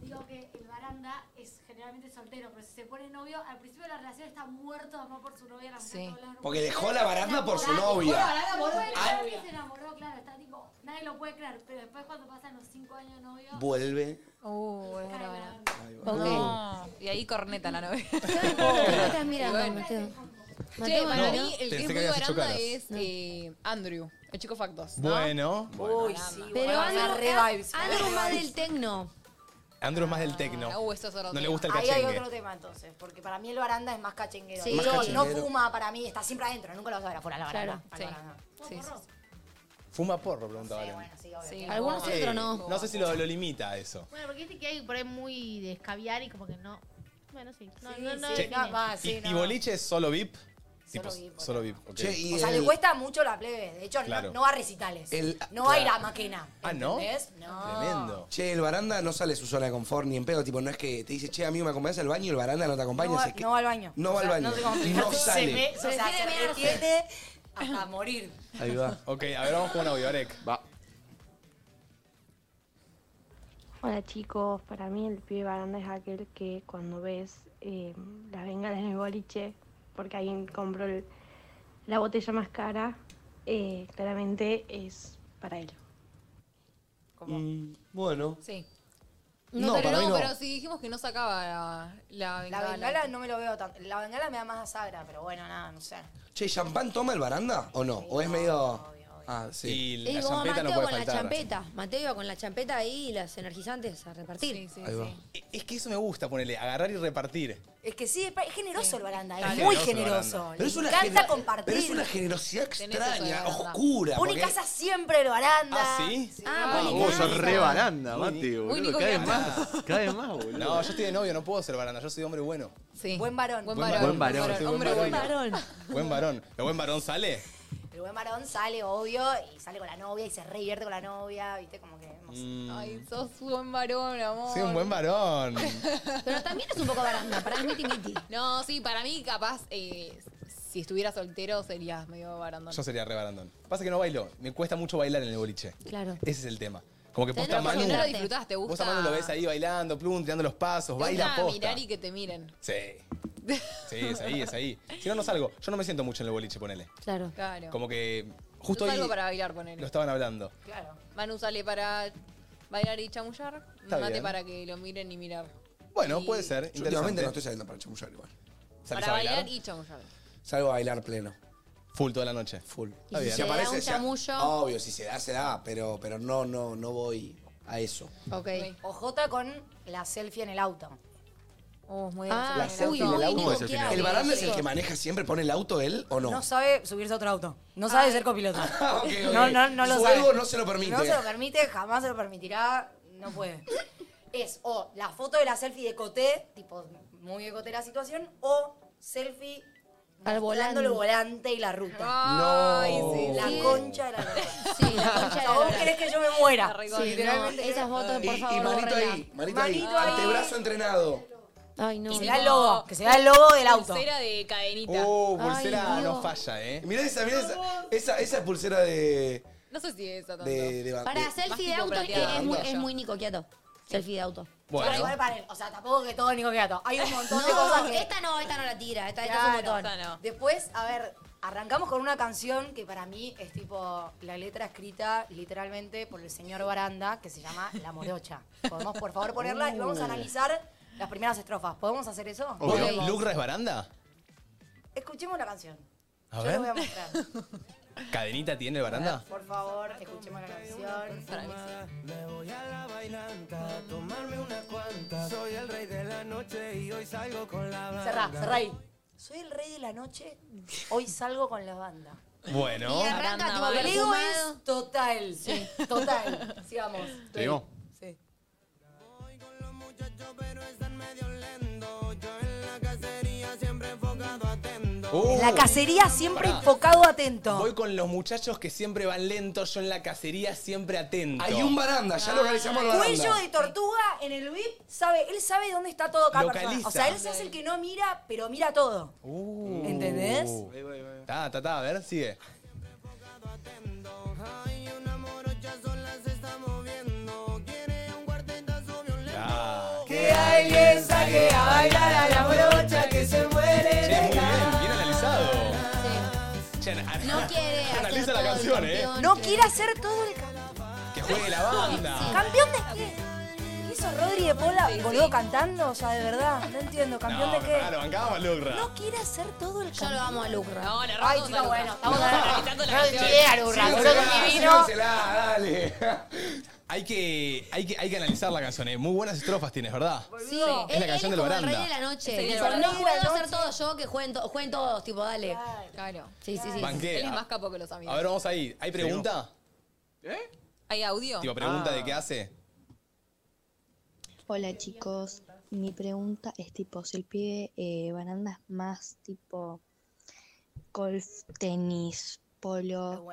K: Digo que el baranda es generalmente soltero, pero si se pone novio, al principio de la relación está muerto de amor por su novia. La mujer
D: Sí.
K: no habla nunca.
B: Porque dejó la baranda por su
K: Dejó
B: novia.
K: la baranda por
B: Ah.
K: su novia. Se enamoró, claro, está tipo, nadie lo puede creer, pero después cuando pasan los 5 años de novio...
B: Vuelve.
D: Uh, es brava.
K: va.
D: Ok.
K: No.
D: Y ahí corneta la novia.
C: ¿Qué estás mirando,
D: Bueno.
C: Mateo?
D: Che,
C: Mateo,
D: para
C: Mateo.
D: mí el que es
A: pensé
D: muy
A: que habías hecho
D: baranda
A: caras.
D: es eh, Andrew, el chico Factos. ¿no?
A: Bueno.
I: Uy, sí.
C: Pero
I: Baranda,
C: Andrew,
I: re vibes,
C: Andrew
I: re
C: más
I: vibes.
C: del tecno.
A: Andrew es más del tecno.
D: Uh, esto es otro
A: No le
D: tema.
A: gusta el
I: Ahí hay
A: cachengue.
I: otro tema entonces, porque para mí el baranda es más cachenguero.
A: Sí.
I: No,
A: Más
I: no
A: cachenguero.
I: fuma para mí, está siempre adentro, nunca lo vas a ver afuera la baranda.
D: Claro,
I: al
D: sí.
I: baranda.
D: Sí, sí,
A: Fuma porro, preguntaba Valen.
I: Sí, obvio.
D: sí.
C: Algunos sí, otros no.
A: No sé si lo, lo limita a eso.
E: Bueno, porque viste que hay por ahí muy de escabiar y como que no. Bueno, sí. No,
I: Sí,
E: no, no.
I: sí,
E: define.
I: no, va, Ah, sí,
A: y,
I: no.
A: y boliche es solo VIP? Tipo,
I: VIP, por
A: solo VIP. ok.
B: Che, y
I: O sea,
B: el-
I: le cuesta mucho la plebe. De hecho, no-
A: Claro.
I: no, va a recitales.
B: El-
I: no va a ir
B: claro.
I: a Maquena.
A: Ah, ¿no?
I: ¿Ves? No.
A: Tremendo.
B: Che, el baranda no sale de su zona de confort ni en pedo. Tipo, no es que te dice, che, amigo, ¿me acompañas al baño? Y el baranda no te acompaña.
I: No va,
B: se que-
I: no va al baño.
B: no va al baño.
I: No, te
B: No sale.
I: Se me, o sea,
C: Prefiere
I: se
C: mearse.
I: retiene hasta morir.
B: Ahí va.
A: Ok, a ver, vamos con un audio, Arek. Va.
L: Hola chicos, para mí el pibe baranda es aquel que cuando ves eh, las bengalas en el boliche, porque alguien compró el- la botella más cara, eh, claramente es para él.
B: Mm, bueno.
D: Sí.
B: No,
D: pero
B: para mí no.
D: pero si dijimos que no sacaba la, la
I: La
D: bengala.
I: bengala no me lo veo tanto. La bengala me da más a sagra, pero bueno, nada, no sé.
B: Che, ¿champán toma el baranda o no? ¿O es medio...? Ah, sí.
A: Y
C: Y
A: la
C: como
A: champeta
C: Mateo
A: no
C: con
A: puede
C: la
A: faltar.
C: champeta. Mateo iba con la champeta ahí y las energizantes a repartir.
A: Ahí va.
D: Ah,
A: E- Es que eso me gusta, ponerle agarrar y repartir.
I: Es que sí, es pa- es generoso el baranda, es
A: Es
I: muy
A: generoso el
I: generoso.
A: baranda.
I: Le
B: es una
I: encanta
B: gener-
I: compartir.
B: Pero es una generosidad
D: Tenés eso de
B: extraña,
D: baranda.
B: oscura.
I: Pone
B: porque-
I: casa siempre el baranda.
A: ¿Ah, sí?
C: Ah,
F: Vos
C: Poli,
F: sos re baranda, Mati,
D: Único
F: boludo.
D: que
F: Cada vez
D: habla.
F: más, cada vez más, boludo.
A: No, yo estoy de novio, no puedo ser baranda, yo soy hombre bueno.
D: Sí.
I: Buen varón.
D: Buen varón.
F: Buen varón.
A: Soy
D: Hombre
A: buen
D: bueno.
A: varón. Buen varón. ¿El buen varón sale?
I: El buen varón sale, obvio, y sale con la novia y se re divierte con la novia, ¿viste? Como que. no sé.
B: Mm.
D: Ay, sos un buen varón, amor.
A: Soy un buen varón.
C: Pero también es un poco baranda, para mí miti miti.
D: No, sí, para mí capaz, eh, si estuviera soltero serías medio barandón.
A: Yo sería re barandón. Pasa que no bailo, me cuesta mucho bailar en el boliche.
C: Claro.
A: Ese es el tema. Como que
C: Tenés
A: posta
C: que
A: Manu.
D: no lo disfrutás, te gusta.
A: Vos a Manu lo ves ahí bailando, plum, tirando los pasos,
D: Te
A: baila
D: gusta
A: posta.
D: mirar y que te miren.
A: Sí. Sí, es ahí, es ahí. Si no, no salgo. Yo no me siento mucho en el boliche, ponele.
C: Claro.
D: Claro.
A: Como que
D: Yo
A: justo hoy
D: salgo para bailar con
A: lo estaban hablando.
I: Claro.
D: Manu sale para bailar y chamullar,
A: Está
D: mate
A: bien.
D: para que lo miren y mirar.
A: Bueno,
D: Y-
A: puede ser.
B: Yo últimamente
A: Interesante.
B: no estoy saliendo para chamullar igual.
A: ¿Salís
D: Para
A: a
D: bailar?
A: bailar?
D: y chamullar.
B: Salgo a bailar pleno.
A: Full toda la noche.
B: Full.
A: Está bien.
C: se da un
B: se-
C: chamullo.
B: obvio, si se da, se da, pero, pero no, no, no voy a eso.
C: Ok.
I: Ojota con la selfie en el auto.
D: Oh, muy
C: Ah,
D: bien.
C: La selfie en el auto.
A: ¿Cómo es el final?
B: ¿El baranda es
C: sí.
B: el que maneja siempre, pone el auto él o no?
I: No sabe subirse a otro auto. No sabe ser copiloto.
B: Ah, ok, ok.
I: No, no, no lo
B: Su
I: sabe.
B: ego no se lo permite.
I: No se lo permite, jamás se lo permitirá, no puede. Es o la foto de la selfie de Coté, tipo muy de Coté la situación, o selfie mostrando
C: Al volante.
I: el volante y la ruta.
D: Ay,
B: No.
D: Ah, sí.
I: La
C: Sí.
I: concha de la lora.
C: Sí, la concha de la
I: ¿Vos
C: lora.
I: querés que yo me
D: La
I: muera?
D: recontra.
C: Sí,
I: Literalmente,
C: no, esas fotos,
B: Y,
C: por
B: y
C: favor,
B: manito
C: bórrela.
B: ahí, manito,
I: Manito
B: ahí,
I: ahí.
B: antebrazo entrenado.
C: Ay, no.
I: Que se
D: Sí.
I: da el lobo, que se da el lobo del auto.
D: Pulsera de cadenita.
A: Oh,
C: Ay,
A: pulsera
C: Dios.
A: no falla, ¿eh?
B: Mirá esa, mirá esa. Esa, esa es pulsera de.
D: No sé si es esa tanto.
B: de, de-
C: Para
B: de-
C: selfie de
D: tipo
C: auto es,
D: plateado,
C: es muy,
D: yo.
C: es muy Nico Quiato. Selfie de auto.
I: Pero
A: Bueno.
I: igual paren, o sea, tampoco que todo Nico Queato. Hay un montón de cosas
C: No,
I: que...
C: esta no, esta no la tira. Esta, esta es
I: eh. Claro,
C: un montón.
D: esta no.
I: Después, a ver, Arrancamos con una canción que para mí es tipo la letra escrita literalmente por el señor Baranda, que se llama La Morocha. Podemos por favor ponerla y vamos a
A: Uh.
I: analizar las primeras estrofas. ¿Podemos hacer eso?
A: Obvio. ¿Lucra es baranda?
I: Escuchemos la canción.
A: A
I: Yo
A: ver.
I: les voy a mostrar.
A: ¿Cadenita tiene el baranda?
I: Por favor, escuchemos la canción.
G: Me voy a la bailanta a tomarme una cuanta. Soy el rey de la noche y hoy salgo con la banda.
I: Cerrá, cerrá ahí. Soy el rey de la noche, hoy salgo con la banda.
A: Bueno.
I: Y arranca tu abrigo es total. Total. Sigamos.
F: Seguimos.
I: Sí.
A: Uh.
I: La cacería siempre
A: Pará.
I: enfocado atento.
A: Voy con los muchachos que siempre van lentos, yo en la cacería siempre atento.
B: Hay un baranda, ya localizamos el baranda.
I: Cuello de tortuga en el VIP sabe, él sabe dónde está todo cada persona.
A: Localiza.
I: O sea, él se hace el que no mira, pero mira todo. ¿Entendés?
A: Uh. Ta, ta, ta, a ver, sigue. Ah.
G: Que alguien saque a bailar a la brocha que se muere
A: Che,
G: de
A: muy bien, bien analizado. Che, ana-
C: No quiere hacer
A: Analiza la
C: todo el
A: canción, eh.
C: campeón.
I: No quiere hacer todo el campeón.
A: Que juegue la banda.
I: ¿Campeón de qué? ¿Qué hizo Rodri de Pola, boludo, cantando? O sea, de verdad, no entiendo. ¿Campeón
A: No,
I: de
A: pero pará, lo
I: qué?
A: bancábamos a Lucra.
I: No quiere hacer todo el campeón. Yo lo
C: amo a Lucra.
D: No, le
I: Ay,
D: rompimos
I: chica,
D: a Lucra.
I: bueno, estamos
D: No,
I: analizando la
D: no,
I: canción.
D: sí, a Lucra,
I: Sí,
D: sos
I: sí,
D: divino.
A: Dígansela, dale. hay, que, hay, que, hay que analizar la canción, eh. Muy buenas estrofas tienes, ¿verdad? Es
C: Sí,
A: la
C: él, él
A: canción del
C: como el
A: baranda.
C: rey de la noche.
D: Es el
C: Dijo,
D: del
C: no
D: baranda.
C: puedo hacer todo yo, que jueguen, to- jueguen todos, tipo, dale.
D: Claro.
C: Sí, sí, sí.
A: Banquea.
D: Él es más capo que los amigos.
A: A ver, vamos ahí. ¿Hay pregunta?
D: ¿Hay audio?
A: Tipo, pregunta
D: Ah.
A: de qué hace.
M: Hola chicos, mi pregunta es tipo, si el pibe eh, baranda es más tipo golf, tenis, polo,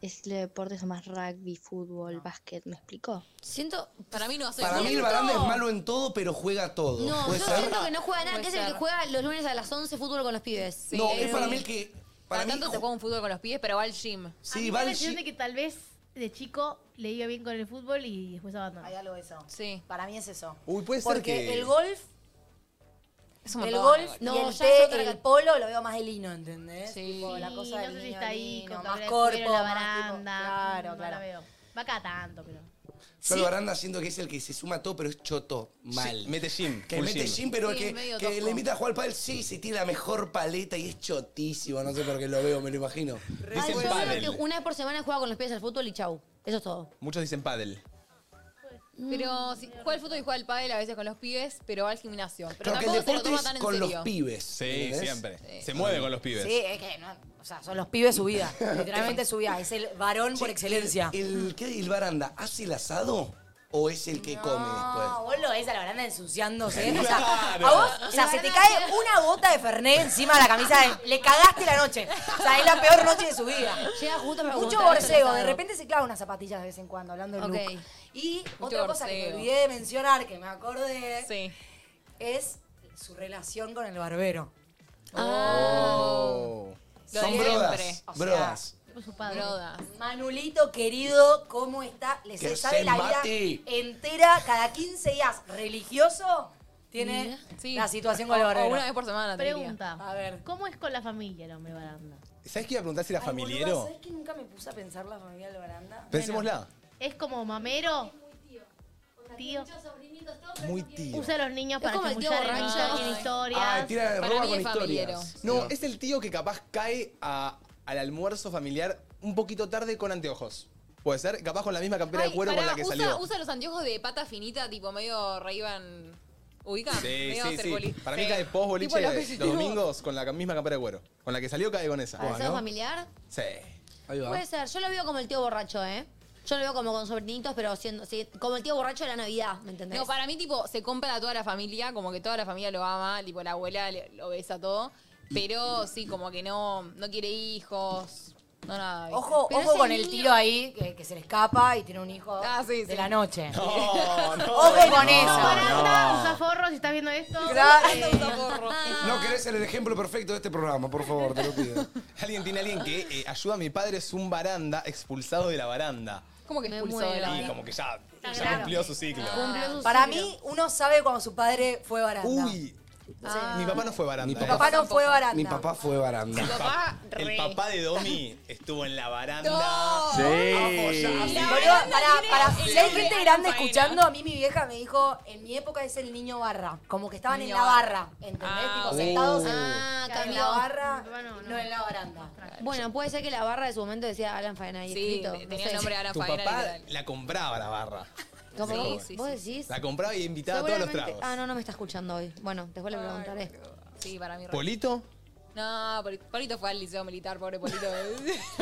M: es el deporte es más rugby, fútbol, básquet, ¿me explicó?
C: Siento,
D: para mí no hace
B: Para mí el baranda es malo en todo, pero juega todo.
C: No,
B: ¿Puede
C: yo
B: ser?
C: siento que no juega nada,
D: Puede
C: que es el que
D: ser.
C: juega los lunes a las 11 fútbol con los pibes.
B: No, es para mí el que.
D: Para tanto se juega un fútbol con los pies, pero va al gym.
E: A mí me da la sensación de que tal vez de chico le iba bien con el fútbol y después abandonó.
I: Hay algo de eso.
D: Sí.
I: Para mí es eso.
A: Uy, puede ser
I: Porque
A: que.
I: el golf,
D: un
I: el
D: montón,
I: golf
C: no,
I: y el,
C: ya es
I: té,
C: otra
I: el
C: cat-
I: polo lo veo más de lino, ¿entendés?
D: Sí.
I: Tipo, la cosa
E: no
I: del
E: sé si
I: lino,
E: está ahí,
I: lino,
E: con
I: más
E: corpo,
I: corpo,
E: la
I: más tipo-
E: baranda.
I: claro,
E: no
I: claro.
E: la veo. Va cada tanto, pero.
B: Yo el
E: Sí.
B: baranda siento que es el que se suma a todo, pero es choto, mal.
A: Sí, mete gym,
B: Que
A: full
B: mete
A: gym.
B: gym, pero
D: Sí,
B: que,
D: medio
B: que
D: tosco.
B: le invita a jugar al pádel, sí, sí, tiene la mejor paleta y es chotísimo. No sé por qué lo veo, me lo imagino.
A: Dicen
C: Yo
A: pádel.
C: creo que una vez por semana juega con los pies al fútbol y chau. Eso es todo.
A: Muchos dicen pádel.
I: Mm.
D: Pero si, juega al fútbol y juega al pádel a veces con los pibes, pero va al gimnasio.
B: Creo
D: Pero
B: que el
D: tampoco se lo
B: deporte
D: toma
B: es
D: tan en
B: con los
D: serio.
B: pibes.
A: Sí,
B: ¿entendés?
A: siempre. Se mueve con los pibes.
I: Sí, es que no, o sea, son los pibes su vida. Literalmente su vida. Es el varón por excelencia.
B: El, ¿qué- el baranda hace el asado o es el que
I: No,
B: come después?
I: Ah, vos lo ves a la baranda ensuciándose. ¿eh? O sea,
B: Claro.
I: a vos, o sea, se te cae una gota de Fernet encima de la camisa. de- le cagaste la noche. O sea, es la peor noche de su vida.
C: Llega justo para
I: Mucho
C: preguntar,
I: borseo.
C: ¿no?
I: De repente se clava unas zapatillas de vez en cuando, hablando del
C: Ok.
I: look. Y
D: Mucho
I: otra cosa que me
D: borseo.
I: olvidé de mencionar, que me acordé,
D: Sí.
I: es su relación con el barbero.
A: Oh.
I: Lo
B: Son
I: de
B: brodas.
I: siempre. O sea,
B: brodas.
E: Su padre.
D: Brodas.
I: Manulito querido, ¿cómo está? ¿Le
B: ¿Qué
I: sabe
B: hacés,
I: la
B: Mati?
I: vida entera? Cada 15 días religioso tiene
D: Sí.
I: la situación con el
D: O- o
I: barbero.
D: una vez por semana, te
E: Pregunta.
I: A ver.
E: ¿Cómo es con la familia el hombre baranda?
A: ¿Sabes qué iba a preguntar si era familiero?
I: ¿Sabes que nunca me puse a pensar la familia del baranda?
A: Pensémosla.
E: ¿Es como mamero? Tío.
A: Muy tío.
E: Usa a los niños
C: Es
E: para
C: como el tío
E: chapullar en
C: borracho.
E: Instagram, en historias.
B: Ah, tira de
D: Para
B: roba
D: mí
B: con
D: es familiero.
B: historias.
A: No, es el tío que capaz cae a- al almuerzo familiar un poquito tarde con anteojos. Puede ser, capaz con la misma campera
D: Ay,
A: de cuero con
D: pará,
A: la que
D: usa,
A: salió.
D: usa los anteojos de pata finita, tipo medio Ray-Ban. ¿Ubican?
A: Sí,
D: medio
A: sí, sí.
D: cercoli-
A: Para mí
D: Sí.
A: cae post boliche
D: Tipo lo que
A: los
D: se tiró.
A: domingos con la misma campera de cuero. Con la que salió cae con esa.
C: ¿Al asado familiar?
A: Sí.
B: Ahí
C: Puede ser. Yo lo veo como el tío borracho, ¿eh? Yo lo veo como con sobrinitos, pero siendo, sí, como el tío borracho de la Navidad, ¿me entendés?
D: No, para mí, tipo, se compra a toda la familia, como que toda la familia lo ama, tipo, la abuela le- lo besa todo. Pero sí, como que no, no quiere hijos, no nada. ¿viste?
I: Ojo,
C: Pero
I: ojo
C: ese
I: con el
C: niño-
I: tiro ahí, que, que se le escapa y tiene un hijo
D: Ah, sí,
I: de
D: sí.
I: la noche.
A: No, no.
I: Ojo con
A: no,
I: eso.
E: Baranda,
A: no.
E: usa forro si estás viendo esto.
I: Claro.
B: No querés ser el ejemplo perfecto de este programa, por favor, te lo pido.
A: Alguien tiene alguien que eh, ayuda a mi padre, es un baranda expulsado de la baranda.
D: Como que
C: Me
D: expulsó
C: muero.
D: de la
A: Y como que ya, ya
E: claro.
C: Ah.
A: cumplió su ciclo.
C: Cumplió su
I: Para
C: ciclo.
I: mí, uno sabe cuando su padre fue baranda.
A: Uy, Ah. Mi papá no fue baranda.
B: Mi
A: ¿eh?
B: papá, Mi papá fue baranda.
A: Mi papá
B: re.
A: El papá de Domi estuvo en la baranda.
I: No.
B: Sí.
A: apoyado.
B: La
I: Boludo, para, para,
A: Sí.
I: si hay gente grande escuchando, a mí mi vieja me dijo, en mi época es el niño barra. Como que estaban en
C: Niño
I: la
C: barra.
I: barra, ¿entendés?
C: Ah,
I: tipo
C: ok.
I: sentados en,
C: Ah,
I: en
C: cambió.
I: la barra, no,
C: no.
I: en la baranda.
C: Bueno, puede ser que la barra de su momento decía Alan Faena ahí escrito. no sé.
A: Tu papá la compraba la barra.
C: Como
A: Sí,
C: vos,
A: sí,
C: vos
A: sí.
C: decís.
A: La compraba y invitaba a todos los
C: Seguramente-
A: tragos.
C: Ah, no, no me está escuchando hoy. Bueno, después le preguntaré.
D: Sí, para mí. re.
A: ¿Polito?
D: No, Poli- Polito fue al liceo militar, pobre Polito.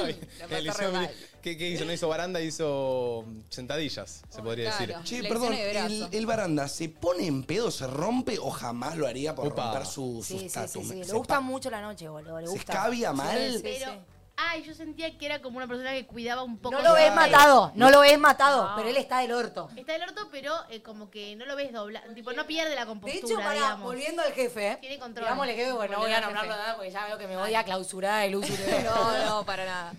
A: El liceo mili- ¿Qué, qué hizo? No hizo baranda, hizo sentadillas, se podría
D: claro.
A: decir.
D: Lecciones
B: Che, perdón,
D: de brazo.
B: el, el baranda se pone en pedo, se rompe o jamás lo haría por
A: Opa.
B: romper su,
I: Sí,
B: sus
I: sí, sí,
B: tatu?
I: sí.
B: Se
I: Le gusta mucho la noche, boludo. Le
B: ¿Se
I: gusta.
B: escabia mal?
I: Sí, sí,
E: pero,
I: sí.
E: ay, yo sentía que era como una persona que cuidaba un poco.
I: No lo ves
E: de-
I: matado, no lo ves matado,
E: No.
I: pero él está del orto.
E: Está el orto, pero eh, como que no lo ves doblado. Tipo, no pierde la
I: De
E: compostura,
I: hecho, para,
E: digamos.
I: volviendo al jefe, ¿eh?
E: Tiene control.
I: digámosle jefe, porque no voy
E: Volviendo
I: a
E: al
I: nombrarlo
E: jefe.
I: nada, porque ya veo que me voy a clausurar el uso.
D: No, no, para nada.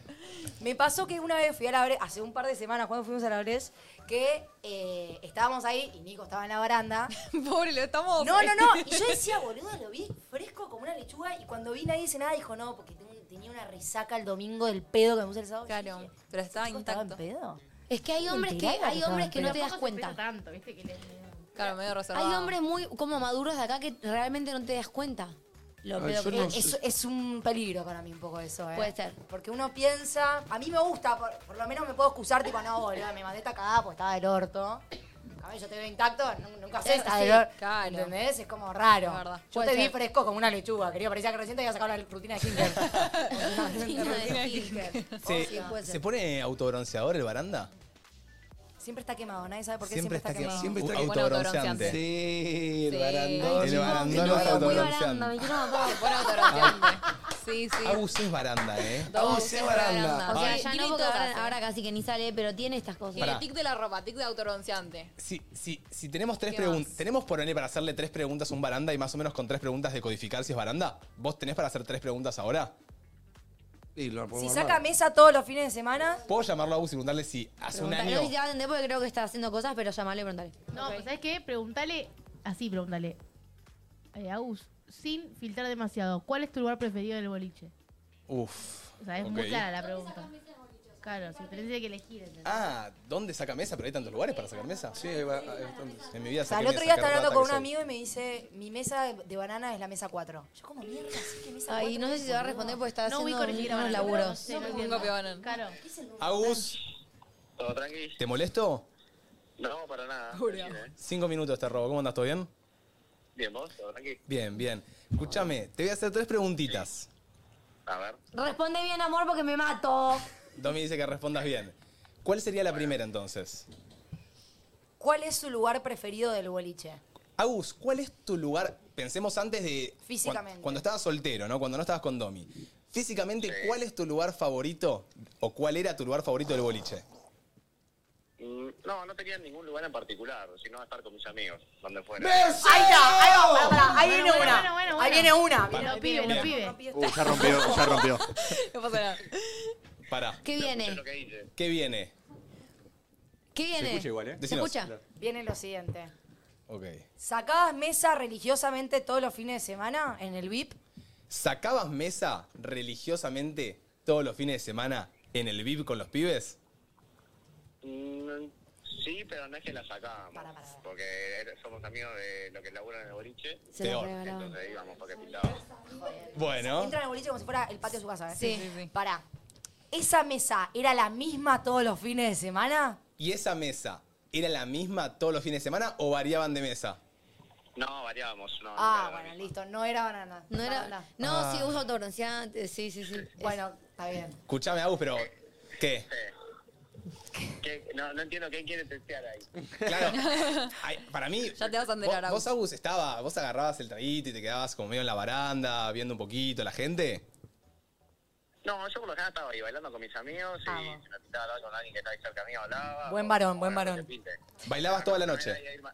I: Me pasó que una vez fui a la Bres, hace un par de semanas cuando fuimos a la Bres, que eh, estábamos ahí y Nico estaba en la baranda.
D: Pobre, lo estamos.
I: No, no, no. Y yo decía, boludo, lo vi fresco como una lechuga y cuando vi nadie dice nada dijo no, porque ten- tenía una risaca el domingo del pedo que me puse el sábado. Claro,
D: pero estaba
I: intacto. pedo?
C: Es que hay hombres que,
I: Mentira,
C: hay
I: que
C: hombres
I: estaban
C: que no
I: pedos.
C: te das
I: Tampoco se
C: cuenta.
E: Tanto, viste que le...
D: Claro, medio
C: Hay
D: reservado.
C: hombres muy como maduros de acá que realmente no te das cuenta. Lo
I: Ay,
C: pedo
I: yo
C: que
I: no
C: es.
I: sé. Eh, es, es un peligro para mí un poco eso, ¿eh?
C: Puede ser.
I: Porque uno piensa, a mí me gusta, por, por lo menos me puedo excusar, tipo, no, boludo, me mandé esta cagada porque estaba del orto. A ver, yo te veo intacto, nu- nunca sé,
D: Es-
I: está
D: sí,
I: del orto.
D: claro.
I: ¿Entendés? Es como raro.
D: Es verdad.
I: Yo
D: Puede
I: te vi
D: ser.
I: fresco como una lechuga, querido, parecía que recién te había sacado la rutina de Tinder.
C: Rutina de Oh,
I: Rutina de
C: Tinder.
I: Tinder.
A: ¿Se,
I: Sí, puede ser.
A: ¿se pone autobronceador el baranda?
I: Siempre está quemado, nadie sabe por qué
A: Siempre
I: siempre,
A: está
I: está quemado.
A: quemado. Siempre está Bueno, quemado. autobronceante.
B: Sí, el
A: Sí.
B: barandón.
A: El barandón es autobronceante.
D: Ah, Sí, sí.
A: Agus es baranda, ¿eh?
D: Agus
B: es baranda.
C: O sea,
A: Ay,
C: ya
D: tiene
C: no porque
D: todas,
C: ahora,
D: eh.
C: ahora casi que ni sale, pero tiene estas cosas.
A: Pará.
D: Tiene tic de la ropa, tic de autobronceante.
A: si, si, si tenemos tres
D: ¿Qué
A: preguntas, tenemos por venir para hacerle tres preguntas a un baranda y más o menos con tres preguntas de codificar si es baranda. ¿Vos tenés para hacer tres preguntas ahora?
B: Sí, lo
I: Si saca mesa todos los fines de semana,
A: ¿Puedo llamarlo a Agus y preguntarle si hace un
C: Preguntale. No sé
A: año?
C: si te va a atender porque creo que está haciendo cosas, pero llamale y preguntale.
E: No, pues ¿sabes qué? Pregúntale, así pregúntale. Eh, Agus, sin filtrar demasiado, ¿cuál es tu lugar preferido del boliche?
A: Uf.
E: O sea, es
A: ok.
E: muy clara la pregunta. Claro, si tenés que elegir. ¿entendés?
A: Ah, ¿dónde saca mesa? Pero hay tantos lugares para sacar mesa. Sí, hay, tantos. En mi vida
I: O sea, el
A: saqué
I: otro día
A: mesa, qué
I: estaba hablando con
A: rata que
I: un
A: soy.
I: amigo y me dice, mi mesa de- de banana es la mesa 4. Yo como, mierda, sí que mesa 4.
C: Ay, no sé si te va a responder porque está haciendo
E: ubico ni siquiera
C: unos
E: banana.
C: laburos.
E: No sé, no
C: No,
E: entiendo.
C: nunca
E: Claro.
A: Agus.
N: ¿Todo tranqui?
A: ¿Te molesto?
N: No, para nada. Tranquilo, ¿eh?
A: Cinco minutos te robo. ¿Cómo andas? ¿Todo bien?
N: Bien, vos, todo tranqui.
A: Bien, bien. Escúchame, te voy a hacer tres preguntitas.
N: A ver.
C: Responde bien, amor, porque me mato.
A: Domi dice que respondas bien. ¿Cuál sería la primera entonces?
I: ¿Cuál es su lugar preferido del boliche?
A: Agus, ¿cuál es tu lugar? Pensemos antes de. cuan-
I: Físicamente.
A: Cuando, estabas soltero, ¿no? Cuando no estabas con Domi. Físicamente, ¿cuál es tu lugar favorito? ¿O cuál era tu lugar favorito del boliche?
N: Mm, No, no tenía ningún lugar en particular, sino estar con mis amigos, donde fuera.
I: Ahí está, ahí va, pará, pará, ahí
E: Bueno,
I: viene
E: bueno,
I: una.
E: bueno, bueno,
I: Ahí
E: bueno.
I: viene una.
E: Los pibes, los pibes.
F: Uh, ya rompió, ya rompió.
D: No pasa nada.
A: Pará.
C: ¿Qué viene?
N: eh.
A: ¿Qué viene?
C: ¿Qué viene?
A: Se escucha igual, ¿eh?
C: ¿Se
A: Decinos.
C: escucha?
I: Viene lo siguiente.
A: Ok.
I: ¿Sacabas mesa religiosamente todos los fines de semana en el VIP?
A: ¿Sacabas mesa religiosamente todos los fines de semana en el VIP con los pibes?
N: Mm, Sí, pero no es que la sacábamos, porque er- somos amigos de lo que laburan en el boliche.
A: Se la Peor. regalaban.
N: Entonces íbamos porque pintábamos.
A: Bueno.
I: Entra en el boliche como si fuera el patio de su casa, ¿eh?
N: Sí. Sí, sí, sí.
I: Pará. ¿Esa mesa era la misma todos los fines de semana?
A: ¿Y esa mesa era la misma todos los fines de semana o variaban de mesa?
N: No, variábamos, no.
I: Ah, bueno, listo. No era banana.
C: No era.
I: Banana.
C: No,
A: Ah.
C: sí, uso autobronceante. Sí, sí, sí.
I: Bueno, está bien.
A: Escuchame, Agus, pero. ¿Qué?
N: ¿Qué- no, no entiendo qué quiere testear ahí.
A: Claro. Ay, para mí.
D: Ya te vas a enterar,
A: vos,
D: Agus.
A: vos, Agus, estaba, vos agarrabas el traguito y te quedabas como medio en la baranda, viendo un poquito la gente.
N: No, yo por lo general estaba ahí bailando con mis amigos y si me pintaba hablar con alguien que estaba ahí cerca mío, hablaba.
I: Buen varón, buen
N: Bueno,
I: varón.
N: que pinte.
A: Bailabas toda la
N: Ahí,
A: noche.
N: ahí, ma-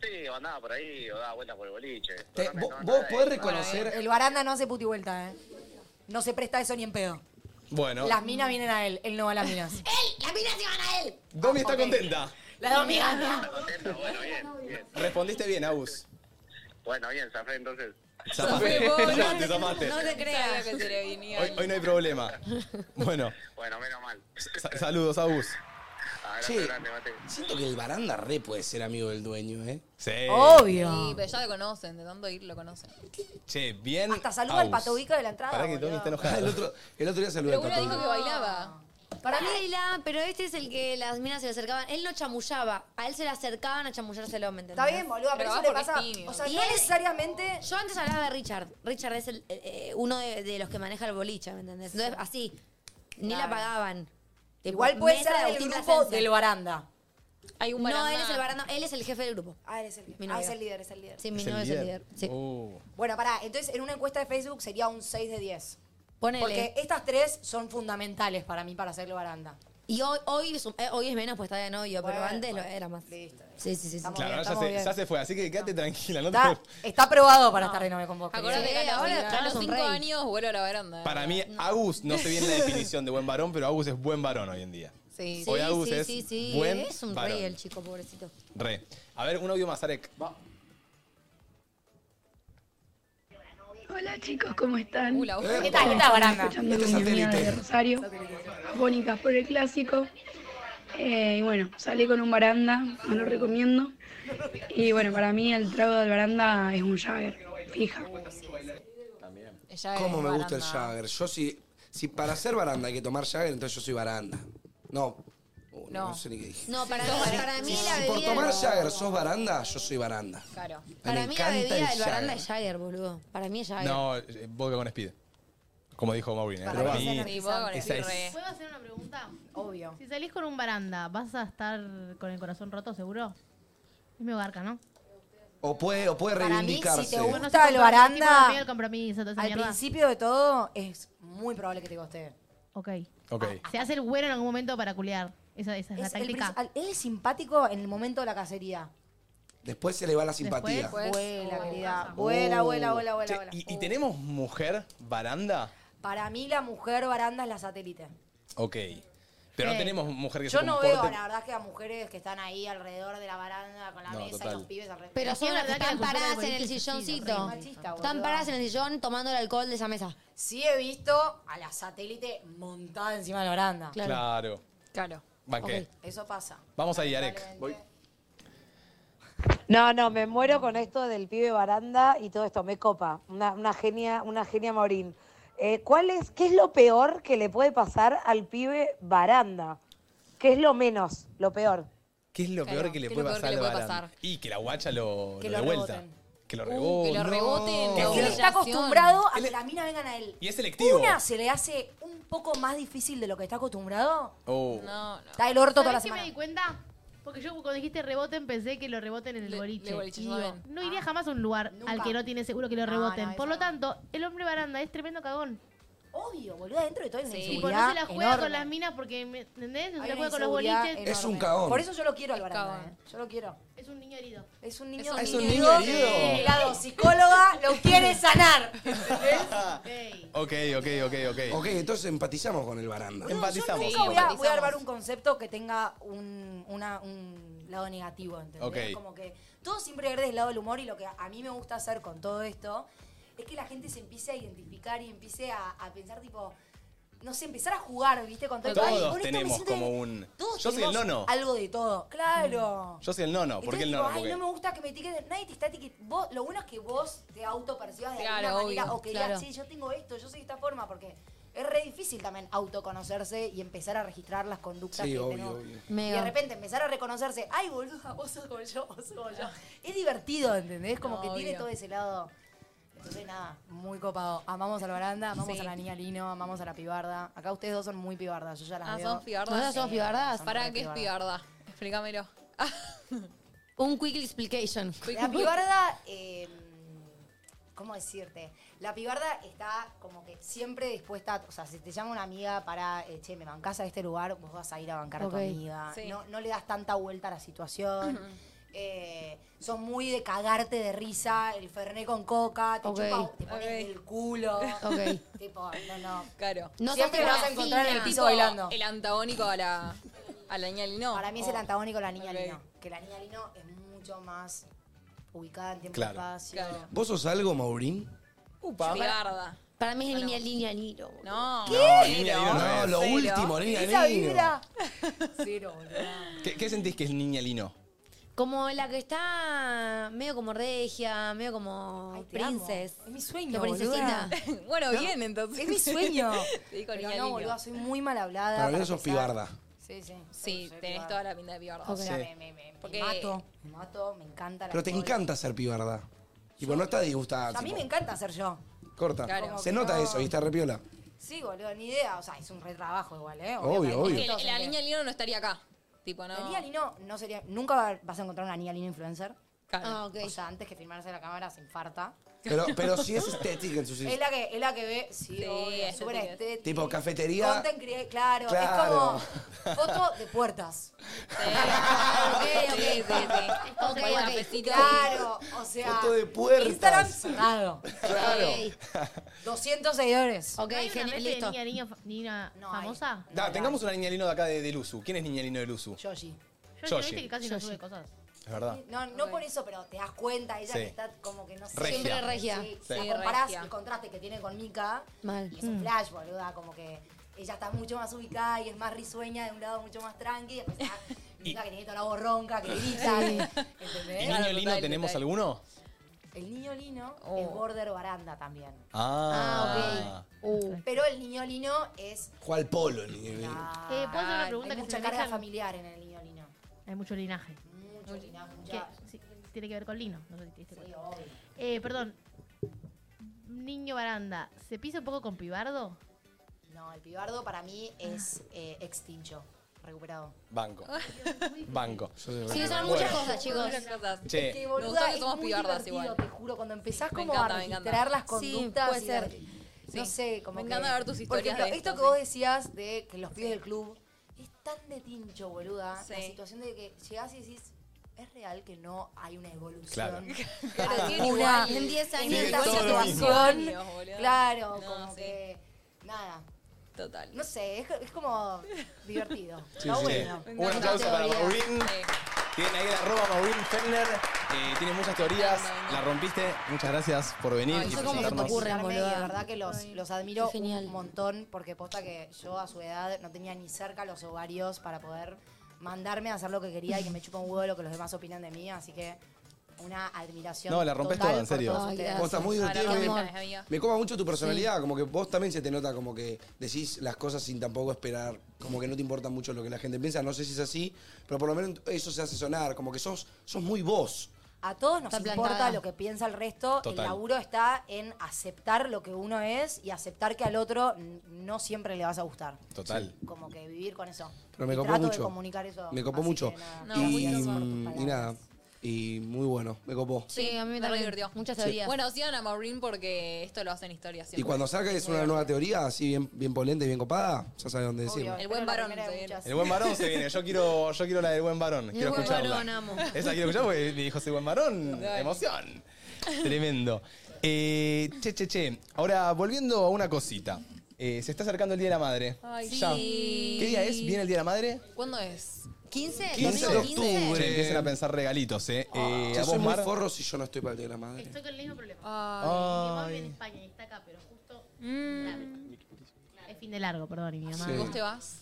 N: Sí, o andaba por ahí o daba vueltas por el boliche.
B: Te-
N: Totalmente,
B: vos-
N: no,
B: vos
N: nada,
B: podés
N: nada.
B: reconocer-
I: El baranda no hace puti vuelta, ¿eh? No se presta eso ni en pedo.
A: Bueno.
I: Las minas vienen a él, él no va a las minas.
C: ¡Las minas se van a él!
A: Domi está contenta.
I: Las dos minas.
A: Respondiste bien, Agus.
N: Bueno, bien, zafé entonces.
A: Zafé. Zafate, zafate.
D: No te creas.
A: Hoy, hoy no hay problema. Bueno,
N: Bueno, menos mal.
A: sa- saludos, Agus.
B: Che, siento que el baranda re puede ser amigo del dueño, ¿eh?
A: Sí.
I: Oh.
D: Sí, pero ya lo conocen, de tanto ir lo conocen.
A: Che, bien.
I: Hasta saluda al
A: Agus.
I: patobico de la entrada.
A: Pará que Tony está enojado.
B: Ah, El otro, el otro día saludé
D: Pero uno
B: al
D: dijo que
B: Pato.
D: bailaba.
C: Para mí bailaba, pero este es el que las minas se le acercaban. Él no chamullaba. A él se le acercaban a chamullárselo, ¿me entendés?
I: Está bien, boluda, pero, eso le pasa. O sea,
C: Y
I: no
C: él-
I: necesariamente.
C: Yo antes hablaba de Richard. Richard es el, eh, eh, uno de, de los que maneja el boliche, ¿me entendés? Entonces, así. Ni la
I: Claro.
C: pagaban. Tipo,
I: Igual puede
C: mesa
I: ser
C: de
I: del
C: Agustín
I: grupo
C: Plasencia.
I: del baranda.
D: Hay un
C: No,
I: barandal.
C: él es el baranda. Él es el jefe del grupo.
I: Ah, él es el
C: Mi
I: líder.
C: novio.
I: Ah, es el líder, es el líder.
C: Sí, mi novio es el líder. Sí.
A: Oh. Uh.
I: Bueno, pará, entonces en una encuesta de Facebook sería un 6 de 10.
C: Ponele.
I: Porque estas tres son fundamentales para mí para hacerlo baranda.
C: Y hoy, hoy, es, un- eh, hoy es menos, pues está de novio, pero
I: Bueno,
C: antes
I: bueno,
C: lo era más. Sí, sí, sí. sí.
A: Claro, ahora ya se, ya se fue, así que quédate tranquila. No te
I: Está, está aprobado para estar de novio con vos.
D: Acordate
I: querido.
D: que a
C: ahora
D: los- a
C: Carlos
D: los
C: es un
D: cinco
C: rey.
D: años vuelo a la baranda.
A: Para mí, Agus, no sé bien la definición de buen varón, pero Agus es buen varón hoy en día.
D: Sí,
A: Hoy Agus es buen
C: Es un
A: varón.
C: rey el chico, pobrecito.
A: Re. A ver, un audio más, Arek.
O: Hola chicos, ¿cómo están?
I: hola. ¿Qué tal? ¿Qué tal, Baranda?
O: Escuchando
I: Este
O: con mi amiga
I: satélite.
O: de Rosario, Bónicas por el clásico. Eh, y bueno, salí con un baranda, no lo recomiendo. Y bueno, para mí el trago del baranda es un Jagger, fija.
B: ¿Cómo me gusta el Jagger? Yo sí. Si para ser baranda hay que tomar Jagger, entonces yo soy baranda. No. Oh, no.
C: No.
B: no sé ni qué dije.
C: No, para, para mí la
B: Si por
C: bebida.
B: tomar Jagger sos baranda, yo soy baranda.
C: Claro.
B: Me
C: Para mí la
B: encanta el
C: bebida del
B: Jagger.
C: baranda es Jagger, boludo. Para mí es Jagger.
A: No, eh, vodka con speed. Como dijo Maureen. ¿eh?
C: Para
A: Pero
C: mí
A: para
C: es
A: mí,
C: energizante.
D: Sí,
A: esa es-
E: ¿Puedo hacer una pregunta?
I: Obvio.
E: Si salís con un baranda, ¿vas a estar con el corazón roto seguro? Es mi barca, ¿no?
B: O puede, o puede
I: Para mí,
B: reivindicarse.
I: si te
E: Uno
I: gusta
E: se compra-
I: el
E: tipo, no
I: baranda,
E: pide el compromiso, toda esa
I: al
E: mierda.
I: principio de todo es muy probable que te guste.
E: Ok. Ah,
A: Ok.
I: Ah,
E: Se hace el bueno en algún momento para culiar. Esa, esa es,
I: Es
E: la
I: el
E: táctica.
I: princ- al- él es simpático en el momento de la cacería.
B: Después se le va la simpatía.
E: Pues,
I: Vuela, querida.
B: Oh.
I: Vuela, vuela, vuela,
A: Che,
I: vuela, vuela. Uh.
A: ¿y, y tenemos mujer baranda?
I: Para mí la mujer baranda es la satélite.
A: Ok. Pero no
I: Sí.
A: tenemos mujer que
I: Yo
A: se
I: no
A: comporte.
I: veo, la verdad, que a mujeres que están ahí alrededor de la baranda con la
A: No,
I: mesa y
A: total.
I: los pibes alrededor.
C: Pero son las que están paradas en el
I: Sí,
C: sillóncito.
I: machista,
C: Están
I: boludo.
C: paradas en el sillón tomando el alcohol de esa mesa.
I: Sí he visto a la satélite montada encima de la baranda.
A: Claro. Claro.
D: Claro.
A: Banqué.
I: Eso pasa.
A: Vamos ahí, Arek.
P: No, no, me muero con esto del pibe baranda y todo esto, me copa. Una, una genia, una genia Morín. Eh, ¿cuál es, ¿Qué es lo peor que le puede pasar al pibe baranda? ¿Qué es lo menos, lo peor?
A: ¿Qué es lo
P: Claro,
A: peor que le
P: ¿qué es
A: puede
P: lo peor
A: pasar
P: que
A: al
P: le puede
A: baranda?
P: pasar?
A: Y que la guacha lo,
P: Que
A: lo
P: lo
A: devuelta. Que lo rebote.
D: que lo
A: No.
D: reboten,
A: Que
D: no.
A: sea-
I: Él está acostumbrado a que las minas vengan a él.
A: Y es selectivo.
I: Una se le hace un poco más difícil de lo que está acostumbrado.
A: Oh.
D: No, no.
I: Está el orto toda la
E: ¿Sabés qué
I: semana.
E: me di cuenta? Porque yo cuando dijiste reboten pensé que lo reboten en el boliche.
D: le boliche,
E: Y
D: yo
E: digo,
D: también.
E: no iría jamás a un lugar al que no tiene seguro que lo
I: No,
E: reboten.
I: no,
E: Por lo tanto, el hombre baranda es tremendo cagón.
I: Obvio, boludo, dentro de todo es una
E: Tipo,
I: inseguridad
E: no se la juega
I: enorme.
E: con las minas porque, ¿me entendés? No
I: Hay
E: se la
I: una
E: juega con los
I: inseguridad
E: boliches.
I: enorme.
B: Es un cagón.
I: Por eso yo lo quiero al
B: Es
I: baranda,
B: cagón.
I: ¿eh? Yo lo quiero.
E: Es un niño herido.
I: Es un niño,
B: Es un niño herido.
I: que La psicóloga lo quiere sanar.
A: Ok, ok, ok, ok.
B: Ok, entonces empatizamos con el baranda.
A: Empatizamos.
I: Nunca voy a, voy a armar un concepto que tenga un, una- un lado negativo, ¿entendés?
A: Ok.
I: Como que todo siempre desde el lado del humor y lo que a mí me gusta hacer con todo esto es que la gente se empiece a identificar y empiece a, a pensar, tipo, no sé, empezar a jugar, ¿viste? Con todo esto. Ay, con
A: Todos
I: esto me
A: tenemos
I: siento-
A: como un.
I: todos
A: Yo soy el
I: tenemos
A: nono.
I: Algo de todo, claro.
A: Yo soy el nono. ¿Por qué el
I: Entonces,
A: nono?
I: tipo, Ay,
A: Porque
I: no me gusta que me etiqueten. Nadie te está etiquetando. Vos- Lo bueno es que vos te autopercibas de
D: Claro,
I: alguna manera
D: obvio,
I: o que digas,
D: claro.
I: sí, yo tengo esto, yo soy de esta forma, porque es re difícil también autoconocerse y empezar a registrar las conductas
B: Sí,
I: que
B: obvio,
I: tenemos.
B: obvio.
I: Y
C: Mega.
I: de repente empezar a reconocerse, ay, boluda, vos sos como yo, vos sos como yo. Es divertido, ¿entendés? Como que tiene
D: Obvio.
I: todo ese lado. Entonces, nada, muy copado. Amamos a la baranda, amamos
D: Sí.
I: a la niña Lino, amamos a la pibarda. Acá ustedes dos son muy pibardas, yo ya las
D: Ah,
I: veo.
D: son pibardas.
C: ¿Nosotras somos
I: Sí,
C: pibardas?
I: son
D: ¿Para
I: re
D: qué es
I: pibardas.
D: pibarda? Explícamelo.
C: Un quick explication.
I: La pibarda, eh, ¿cómo decirte? La pibarda está como que siempre dispuesta, o sea, si te llama una amiga para, eh, che, me bancás a este lugar, vos vas a ir a bancar
C: Ok.
I: a tu amiga.
C: Sí.
I: No, no le das tanta vuelta a la situación. Eh, son muy de cagarte de risa, el ferné con coca, te
C: Ok.
I: chupa, te pones el culo.
C: Ok.
I: Tipo, no, no.
D: Claro.
I: No Siempre sos lo vas a encontrar en el piso
D: Tipo,
I: bailando.
D: El antagónico a la, a la niña Lino.
I: Para mí es el
D: Oh.
I: antagónico de la niña
D: Ok.
I: Lino. Que la niña Lino es mucho más ubicada en tiempo
B: Claro.
I: y espacio.
B: ¿Vos sos algo, Maurín?
C: Upa,
D: para,
C: para mí es línea, línea, Niro.
D: No.
B: No, niña, niña, no, lo
C: Cero.
B: último, niña,
C: Esa
B: niño.
C: vibra.
I: Cero,
A: ¿Qué, qué sentís que es niña Lino?
C: Como la que está medio como regia, medio como
I: te amo.
C: princess.
I: Es mi sueño,
C: Como princesita.
I: boluda.
D: Bueno,
I: ¿No?
D: bien, entonces.
I: Es mi sueño.
D: Te digo
I: Pero
D: niña
I: no,
D: niño.
I: boluda, soy muy mal hablada.
B: Para mí
I: para
B: sos
I: empezar.
B: pibarda.
I: Sí, sí.
D: Sí, tenés
I: pibarda.
D: toda la pinta de pibarda.
I: O sea,
B: Sí.
I: me, me, me, me
D: Porque-
I: mato, me mato, me encanta la
B: Pero te
I: alcohol.
B: encanta ser pibarda. Tipo, no está disgustada.
I: A mí
B: tipo,
I: me encanta ser yo.
B: Corta.
I: Claro.
B: Se nota eso y está repiola.
I: Sí, boludo, ni idea. O sea, es un retrabajo igual, ¿eh?
B: Obvio, obvio.
D: Que la- la niña Lino no estaría acá. Tipo, no.
I: La niña Lino no sería. Nunca va- vas a encontrar una niña Lino influencer.
D: Claro.
I: Ah, ok. O sea, antes que filmarse la cámara se infarta.
B: Pero, pero sí es estética en sus
I: Es la que, es la que ve, sí,
D: Sí,
I: obvio,
D: es
I: súper
D: estética.
I: estética.
B: Tipo, cafetería.
I: Content crea- claro,
B: Claro.
I: es como foto de puertas.
D: ok, ok, sí, sí.
I: Ok,
D: Vaya
I: ok,
D: cafecito.
I: Claro, o sea.
B: Foto de puertas.
I: Instagram cerrado.
B: Claro.
I: 200 seguidores.
C: Ok,
E: ¿Hay una
C: genial,
E: mente
C: listo.
E: de niña, niña, fa- niña famosa?
A: Da, tengamos una niña Lino de acá de, de Luzu. ¿Quién es niña Lino de Luzu?
I: Yoshi.
E: Yo
A: Yoshi.
E: viste que casi no
I: Yoshi.
E: sube cosas.
A: Es verdad.
I: No, no por eso, pero te das cuenta, ella
A: Sí.
I: que está como que no sé.
A: Regia. Siempre
C: regia.
I: Sí,
A: Sí.
I: la
A: Sí,
I: comparás
D: regia.
I: el contraste que tiene con Mika.
C: Mal.
I: Y es
E: Mm.
I: un flash, boluda, como que ella está mucho más ubicada y es más risueña, de un lado mucho más tranqui, y después está Mika que tiene toda la voz ronca, que grita. que-
A: ¿Y
I: ¿Entendés?
A: niño Lino tenemos alguno?
I: El niño lino
D: Oh.
I: es border baranda también.
A: Ah,
E: Uh.
I: Pero el niño lino es...
B: Juega al polo el niño Lino.
E: Eh, ¿puedo hacer una
I: Hay
E: pregunta que se
I: mucha
E: me
I: carga
E: dejan?
I: familiar en el niño lino.
E: Hay mucho linaje.
I: Mucho linaje,
E: Que,
I: mucha...
E: sí, tiene que ver con lino. No sé si te diste
I: Sí,
E: cuenta.
I: obvio.
E: Eh, perdón. Niño baranda, ¿se pisa un poco con pibardo?
I: No, el pibardo para mí es eh, extincho, recuperado.
A: Banco. Banco.
C: Sí, son muchas cosas, chicos.
D: Muchas cosas.
A: Che.
I: Es que,
D: Nos
I: boluda,
D: gusta Eh, que
I: es
D: somos
I: muy
D: pibardas
I: divertido,
D: igual.
I: Te juro, cuando empezás
D: Me
I: como
D: encanta,
I: a
D: me encanta.
I: registrar las
C: Sí,
I: conductas.
C: puede
I: y
C: ser.
I: de- No
D: Sí.
I: sé, como
D: Me
I: que-
D: encanta ver tus
I: por
D: historias
I: ejemplo,
D: de
I: esto
D: esto,
I: que vos
D: sí.
I: decías de que los pibes del club es tan de tincho, boluda.
D: Sí.
I: La situación de que llegás y decís, es real que no hay una evolución.
A: Claro.
D: Claro, siguen
I: alguna
D: igual.
C: En 10 años
I: en
A: Sigue
I: esta
A: todo lo mismo.
I: situación.
D: Años, boludo.
I: Claro,
D: No,
I: como
D: sí.
I: que. Nada.
D: Total.
I: No sé, es, es como divertido.
A: Sí,
I: Está
A: sí, sí.
I: bueno.
A: Un aplauso para Maurín. Tienen ahí la arroba Maurín Fenner. Eh, tiene muchas teorías. La rompiste. Muchas gracias por venir
D: Ay,
A: y
D: no
I: sé cómo se te
A: presentarnos.
I: ocurre,
C: Presentarnos.
I: boluda.
C: boluda.
I: La verdad que los, los admiro
C: qué genial.
I: un montón porque posta que yo a su edad no tenía ni cerca los ovarios para poder mandarme a hacer lo que quería y que me chupa un huevo lo que los demás opinan de mí, así que una admiración.
A: No, la rompes
I: total
A: toda, en
I: por
A: serio.
I: todos
C: Ay,
I: ustedes.
C: gracias.
B: Vos estás muy
D: Ahora,
B: divertido.
D: ¿qué
B: Me,
D: mensajes, amiga?
B: me coma mucho tu personalidad. Como que vos también se te nota como que decís las cosas sin tampoco esperar. Como que no te importa mucho lo que la gente piensa. No sé si es así, pero por lo menos eso se hace sonar. Como que sos, sos muy vos.
I: A todos nos
C: Está
I: importa
C: plantada.
I: lo que piensa el resto.
A: Total.
I: El laburo está en aceptar lo que uno es y aceptar que al otro n- no siempre le vas a gustar.
A: Total.
I: Como que vivir con eso.
B: Pero me
I: Y
B: copó
I: trato
B: mucho.
I: de comunicar eso.
B: Me copó
I: así
B: mucho.
I: que nada.
D: No,
B: y, mm,
D: muchas
B: y nada. Y muy bueno. Me copó.
C: Sí, a mí me
D: me
C: también.
D: divirtió.
C: Muchas
B: Sí.
C: teorías.
D: Bueno, sigan a Maureen porque esto lo hacen historias
B: Y cuando salga es una nueva teoría, así bien, bien polenta y bien copada, ya sabe dónde decirlo.
D: El
I: Pero
D: buen
I: la
D: varón
I: primera de
D: se viene.
I: muchas.
A: El buen varón se viene. Yo quiero, yo quiero la del buen varón. Quiero
C: buen
A: escucharla.
C: varón, amo.
A: Esa quiero escuchar porque me dijo soy buen varón.
D: Dale.
A: Emoción. Tremendo. Eh, che, che, che. Ahora, volviendo a una cosita. Eh, se está acercando el Día de la Madre.
D: Ay,
A: Ya.
D: sí.
A: ¿Qué día es? ¿Viene el Día de la Madre?
D: ¿Cuándo es?
C: 15,
A: 15 de
C: domingo 15.
A: octubre. Empiecen a pensar regalitos, ¿eh? eh
B: Yo
A: a
B: soy
A: vos,
B: muy
A: Mar.
B: forro si yo no estoy para el Día de la Madre.
E: Estoy con el mismo problema. Mi mamá vive en
A: Ay.
E: España y está acá, pero justo. Es fin de largo, perdón, y mi mamá.
B: Sí.
D: ¿Vos te vas?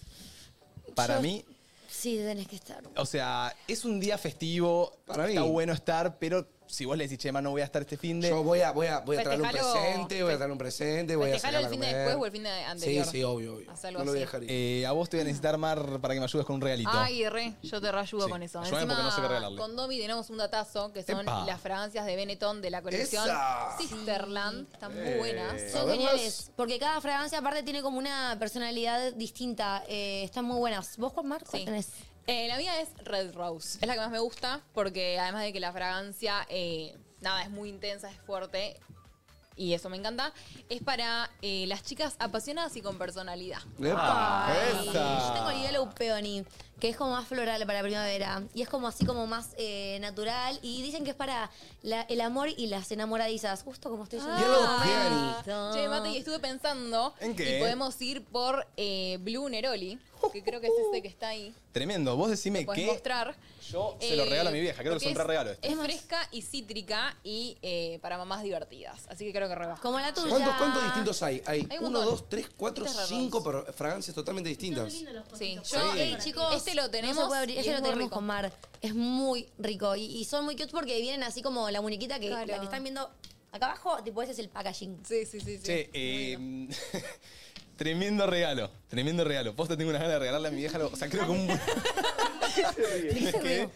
A: Para
C: Yo-
A: mí,
C: Sí, tenés que
B: Eh,
C: estar.
A: o sea, es un día festivo.
B: Para mí.
A: Está bueno estar, pero si vos le decís, che, ma, no voy a estar este fin de.
B: Yo voy a, voy a, voy a traer un
D: Festejalo.
B: presente, voy a traer un presente, voy a
D: ¿Festejalo
B: sacar
D: el fin de después o el fin de anterior?
B: Sí, sí, obvio, obvio.
D: Haz algo
B: No lo voy a
D: así.
B: dejar ir.
A: Eh, a vos te voy a necesitar, Mar, para que me ayudes con un regalito.
D: Ay, re, yo te reayudo
A: Sí,
D: con eso.
A: ayúdame porque no sé qué regalarle.
D: con Domi tenemos un datazo que son
A: Epa.
D: las fragancias de Benetton de la colección
B: ¡Esa!
D: Sisterland. Están muy buenas.
B: Eh.
C: Son
B: A ver,
C: geniales, porque cada fragancia aparte tiene como una personalidad distinta. eh, están muy buenas. ¿Vos, Juan Marco,
D: Sí.
C: tenés?
D: Eh, la mía es Red Rose. Es la que más me gusta porque además de que la fragancia, eh, nada, es muy intensa, es fuerte y eso me encanta, es para eh, las chicas apasionadas y con personalidad.
A: Ah.
B: ¡Epa!
C: Y
A: ¡Esa!
C: Yo tengo el Yellow Peony, que es como más floral para primavera. Y es como así como más eh, natural. Y dicen que es para la- el amor y las enamoradizas. Justo como estoy yo.
D: Ah. Che, Mate, y estuve pensando
A: ¿En qué?
D: y podemos ir por eh, Blue Neroli, que creo que es este que está ahí.
A: Tremendo. Vos decime
D: Puedes
A: qué.
D: mostrar.
A: Yo se lo
D: Eh,
A: regalo a mi vieja, creo que
D: porque
A: es un re
D: es-
A: regalo esto.
D: Es fresca y cítrica y eh, para mamás divertidas. Así que creo que rebaja.
C: Como la
B: ¿Cuántos, cuántos distintos hay? Hay
D: Hay un
B: uno,
D: montón.
B: dos, tres, cuatro,
D: Estas raras.
B: cinco pro- fragancias totalmente distintas.
D: Sí,
C: Yo,
B: Sí.
C: hey, chicos,
D: Este lo tenemos
C: no se puede abrir,
D: y
C: este
D: es
C: lo
D: muy
C: tenemos
D: rico.
C: con Mar. Es muy rico y, y son muy cute porque vienen así como la muñequita que,
D: Claro.
C: la que están viendo acá abajo, tipo ese es el packaging.
D: Sí, sí, sí.
A: Che, eh, tremendo regalo, tremendo regalo. Posta tengo unas ganas de regalarle a mi vieja algo. O sea, creo que un... me quedé,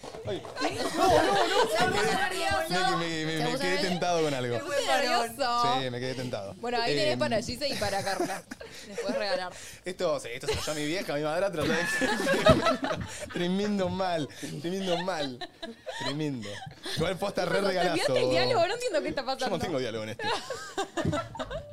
A: me, me- me- me quedé tentado con algo.
D: Me puse nervioso.
A: Sí, me quedé tentado.
D: Bueno, ahí tenés
A: Eh,
D: para Gise y para Carla. Les puedes regalar.
A: Esto, sí, esto se lo llama mi vieja, mi madrastra. ¿sabes? tremendo mal, tremendo mal. Tremendo. Igual posta re regalazo.
D: ¿Cambiaste el diálogo? No entiendo qué está
A: Yo
D: pasando.
A: no tengo diálogo en este.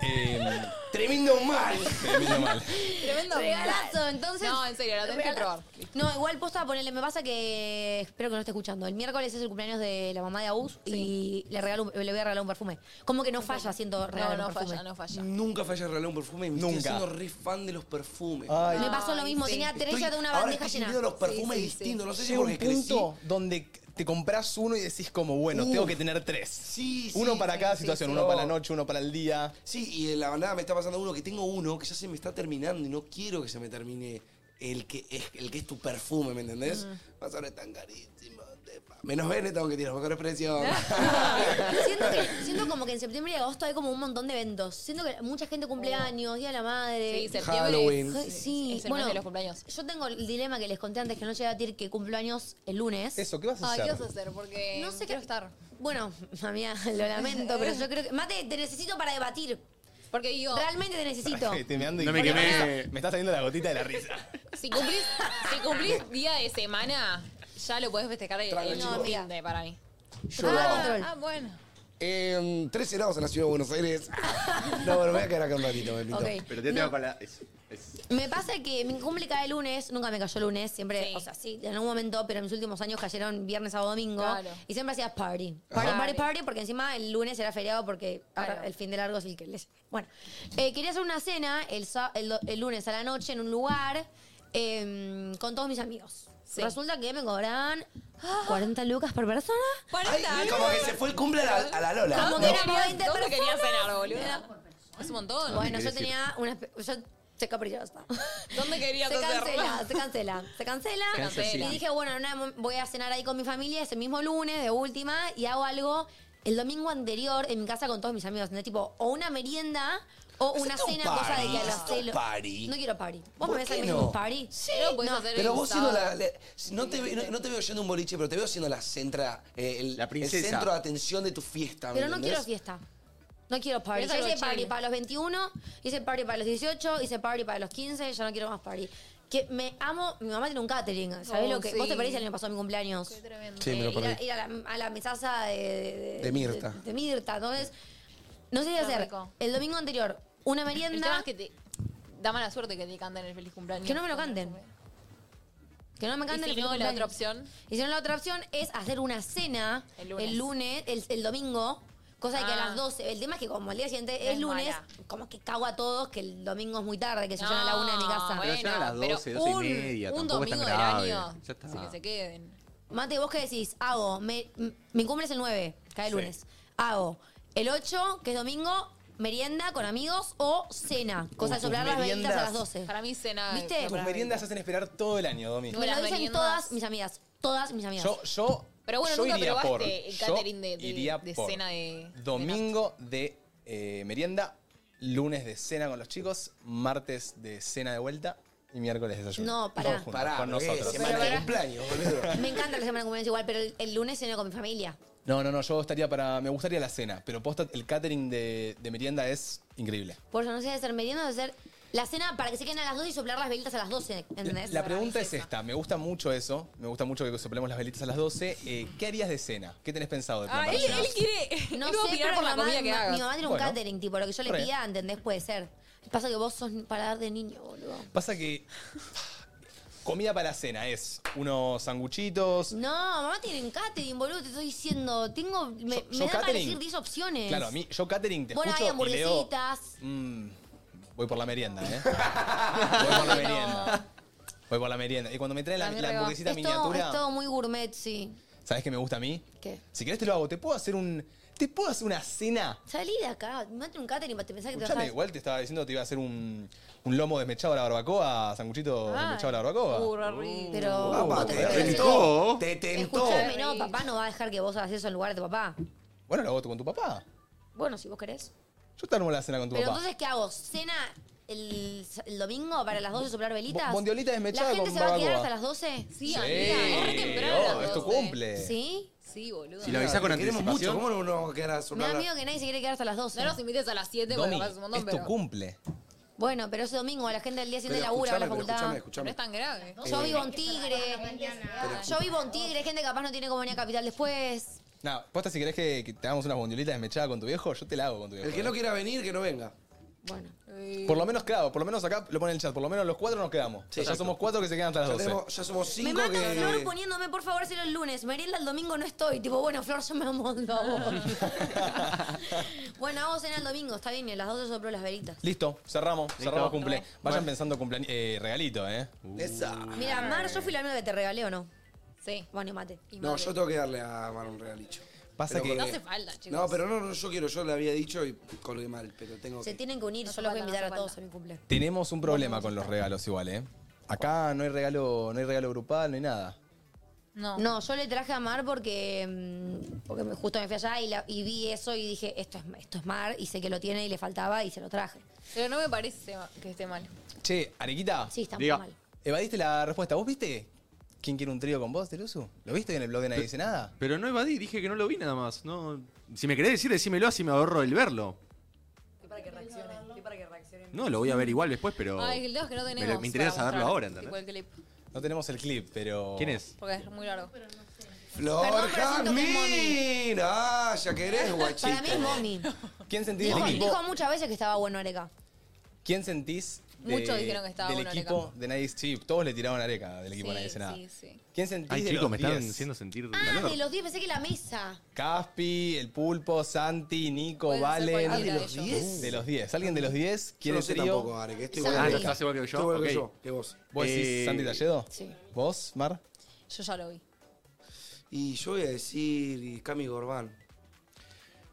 A: Em,
B: Tremendo mal.
A: tremendo mal.
D: Tremendo
C: regalazo, entonces.
D: No, en serio, lo tenés que probar.
C: No, igual posta ponerle, me pasa que espero que no esté escuchando. El miércoles es el cumpleaños de la mamá de Agus y le regalo un- le voy a regalar un perfume. Como que no falla siento regalar
D: no
C: un perfume.
D: falla, no falla.
B: Nunca falla regalar un perfume. Me
A: Nunca. Ah.
B: Estoy siendo re fan de los perfumes.
A: Ay.
C: Me pasó lo mismo,
B: sí.
C: tenía tres
B: Estoy-
C: ya de una
B: ahora
C: bandeja
B: estoy
C: llena.
B: pidiendo los perfumes
C: Sí, sí, sí.
B: distintos. No sé si
A: Llega un
B: porque crecí.
A: punto donde te compras uno y decís como, bueno,
B: Uh.
A: tengo que tener tres.
B: Sí,
A: uno
B: sí,
A: para
B: sí,
A: cada
B: sí,
A: situación,
B: sí. Oh,
A: uno para la noche, uno para el día.
B: Sí, y en la banada me está pasando uno que tengo uno que ya se me está terminando y no quiero que se me termine el que es, el que es tu perfume, ¿me entendés? Más ahora es tan carísimo. te pa- Menos vene tengo que tirar los mejores precios.
C: Siento, que- siento como que en septiembre y agosto hay como un montón de eventos. Siento que mucha gente cumpleaños, Día de la Madre.
D: Oh. Sí, septiembre Halloween.
C: Ay, Sí,
D: es el mes
C: bueno,
D: de los cumpleaños.
C: Yo tengo el dilema que les conté antes que no llegué a decir que cumpleaños el lunes.
A: Eso, ¿qué vas a
D: Ay, ¿qué
A: hacer?
D: vas a hacer? Porque
C: No sé qué
D: Eh, quiero estar.
C: Bueno, amiga, lo lamento, pero yo creo que. Mate, te necesito para debatir.
D: Porque digo.
C: Realmente te necesito.
A: Te me ando y-
F: No me quemé.
A: Me está saliendo la gotita de la risa.
D: Si cumplís, si cumplís día de semana, ya lo podés festejar el,
B: Tranca,
D: el
B: chicos.
D: fin de para mí.
B: Yo lo hago.
D: ah, bueno.
B: En 13 Em, grados en la ciudad de Buenos Aires. No, bueno, voy a quedar acá un ratito, me pintó.
C: Ok.
F: Pero te tengo para eso.
C: Me pasa que mi cumple cae lunes, nunca me cayó lunes, siempre, o sea, sí, en algún momento, pero en mis últimos años cayeron viernes, sábado, domingo.
D: Claro.
C: Y siempre hacía party. Party, party, party, porque encima el lunes era feriado porque ahora el fin de largo es el que les. Bueno, eh, quería hacer una cena el, sa- el do- el lunes a la noche en un lugar em, con todos mis amigos.
D: Sí.
C: Resulta que me cobran 40 lucas por persona.
B: Ay, como que se fue el cumple a la, a la Lola.
C: Como
B: ¿no?
C: que éramos 20
D: ¿Dónde querías
C: personas.
D: cenar, boludo? Es un montón.
C: Bueno, yo tenía una. Yo soy caprichosa.
D: ¿Dónde querías
C: Se
D: hacer?
C: cancela, se cancela, se cancela.
D: Se cancela.
C: Y dije, bueno, nada, voy a cenar ahí con mi familia ese mismo lunes de última y hago algo el domingo anterior en mi casa con todos mis amigos. ¿entendés? Tipo, o una merienda o
B: Hacete
C: una
B: un
C: cena,
B: party,
C: cosa de que a las
B: hacete un
C: seis lo-
B: party.
C: No quiero party. ¿Vos
B: ¿Por
C: me ves a
B: qué
C: mí
B: no?
C: un party?
D: Sí, lo podés hacer
B: Pero
D: el
B: vos siendo la.
D: sábado.
B: la- si no, te, no, no te veo yendo a un boliche, pero te veo siendo la centra, eh, el, el
F: princesa.
B: centro de atención de tu fiesta. ¿me
C: Pero no
B: entendés?
C: quiero fiesta. No quiero party.
D: Pero
C: Ya
D: es algo
C: hice party
D: chill.
C: para los 21, hice party para los 18, hice party para los 15, ya no quiero más party. Que me amo, mi mamá tiene un catering, ¿sabés
D: Oh,
C: lo que? Vos
D: sí.
C: te perdiste el año pasado mi cumpleaños. Qué
D: tremendo.
B: Sí, me lo
C: ir a,
B: perdí.
C: ir a la, a la mesaza de,
B: De Mirta.
C: De, de Mirta, entonces no sé qué
D: Qué
C: hacer.
D: rico.
C: El domingo anterior, una
D: El tema
C: merienda
D: es que te da mala suerte que te canten el feliz cumpleaños.
C: Que no me lo canten. que no me encanta
D: Y si no, la otra opción.
C: Y si no, la otra opción es hacer una cena
D: El
C: el
D: lunes.
C: lunes, el, el domingo, cosa de que
D: Ah.
C: a las 12. El tema es que como el día siguiente
D: No
C: es,
D: es
C: lunes,
D: mala.
C: como que cago a todos que el domingo es muy tarde, que se llena a la
D: No,
C: una de mi casa.
F: Pero llegan a las
D: bueno,
F: 12, 12 y
D: un-
F: media,
D: Un
F: tampoco es tan
D: domingo del
F: grave.
D: año.
F: Ya está.
D: Así que se queden.
C: Mate, ¿vos qué decís? Hago, me, m- mi cumple es el 9, cae el
F: Sí.
C: lunes. Hago el 8, que es domingo, merienda con amigos o cena,
A: Uy,
C: cosa de soplar
A: tus
C: las velitas a
A: meriendas.
C: las 12.
D: Para mí cena.
C: ¿Viste?
D: no,
C: Tus
A: Tus
D: para mí.
A: meriendas hacen esperar todo el año, Domi.
C: Me lo
D: Las
C: dicen
D: meriendas.
C: todas mis amigas, todas mis amigas.
A: Yo, yo,
D: Pero bueno,
A: yo
D: nunca
A: iría
D: probaste
A: por,
D: el
A: yo
D: catering de, de-
A: iría
D: de
A: por
D: cena de.
A: Domingo de eh, merienda, lunes de cena con los chicos, martes de cena de vuelta y miércoles de desayuno.
C: No, pará.
A: Todos juntos,
B: Pará,
A: con
B: porque
A: nosotros.
B: semana de cumpleaños, boludo.
C: Me encanta la semana de cumpleaños igual, pero el, el lunes ceno con mi familia.
A: No, no, no, yo estaría para. Me gustaría la cena, pero posta, el catering de, de merienda es increíble.
C: Por eso no sé de hacer merienda, de hacer la cena para que se queden a las 12 y soplar las velitas a las 12, ¿entendés?
A: La pregunta es esta, me gusta mucho eso, me gusta mucho que soplemos las velitas a las 12. eh, ¿Qué harías de cena? ¿Qué tenés pensado de plan
D: Ah,
A: para
D: él,
A: cenar?
D: él
C: No
D: quiere. él va a
C: sé,
D: opinar
C: pero
D: por
C: mi
D: la
C: mamá-
D: comida que
C: mi-
D: hagas.
C: Mi mamá tiene un
A: Bueno.
C: catering, tipo, lo que yo le
A: Re.
C: pida, ¿entendés? Puede ser. Pasa que vos sos para dar de niño, boludo.
A: Pasa que comida para cena es unos sanguchitos.
C: No, mamá tiene un catering, boludo, te estoy diciendo. Tengo, me,
A: Yo-
C: me
A: yo
C: da para
A: catering.
C: elegir 10 opciones.
A: Claro, a mí, yo catering te
C: Bueno, hay
A: escucho y leo.
C: hamburguesitas.
A: mm, voy por la merienda, ¿eh? voy por la merienda. Voy por la merienda. Y cuando me traen la, la hamburguesita
C: es todo,
A: miniatura,
C: es todo muy gourmet, sí.
A: ¿sabes qué me gusta a mí?
C: ¿Qué?
A: Si querés te lo hago. ¿Te puedo hacer un. ¿Te puedo hacer una cena?
C: Salí de acá, mate un catering, te pensás que
A: Escuchame,
C: trabajás.
A: igual te estaba diciendo que te iba a hacer un, un lomo desmechado a la barbacoa, sanguchito desmechado a la barbacoa.
D: Uh,
C: Pero
A: Papá,
C: vos te
A: te
C: tenés que
A: tentó,
C: hacer-
A: te tentó.
C: Escuchame, no, papá no va a dejar que vos hagas eso en lugar de papá.
A: Bueno, lo hago tú con tu papá.
C: Bueno, si vos querés.
A: Yo te armo la cena con tu
C: Pero
A: papá.
C: entonces, ¿qué hago? ¿Cena el, el domingo para las 12 soplar velitas?
A: Bo- bondiolita desmechada
C: ¿La gente
A: con
C: se va a quedar
A: barbacoa.
C: hasta las 12?
D: Sí,
A: amiga, es re temprano a las
B: es tu
A: 12. cumple.
C: ¿Sí?
D: Sí, boludo.
B: Si lo avisás con
A: Te queremos
B: anticipación.
A: mucho,
B: ¿Cómo no nos vamos a quedar a
C: Me da
B: soplar?
C: miedo que nadie se quiere quedar hasta las 12.
D: No nos invites a las 7 porque
A: Domi,
D: pasa un montón,
A: es tu
D: pero.
A: cumple.
C: Bueno, pero ese domingo la gente del día siguiente
A: Pero
C: labura, va a la
A: escuchame,
C: facultad.
A: pero escuchame, escuchame.
D: No es tan grave.
C: Yo
A: Eh,
C: vivo en Tigre. Yo vivo en Tigre, gente capaz no tiene como venir a Capital después.
A: No, posta, si querés que, que te hagamos unas bondiolitas desmechadas con tu viejo, yo te la hago con tu viejo.
B: El que no quiera venir, que no venga.
F: Ah,
C: Bueno.
A: Por lo menos, claro, por lo menos acá lo pone en el chat, por lo menos los cuatro nos quedamos. O sea, ya
B: exacto.
A: somos cuatro que se quedan hasta las
B: Ya
A: 12.
B: tenemos- ya somos
C: Me mata Flor poniéndome, por favor, hacerlo el lunes. Merienda el domingo no estoy. Tipo, bueno, Flor, yo me amo bueno, hago cena el domingo, está bien. Y a las 12 soplo las velitas.
A: Listo, cerramos,
F: Listo.
A: cerramos cumple.
F: Bueno.
A: Vayan pensando cumple, eh, regalito, ¿eh?
B: Esa.
C: Mira, Mar, yo fui la única que te regalé, ¿o no?
D: Sí.
C: Bueno, y mate.
B: No, yo tengo que darle a Mar un regalicho.
A: Pasa
B: Pero
A: que-
B: colgué.
D: No hace falta, chicos.
B: No, pero no, no, yo quiero, yo le había dicho y colgué mal, pero tengo
C: Se
B: que.
C: tienen que unir, yo los voy a invitar a todos a mi cumple.
A: Tenemos un problema con los regalos igual, ¿eh? Acá no hay regalo, no hay regalo grupal, no hay nada.
D: No.
C: No, yo le traje a Mar porque, mm, porque me- justo me fui allá y, la- y vi eso y dije, esto es, esto es Mar y sé que lo tiene y le faltaba y se lo traje.
D: Pero no me parece que esté mal.
A: Che, Arequita.
C: Sí, está un Diga. poco mal.
A: Evadiste la respuesta. ¿Vos viste quién quiere un trío con vos, Terusu? ¿Lo viste en el blog de Nadie Dice Nada?
F: Pero no evadí, dije que no lo vi nada más. No, si me querés decir, decímelo así me ahorro el verlo.
I: para que reaccionen. que para que reaccionen.
F: No, lo voy a ver igual después, pero.
D: Ay, el dedo que no
F: me lo-
D: tenemos.
F: me interesa
D: para
F: saberlo
D: mostrar,
F: ahora, ¿entendés?
D: Tipo el clip.
A: No tenemos el clip, pero.
F: ¿Quién es?
D: Porque es muy largo.
B: ¡Flor
C: siento que es
B: Jazmín! ¡Ah, ya querés, guachita!
C: Para mí es Momi.
A: ¿Quién sentís
C: Dijo,
A: del equipo?
C: dijo muchas veces que estaba bueno Areca.
A: ¿Quién sentís de-
C: Muchos dijeron que estaba
A: del
C: bueno
A: equipo
C: Areca.
A: de Nadie Sí, todos le tiraban a Areca del equipo de Nadie Dice Nada.
C: sí, sí.
A: ¿Quién sentís
F: Ay,
A: de
F: chicos,
A: los
F: me están
A: 10?
F: haciendo sentir
C: Ah,
F: calor.
C: de los 10 pensé que la mesa.
A: Caspi, El Pulpo, Santi, Nico,
C: Pueden ser
A: Valen.
C: cualquiera de ellos.
A: De los 10. ¿Alguien de los 10
B: Yo
A: quiere
B: no sé
A: trío?
B: este tampoco, Are, que estoy
F: Santi.
B: igual
F: Ah,
B: que
F: ¿estás igual que yo?
B: Estoy igual
F: Ok.
B: que yo, que vos.
A: ¿Vos decís
F: Eh,
A: Santi Talledo?
C: Sí.
A: ¿Vos, Mar?
D: Yo ya lo vi.
B: Y yo voy a decir y Cami Gorbán.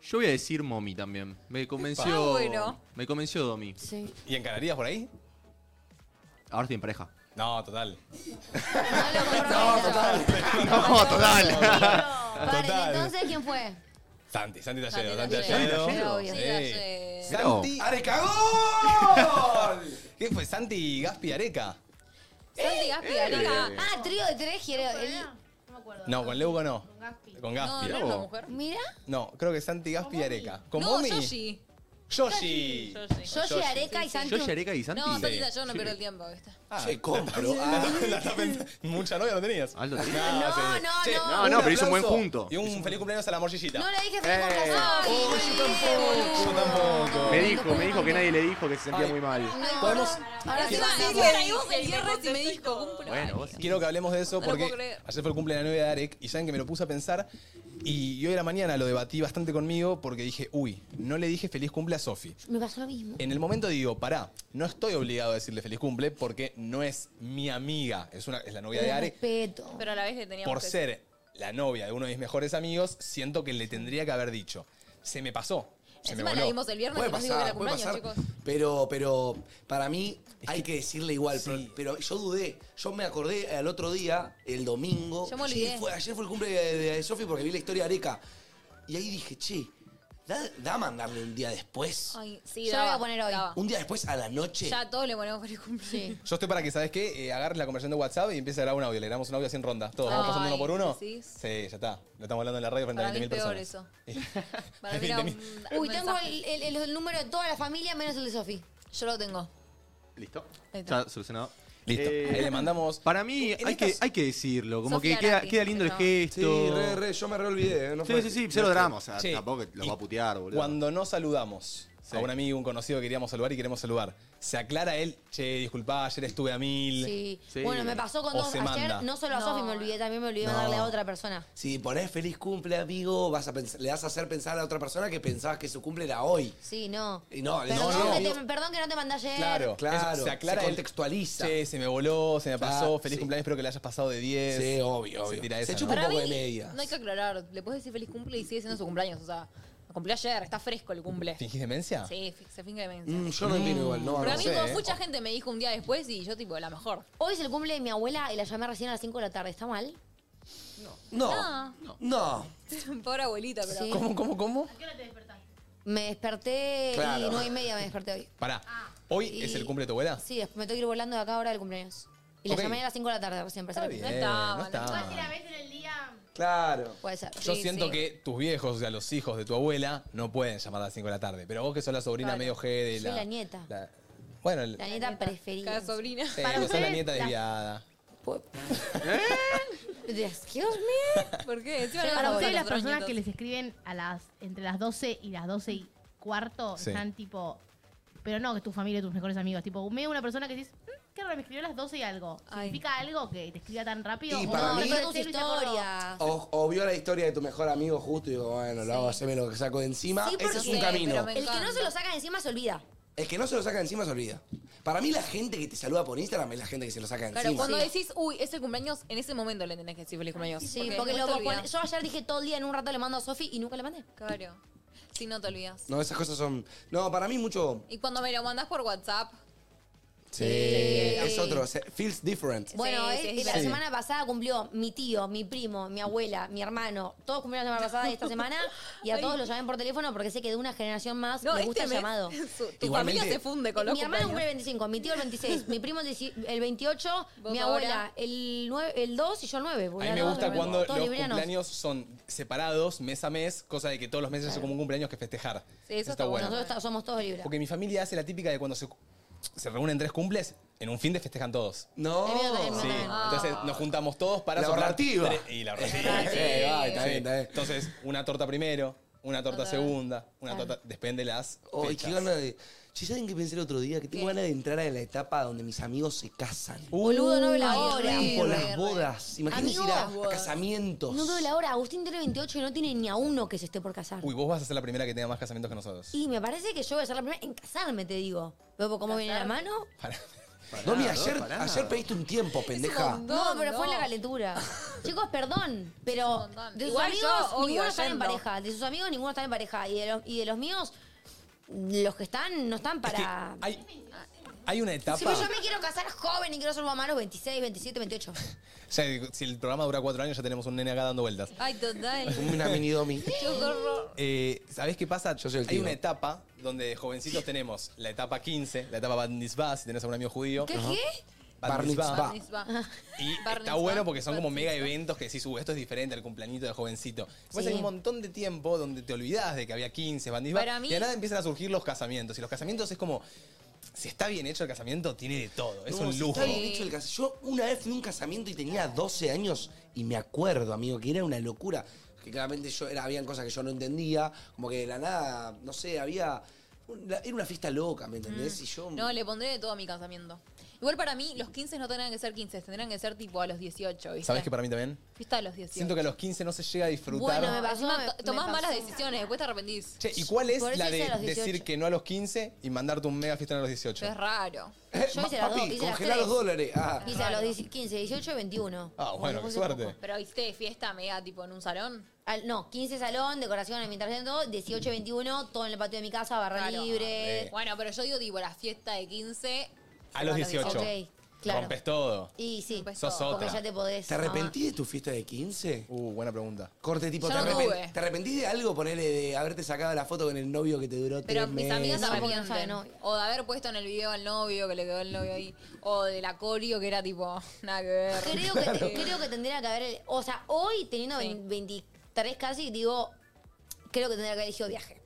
F: Yo voy a decir Momi también. Me convenció.
D: Ah, bueno.
F: Me convenció Domi.
C: Sí.
A: ¿Y encararías por ahí?
F: Ahora estoy en pareja.
A: No, total.
C: No, total.
F: No, total.
C: Vale, entonces, ¿quién fue?
A: Santi, Santi Talledo,
C: Santi
A: Santi
C: Talledo.
A: Talledo.
C: Sí, obvio.
A: Sí.
C: Sí,
A: Santi.
F: ah,
B: ¡Are cagón!
A: ¿Qué fue? Santi Gaspi Areca.
D: Santi Gaspi, Areca.
A: Eh.
C: Ah, trío de tres. quiero- el-
A: No, con Leuco no. Con
D: No,
A: Gaspi.
D: no era una mujer.
C: Mira.
A: No, creo que Santi Gaspi Areca. ¿Con
D: No,
A: Momi?
D: Yoshi.
A: Yoshi.
C: Yoshi, Areca y Santi.
F: Yoshi, Areca y Santi.
D: No, Santi
F: Sí.
D: Talledo no pierdo el tiempo, ¿viste?
A: Che, compro. Ah, la está pensando. Mucha novia no tenías.
F: Aldo,
A: No,
F: sí.
A: sí.
C: no,
A: Che,
C: no.
F: No, no, pero hizo un
A: aplauso
F: buen punto.
A: Y un feliz cumpleaños a la morcillita. Oh,
C: No le
F: Eh.
C: dije feliz cumpleaños.
D: Ah,
C: Ay,
A: Yo tampoco.
F: Me dijo, me dijo que nadie le dijo que se sentía
A: Ay.
F: muy mal.
A: Podemos-
D: Ahora
C: sí,
D: sí, sí, ahora vos el cierre si me dijo cumple.
F: Bueno, vos sí.
A: Quiero que hablemos de eso
D: No lo
A: porque
D: puedo creer.
A: ayer fue el cumple de la novia de Arek y saben que me lo puse a pensar y hoy de la mañana lo debatí bastante conmigo porque dije, uy, no le dije feliz cumple a Sofi.
C: Me pasó lo mismo.
A: En el momento digo, pará, no estoy obligado a decirle feliz cumple porque no es mi amiga, es, una, es la novia de
C: El
A: Arek.
C: Respeto.
D: Pero a la vez le teníamos
A: Por
D: que-
A: ser la novia de uno de mis mejores amigos, siento que le tendría que haber dicho. Se me pasó. Se
D: Encima
A: me
D: la
A: voló.
D: vimos el viernes
B: Puede
D: y nos dijo que era
B: pasar, puede
D: cumpleaños,
B: pasar.
D: chicos.
B: Pero, pero para mí hay que decirle igual. Pero, pero yo dudé. Yo me acordé al otro día, el domingo.
D: Yo me
B: ayer,
D: olvidé.
B: fue, ayer fue el cumple de, de Sofi porque vi la historia de Areca. Y ahí dije, che, da, da mandarle un día después.
D: Ay, sí,
C: Yo
D: daba,
C: lo voy a poner hoy.
D: daba.
B: Un día después a la noche.
D: Ya todos le ponemos feliz cumpleaños.
A: Yo estoy para que, ¿sabes qué? Eh, agarres la conversación de WhatsApp y empieces a grabar un audio. Le grabamos un audio así en ronda. Todos vamos pasando
D: Ay,
A: uno por uno. Sí,
D: ¿decís?
A: ya está. Lo estamos hablando en la radio frente
D: Para
A: a
D: mí es
A: 20.000
D: peor
A: personas.
D: eso. Para mí era un, un
C: Uy, tengo
D: mensaje.
C: el, el- el- el número de toda la familia menos el de Sofi.
D: Yo lo tengo.
F: Listo.
D: Ahí está.
F: Está solucionado.
A: Listo.
F: Eh,
A: Ahí le mandamos.
F: Para mí hay que, hay que decirlo, como
D: Sofía
F: que queda,
D: Arati,
F: queda lindo el
D: ¿no?
F: gesto.
B: Sí, re, re, yo me re olvidé. eh, no
F: Sí,
B: fue-
F: sí, sí,
B: no
F: cero
B: fue-
F: drama, o sea,
A: Che,
F: tampoco lo
A: y
F: va a putear, boludo.
A: Cuando no saludamos, a un amigo, un conocido que queríamos saludar y queremos saludar. Se aclara él, che, disculpa, ayer estuve a mil.
C: Sí. Bueno, me pasó con
A: O
C: dos.
A: se
C: Ayer
A: manda.
C: no solo a
B: No.
C: Sofi me olvidé, también me olvidé
B: No.
C: mandarle a otra persona.
B: Si ponés feliz cumple, amigo, vas a pens- le vas a hacer pensar a la otra persona que pensabas que su cumple era hoy.
C: Sí, no.
B: Y no,
C: Perdón,
B: no,
C: que
B: no.
C: te- perdón que no te mandé ayer.
A: Claro,
B: Claro,
A: Eso se aclara.
B: se
A: el-
B: contextualiza.
A: Che, se me voló, se me
B: Claro,
A: pasó. Feliz
B: sí.
A: cumpleaños, espero que le hayas pasado de 10.
B: Sí, obvio,
A: Se
B: obvio.
A: tira
B: Se
A: esa,
B: chupa un
A: ¿no?
D: Para mí, No hay que aclarar. Le puedes decir feliz cumple y sigue siendo su cumpleaños. O sea, lo cumplió ayer, está fresco el cumple.
A: ¿Fingís demencia?
D: Sí, fi- se finge demencia.
B: Mm, yo no entiendo igual, no,
D: Pero
B: no
D: a mí,
B: sé.
D: como
B: ¿eh?
D: mucha gente me dijo un día después y yo, tipo, la mejor.
C: Hoy es el cumple de mi abuela y la llamé recién a las 5 de la tarde. ¿Está mal?
B: No, no. no.
D: Pobre abuelita, pero.
C: Sí.
A: ¿Cómo, cómo, cómo?
D: ¿A qué hora te despertás?
C: Me desperté
A: Claro.
C: y 9 y media me desperté hoy.
A: Pará.
D: Ah,
A: ¿Hoy
C: Y-
A: es el cumple de tu abuela?
C: Sí, después me tengo que ir volando de acá ahora del cumpleaños. Y la
A: Ok.
C: llamé a las 5 de la tarde recién para
A: Está
C: hacer el
A: bien,
C: cumpleaños.
A: no está mal.
B: Claro.
C: Puede ser.
A: Yo siento que tus viejos, o sea, los hijos de tu abuela, no pueden llamar a las 5 de la tarde. Pero vos que sos la sobrina
C: Claro.
A: medio G de
C: Soy
A: la.
C: la nieta.
A: la- bueno, el-
C: La nieta preferida. Cada
D: sobrina.
A: sí, vos sos la nieta desviada.
C: Dios mío.
D: ¿Por qué? Encima no
E: Para
D: nos gustan
E: ustedes las
D: los otros
E: personas
D: nietos.
E: que les escriben a las entre las 12 y las 12 y cuarto
D: Sí.
E: están tipo... Pero no que tu familia, tus mejores amigos. Tipo, medio una persona que dices, "Mm, qué raro, me escribió a las 12 y algo. ¿Significa algo que te escriba tan rápido?
B: Y para
E: no,
B: mí-
E: me
C: Tus
E: acordé de Luis, me acordó.
C: historias.
B: O, o vio la historia de tu mejor amigo justo y digo, bueno, lo hago, haceme lo que saco de encima.
C: Sí,
B: Ese es un
C: porque-
B: camino.
C: El que no se lo saca de encima se olvida.
B: El que no se lo saca de encima se olvida. Para mí la gente que te saluda por Instagram es la gente que se lo saca de
D: Claro,
B: encima.
D: cuando decís, uy, es el cumpleaños, en ese momento le tenés que decir feliz cumpleaños.
C: Sí, porque
D: no
C: lo
D: te olvidás.
C: pospone- yo ayer dije todo el día, en un rato le mando a Sofi y nunca le mandé.
D: Claro. Si no te olvidas.
B: No, esas cosas son... No, para mí mucho...
D: Y cuando me lo mandás por WhatsApp,
B: Sí. eh, Es otro. se- feels different.
C: Bueno,
D: Sí,
C: eh, y
D: sí,
C: la
D: es
B: diferente.
C: semana pasada cumplió mi tío, mi primo, mi abuela, mi hermano. Todos cumplieron la semana pasada y esta semana. Y a
D: Ay.
C: todos los llamé por teléfono porque sé que de una generación más
D: No,
C: les
D: este
C: gusta el
D: mes,
C: llamado.
D: su- tu Igualmente- familia se funde con los
C: Mi hermano
D: cumpleaños.
C: cumple el 25, mi tío el 26, mi primo el, 10 el 28,
D: Vos
C: mi abuela
D: ahora.
C: el, 9, el 2 y yo el 9.
A: A mí me gusta cuando los cumpleaños son separados mes a mes, cosa de que todos los meses es como un cumpleaños que festejar.
C: Nosotros ta- somos todos libres.
A: Porque mi familia hace la típica de cuando se, se reúnen tres cumples, en un fin de festejan todos.
B: No.
C: El mío también,
A: Sí.
C: el mío también.
A: Entonces nos juntamos todos para
B: La
A: soplar
B: ahorrativa.
A: tres- Y la ahorrativa.
B: Sí, Eh, va, está
A: Sí.
B: bien, está bien.
A: Entonces, una torta primero, una torta segunda, una torta. Depende de las.
B: Oh, y
A: fechas.
B: qué ganas de... Che, ¿saben qué pensé el otro día? Que tengo ganas de entrar en la etapa donde mis amigos se casan.
C: Boludo, no veo la
B: Ay,
C: hora.
B: tipo,
C: Re, re.
B: las bodas. Imagínense
C: Amigo,
B: ir a, a casamientos.
C: No veo la hora. Agustín tiene 28 y no tiene ni a uno que se esté por casar.
A: Uy, vos vas a ser la primera que tenga más casamientos que nosotros.
C: Y me parece que yo voy a ser la primera en casarme, te digo. Veo cómo viene la mano.
A: Ah,
B: No, mira,
A: Pará,
B: ayer,
A: pará.
B: ayer pediste un tiempo, pendeja.
C: No,
D: No,
C: pero
D: no.
C: fue en la calentura. Chicos, perdón, pero de sus
D: Igual
C: amigos
D: yo, obvio,
C: ninguno está en
D: yendo.
C: pareja. De sus amigos ninguno está en pareja. Y de los, y de los míos, los que están, no están para...
A: Hay, hay una etapa.
C: Sí, pero yo me quiero casar joven y quiero ser mamá a los 26, 27, 28.
A: Ya, si el programa dura cuatro años, ya tenemos un nene acá dando vueltas.
D: Ay, total.
B: Una mini domi.
A: Eh, ¿Sabés qué pasa?
B: el
A: Hay
B: tío.
A: una etapa donde de jovencitos tenemos la etapa 15, la etapa Bat Mitzvah, si tenés a un amigo judío.
C: ¿Qué?
A: Ajá.
C: ¿Qué?
A: Bat
B: Bar
A: Mitzvah.
B: Mitzvah.
A: Y está
D: Bar Mitzvah,
A: bueno porque son
D: Bar
A: como mega eventos que decís, uh, esto es diferente al cumplanito del jovencito. Después
D: Sí.
A: hay un montón de tiempo donde te olvidás de que había 15, Bat Mitzvah,
D: Para mí-
A: Y de nada empiezan a surgir los casamientos. Y los casamientos es como, si está bien hecho el casamiento, tiene de todo. Es
B: No,
A: un
B: si
A: lujo.
B: está bien dicho el cas- Yo una vez fui a un casamiento y tenía 12 años y me acuerdo, amigo, que era una locura. Que claramente yo era, habían cosas que yo no entendía, como que de la nada, no sé, había. una- era una fiesta loca, ¿me entendés?
C: Mm.
B: Y yo.
D: No, le pondré de todo a mi casamiento. Igual para mí, los 15 no tendrán que ser 15, tendrán que ser tipo a los 18, ¿viste?
A: ¿Sabés que para mí también?
D: Fiesta a los 18.
A: Siento que a los 15 no se llega a disfrutar.
D: Bueno, me
C: pasó,
D: pasó,
C: me-
D: tomás
C: me
D: malas
C: pasó.
D: decisiones, después te arrepentís.
A: Che, ¿y cuál es
D: Por eso
A: la
D: hice
A: de
D: a los 18.
A: decir que no a los 15 y mandarte un mega fiesta a los 18?
D: Es raro.
B: Eh,
C: Yo
B: ma-
C: hice las dos,
B: papi,
C: hice las
B: congelá los
C: tres.
B: dólares. Ah.
C: Hice a los 10 15, 18, 21.
A: Ah, bueno, qué suerte.
D: Pero viste fiesta mega tipo en un salón.
C: pues, Al- no, 15 salón, decoración, alimentación, todo. 18, 21, todo en el patio de mi casa, barra
D: Claro.
C: libre.
D: Bueno, pero yo digo tipo la fiesta de 15.
A: A los 18.
C: Ok, claro.
A: Rompes todo.
C: Y sí,
A: Sos
C: porque
A: otra.
C: ya te podés...
B: ¿Te arrepentí de tu fiesta de 15?
A: Uh, buena pregunta.
B: Corte, tipo,
C: Yo
B: te,
C: no
B: arrepen-
C: tuve.
B: ¿te arrepentí de algo? Ponerle de haberte sacado la foto con el novio que te duró
D: Pero
B: tres
D: mis amigas se
B: meses.
D: arrepienten. O de haber puesto en el video al novio, que le quedó el novio ahí. O de la corio, que era tipo, nada que ver.
C: Creo que, te- creo que tendría que haber. el- O sea, hoy teniendo 23 casi, digo, creo que tendría que haber elegido viaje.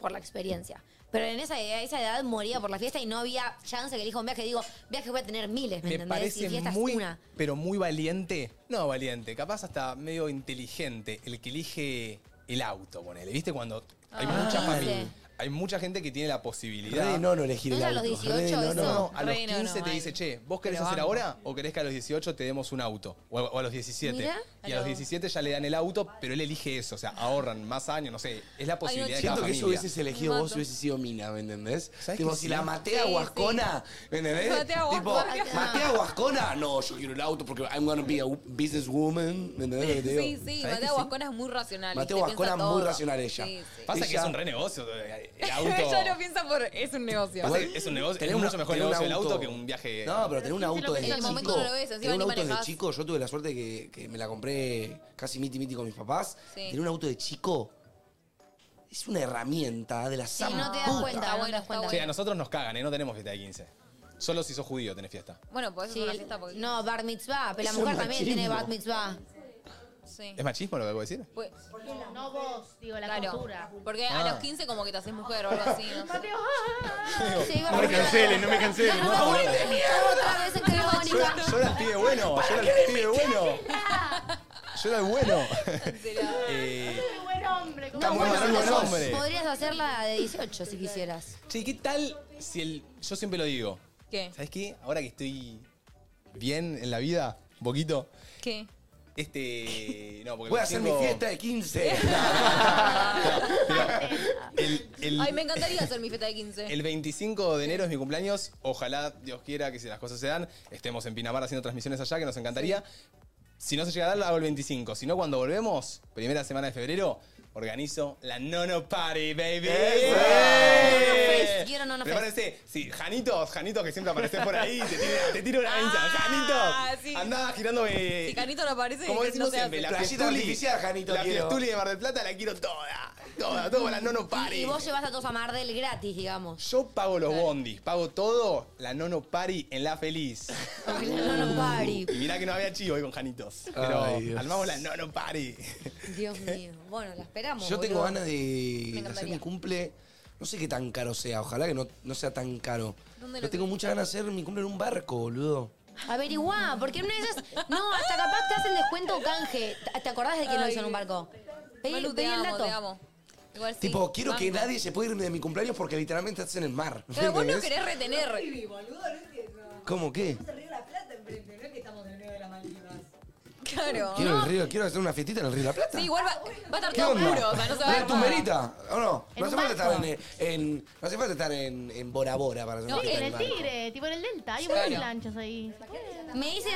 C: Por la experiencia. Pero en esa, edad- esa edad moría por la fiesta y no había chance que elija un viaje. Digo, viaje voy a tener miles, ¿me,
A: Me
C: entendés?
A: parece
C: y fiesta es
A: muy,
C: una.
A: pero muy valiente. No valiente, capaz hasta medio inteligente el que elige el auto, ponele. ¿Viste cuando hay
C: Ah,
A: mucha familia?
C: sí.
A: hay mucha gente que tiene la posibilidad.
B: Re no, no elegir
C: ¿No es a los 18
A: no, no,
C: eso?
A: no, A los
C: Re no,
A: 15
C: no,
A: te
C: mal.
A: dice, che, ¿vos querés
C: Pero
A: hacer
C: vamos.
A: ahora o querés que a los 18 te demos un auto? O a, o a los 17.
C: Mirá.
A: Y a los 17 ya le dan el auto, pero él elige eso. O sea, ahorran más años, no sé. Es la posibilidad de cada
B: Siento que si
A: familia.
B: hubieses elegido vos, hubiese sido Mina, ¿me entendés? Tipo,
A: que
B: si
A: sí?
B: la maté a
A: Sí, sí.
B: Guascona, ¿me entendés?
A: Maté a
B: tipo,
A: Guascona.
B: maté a Guascona. No, yo quiero el auto porque I'm gonna be a businesswoman, ¿me entendés lo que te digo?
D: Sí,
B: ¿Sabés
D: sí,
B: que
D: Mateo Guascona es muy racional.
B: Mateo
D: ¿viste? Piensa
B: Guascona es muy
D: todo.
B: racional ella.
D: Sí, sí.
A: Pasa que
B: Ella-
A: es un renegocio. eh, El
D: Ella lo
A: auto.
D: piensa por. Es un negocio.
A: Pasa que es un negocio. Es
B: Tener una-
A: mucho mejor
B: tener un
A: negocio el auto
B: auto.
A: que un viaje.
B: No, pero tener un auto
D: En
B: desde
D: el momento
B: chico.
D: no lo ves, encima
B: Tener un
D: ni
B: auto desde
D: manejás.
B: chico, yo tuve la suerte que, que me la compré casi miti miti con mis papás.
D: Sí.
B: Tener un auto de chico es una herramienta de la
C: Si no te das cuenta, no te das cuenta.
A: Che, a nosotros nos cagan, ¿eh? No tenemos fiesta de 15. Solo si sos judío tenés fiesta.
D: Bueno, podés hacer una fiesta porque.
C: No, bar mitzvah, pero la
A: Eso
C: mujer
A: es
C: también tiene
A: machismo.
C: bar mitzvah.
D: Sí.
A: ¿Es machismo lo que acabo de decir?
D: Pues,
E: No vos, digo, la
D: Claro,
E: cultura.
D: Porque
A: Ah.
D: a los 15 como que te haces mujer o algo así. No sé.
F: No me cancelen, no me cancelen.
A: No,
C: Otra vez en
A: Yo,
C: Crónica.
A: yo era el pibe bueno, yo era el pibe bueno. Yo era el bueno. Eh,
E: Buen hombre,
A: Está muy
C: bueno,
A: mal,
C: sos-
A: buen hombre.
C: Podrías hacerla de 18 si quisieras.
A: che, ¿qué tal si el. Yo siempre lo digo.
D: ¿Qué?
A: ¿Sabes qué? Ahora que estoy bien en la vida, un poquito,
D: ¿Qué?
A: este. No, porque
B: Voy
A: me
B: a hacer mi
A: siento-
B: fiesta de 15.
A: El, el-
D: Ay, me encantaría hacer mi fiesta de 15.
A: El 25 de enero es mi cumpleaños. Ojalá Dios quiera que si las cosas se dan, estemos en Pinamar haciendo transmisiones allá, que nos encantaría. Si no se llega a dar, lo hago el 25. Si no, cuando volvemos, primera semana de febrero, organizo la Nono Party, baby. ¡Eh!
C: Fest, quiero Nono Fest.
A: Prepárense. Sí, Janitos, Janitos, que siempre apareces por ahí, te tiro, te tiro una vincha.
C: Ah,
A: Janitos,
D: sí.
A: andá girando... eh,
D: Si Canito no aparece,
A: como
D: no
A: decimos
D: se
A: siempre,
D: hace.
A: la
B: Playita
A: fiestuli,
B: artificial, Janito,
A: la
B: quiero.
A: fiestuli de Mar del Plata la quiero toda, toda, toda la Nono Party.
C: Y vos llevas a todos a Mardel gratis, digamos.
A: Yo pago los bondis, pago todo, la nono party en la feliz.
C: La nono party.
A: Y mirá que no había chivo hoy con Janitos. Pero
B: Ay, Dios.
A: armamos la nono party.
C: Dios mío. Bueno, la esperamos.
B: Yo tengo
C: boludo.
B: ganas
C: Me
B: de hacer
C: encantaría.
B: mi cumple. No sé qué tan caro sea, ojalá que no, no sea tan caro.
C: ¿Dónde
B: Pero
C: lo
B: tengo muchas ganas de hacer mi cumple en un barco, boludo.
C: Averiguá, porque en una de esas. No, hasta capaz te hacen descuento o canje. ¿Te- ¿Te acordás de que lo hizo en un barco? Pedí,
D: Malu, te
C: pedí el
D: amo,
C: dato.
D: te amo. Igual sí,
B: tipo, quiero que
D: banco.
B: nadie se pueda ir de mi cumpleaños porque literalmente estás en el mar. ¿me
D: Pero vos no
B: entendés?
D: querés retener.
B: ¿Cómo qué?
D: Claro.
B: Quiero, el río, quiero hacer una fiestita en el Río de la Plata.
D: Sí, igual va, va a estar
B: ¿Qué
D: todo
B: onda?
D: puro, o sea, no se va a
B: ¿Una
D: ver nada.
B: tumberita? ¿O no?
E: En
B: No
E: un
B: hace falta estar
E: barco.
B: en, en- no hace falta estar en, en Bora Bora para hacer
E: No,
B: una fiesta
E: en el
B: en barco.
E: tigre, tipo en el delta, hay un montón de
B: Claro.
E: lanchas ahí.
C: Me dice.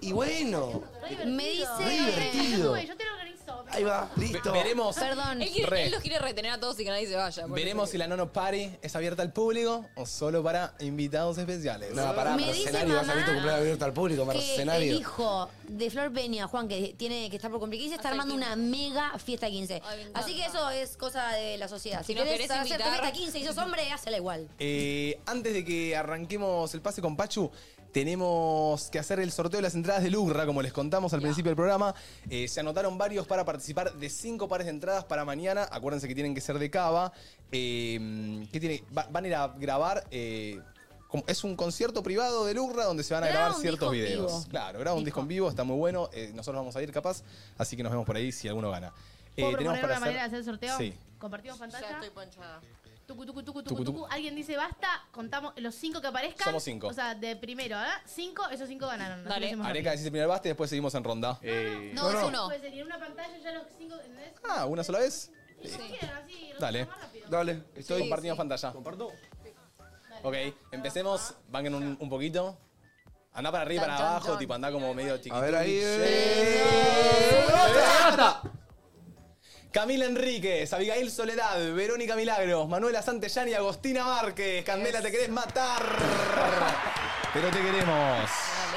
B: Y bueno,
C: Me dice.
B: Re divertido.
E: Yo te lo organizo.
A: Eh,
B: ahí va, listo.
A: Ve- veremos.
D: Él, quiere-
A: Re.
D: él los quiere retener a todos y que nadie se vaya. por
A: Veremos
D: eso.
A: si la nono party es abierta al público o solo para invitados especiales.
B: No, pará,
C: Me dice
B: mercenario, vas a salir tu
C: mamá
B: cumpleaños abierto al público,
C: que
B: mercenario.
C: el hijo de Flor Peña, Juan, que tiene que estar por cumplir 15, está armando una mega fiesta de 15. Así que eso es cosa de la sociedad. Si,
D: Si nos
C: querés,
D: querés
C: hacer tu
D: invitar-
C: fiesta de 15 y sos hombre, hacela igual.
A: Eh, antes de que arranquemos el pase con Pachu, tenemos que hacer el sorteo de las entradas del UGRA, como les contamos al principio del programa. Eh, se anotaron varios para participar de cinco pares de entradas para mañana. Acuérdense que tienen que ser de cava. Eh, ¿qué tiene? Va- van a ir a grabar. eh, como- es un concierto privado del UGRA donde se van a
C: Graba
A: grabar
C: un
A: ciertos
C: disco en
A: videos.
C: vivo.
A: Claro, graba un disco en vivo, está muy bueno. Eh, nosotros vamos a ir capaz, así que nos vemos por ahí si alguno gana. Eh,
E: ¿Puedo
A: tenemos
E: proponer
A: para
E: una manera de hacer el sorteo?
A: Sí.
E: Compartimos pantalla.
H: Ya estoy ponchada.
E: Tucu, tucu,
A: Tucu,
E: tucu, tucu,
A: tucu.
E: tucu. Alguien dice basta, contamos los cinco que aparezcan.
A: Somos cinco.
E: O sea, de primero, ¿verdad? Cinco, esos cinco ganaron.
D: Dale.
A: Areca, decís el primer basta y después seguimos en ronda.
E: Eh.
F: Eh,
D: No, es uno.
E: Pues en una pantalla ya los cinco. ¿entendés?
A: Ah, ¿una sola vez?
E: Sí, si quieren, así.
A: Dale.
B: Dale, estoy.
A: compartiendo pantalla. ¿Comparto? Ok, empecemos. Banquen un, un poquito. Andá para arriba, para abajo, tipo andá como medio chiquito. A ver ahí. eh,
Q: eh.
A: Camila Enríquez, Abigail Soledad, Verónica Milagros, Manuela Santellán y Agostina Márquez. Candela, te querés matar. Pero te queremos.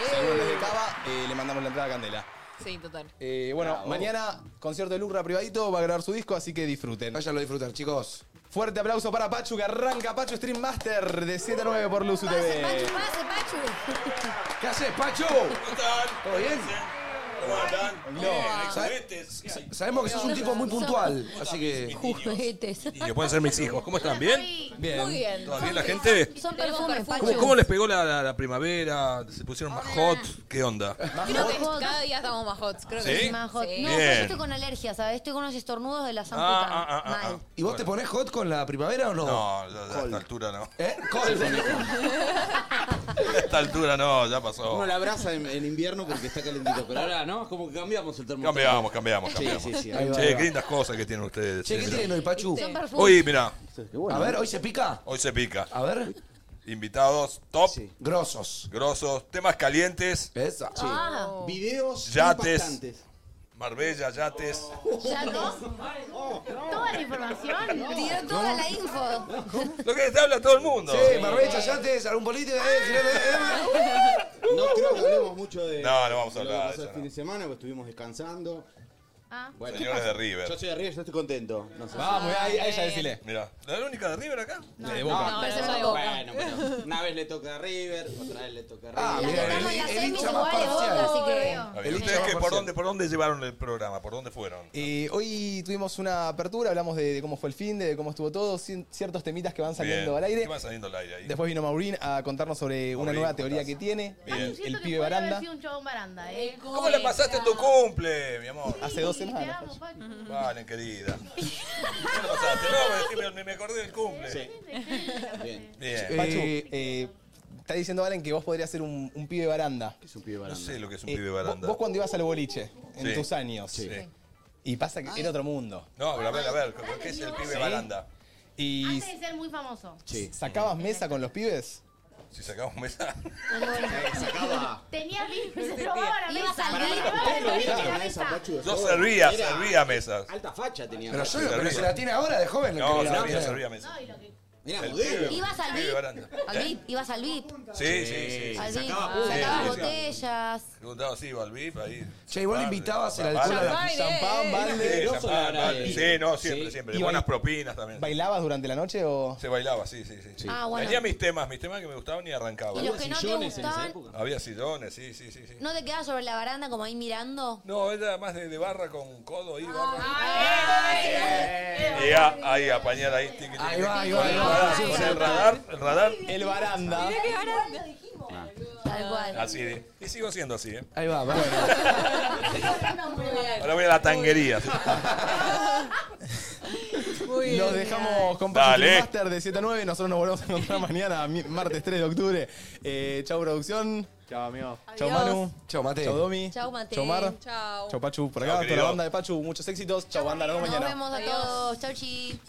A: Seguro desde Cava, eh, le mandamos la entrada a Candela.
D: Sí, total.
A: Eh, bueno,
B: Bravo.
A: mañana concierto de Lucra privadito, va a grabar su disco, así que disfruten.
B: Váyanlo a disfrutar, chicos.
A: Fuerte aplauso para Pachu, que arranca Pachu Stream Master de 7 a 9 por Luzu TV.
C: Pase, Pachu.
B: ¿Qué haces, Pacho? ¿Todo bien? Sa- Sabemos que sos un tipo muy puntual, así que.
C: Juguetes.
R: Y que pueden ser mis hijos. ¿Cómo están? ¿Bien?
B: Bien.
C: Muy bien.
R: ¿Todo bien la gente?
C: Son perfumes, Pachu.
R: ¿Cómo, cómo les pegó la, la- la primavera? ¿Se pusieron
E: Ah.
R: más hot? ¿Qué onda?
D: Creo que cada día estamos más hot. Creo que
R: ¿Sí?
D: sí.
C: Más hot.
D: Sí.
C: No,
R: Bien.
C: pero yo estoy con alergia, ¿sabes? Estoy con unos estornudos de la zamputa. Mal.
B: ¿Y vos te pones hot con la primavera o no?
R: No, ya- ya a esta altura no.
B: ¿Eh? Cold.
R: A esta altura no, ya pasó.
Q: Uno la abraza en, en invierno porque está calentito, pero ahora no, es como que cambiamos el termómetro.
R: Cambiamos, cambiamos, cambiamos.
Q: Sí, sí, sí. ahí va, ahí
R: Che,
Q: va.
R: qué lindas cosas que tienen ustedes.
Q: Che, ¿qué
R: mirá.
Q: tienen
B: hoy, Pachu?
Q: Son perfumes.
R: Hoy, mirá.
B: A
Q: ¿eh?
B: ver, hoy se pica.
R: Hoy se pica.
B: A ver.
R: Invitados top.
B: Grosos.
R: Grosos. Temas calientes.
B: Esa.
Q: Ah. Videos
R: Yates.
Q: impactantes.
R: Marbella, yates.
C: Ya no.
E: Toda la información.
C: Tiró toda la info.
R: Lo que te habla todo el mundo.
B: Sí, Marbella, yates, algún político. eh, girando, eh,
Q: No creo que hablemos mucho de.
R: No, no vamos a
Q: de lo que
R: hablar de
Q: pasó
R: eso,
Q: el fin de semana, porque estuvimos descansando.
E: Ah,
Q: Bueno,
R: Señores de River.
Q: Yo soy de River, yo estoy contento. No sé.
R: Vamos,
Q: si-
R: a- a ella
A: decile.
R: Mirá. ¿La única de River acá?
Q: No,
R: La de
Q: no,
R: Boca.
Q: no,
R: Pero
Q: no,
R: esa
Q: no,
R: de Boca.
Q: Bueno, pero una vez le toca a River, otra vez le toca a River.
B: Ah,
C: mira,
B: el-
C: Estamos en la
B: el
C: semi
B: hincha más
C: igual de
B: parcial.
C: boca, así que.
R: Está bien.
B: El
R: ¿Ustedes
B: hincha
R: qué,
B: va
R: por,
B: por
R: dónde, por dónde llevaron el programa? ¿Por dónde fueron?
A: Eh, hoy tuvimos una apertura, hablamos de, de cómo fue el fin, de, cómo estuvo todo, cien- ciertos temitas que van saliendo al
R: Bien.
A: aire.
R: ¿Qué van saliendo al aire ahí?
A: Después vino Maurín a contarnos sobre una nueva teoría que tiene,
R: Bien.
A: el, el
E: Siento que
A: pibe
E: puede
A: baranda.
E: haber sido un chabón baranda, ¿eh?
R: ¿Cómo le pasaste en tu cumple, mi amor?
A: Hace dos semanas. pues".
E: Te amo, Pachu.
R: Vale, querida. ¿Cómo le pasaste? No, me- me, me acordé del cumple.
Q: Bien.
R: Bien.
A: Pachu, eh, está diciendo Valen que vos podrías ser un, un pibe baranda.
Q: Es un pibe
R: No sé lo que es un pibe baranda.
A: Eh, Vos, vos cuando ibas al boliche, en
R: Sí.
A: tus años,
R: Sí.
A: y pasa que era otro mundo.
R: No, pero a ver, a ver, ¿qué es el pibe
A: Sí.
R: baranda?
A: Y
E: Antes de ser muy famoso.
A: sacabas mesa con los pibes.
R: Si sacamos mesa.
E: Tenía mil se robaba la
C: Ibas
E: mesa.
C: al Pará,
Q: pará, ¿ustedes lo vieron a esa Pachu de
R: Yo
Q: joven?
R: servía,
Q: Era
R: servía mesas.
Q: Alta facha tenía.
B: Pero yo
Q: Pachu.
B: lo- pero se la tiene ahora de joven.
R: No,
B: que la-
R: servía, servía mesas.
Q: Era
R: El
Q: modelo.
R: pibe.
C: Ibas al
R: Pibe
C: VIP.
R: baranda.
C: Al
R: ¿Eh?
C: VIP, ibas al VIP.
R: Sí, sí, sí.
C: Al VIP.
R: Sacaba
C: Sacabas
R: punta. Sí, sí.
C: botellas.
R: Preguntaba así, iba al VIP, ahí.
B: Che, igual
R: Vale.
B: invitabas el
R: Vale.
B: alcohol a la
R: Champagne,
A: champán,
R: eh.
A: vale. No
R: Sí, champán,
A: solo la
R: vale.
A: nariz.
R: Sí, no, siempre, siempre.
A: Y
R: Buenas
A: bail-
R: propinas también.
A: ¿Bailabas durante la noche o...?
R: Se bailaba, sí, sí, sí.
A: Ah, bueno.
R: Tenía mis temas, mis temas que me gustaban y arrancaba.
C: Y los que no te gustaban,
R: Había sillones, sí, sí, sí. sí.
C: ¿no te quedabas sobre la baranda como ahí mirando?
R: No, era más de, de barra con codo ahí, barra.
C: Ay,
R: Y a- ahí, apañar ahí. tic, tic,
A: Ahí
R: tic,
A: va, ahí
R: con
A: va,
R: el
A: ahí va.
R: radar,
A: Sí,
R: Con
A: sí.
R: el radar, el radar.
A: El baranda.
C: Mirá qué baranda. Tal cual.
R: Así de. Y sigo siendo así, ¿eh?
A: Ahí va, va.
R: Ahora voy a la tanguería. sí.
A: Los dejamos con Pachu
R: Dale.
A: Master de 7 a 9. Nosotros nos volvemos a encontrar mañana, mi- martes 3 de octubre. Eh, chau, producción. Chau, amigo. Chau,
C: Adiós.
A: Manu. Chau, Mate. Chau, Domi.
C: Chau, Mate.
A: Chau, Mar.
C: Chau.
A: Chau, Pachu. Por acá, toda la
R: querido.
A: banda de Pachu. Muchos éxitos. Chau, banda. Nos vemos
C: Nos
A: mañana.
C: vemos a todos. Chau, chi.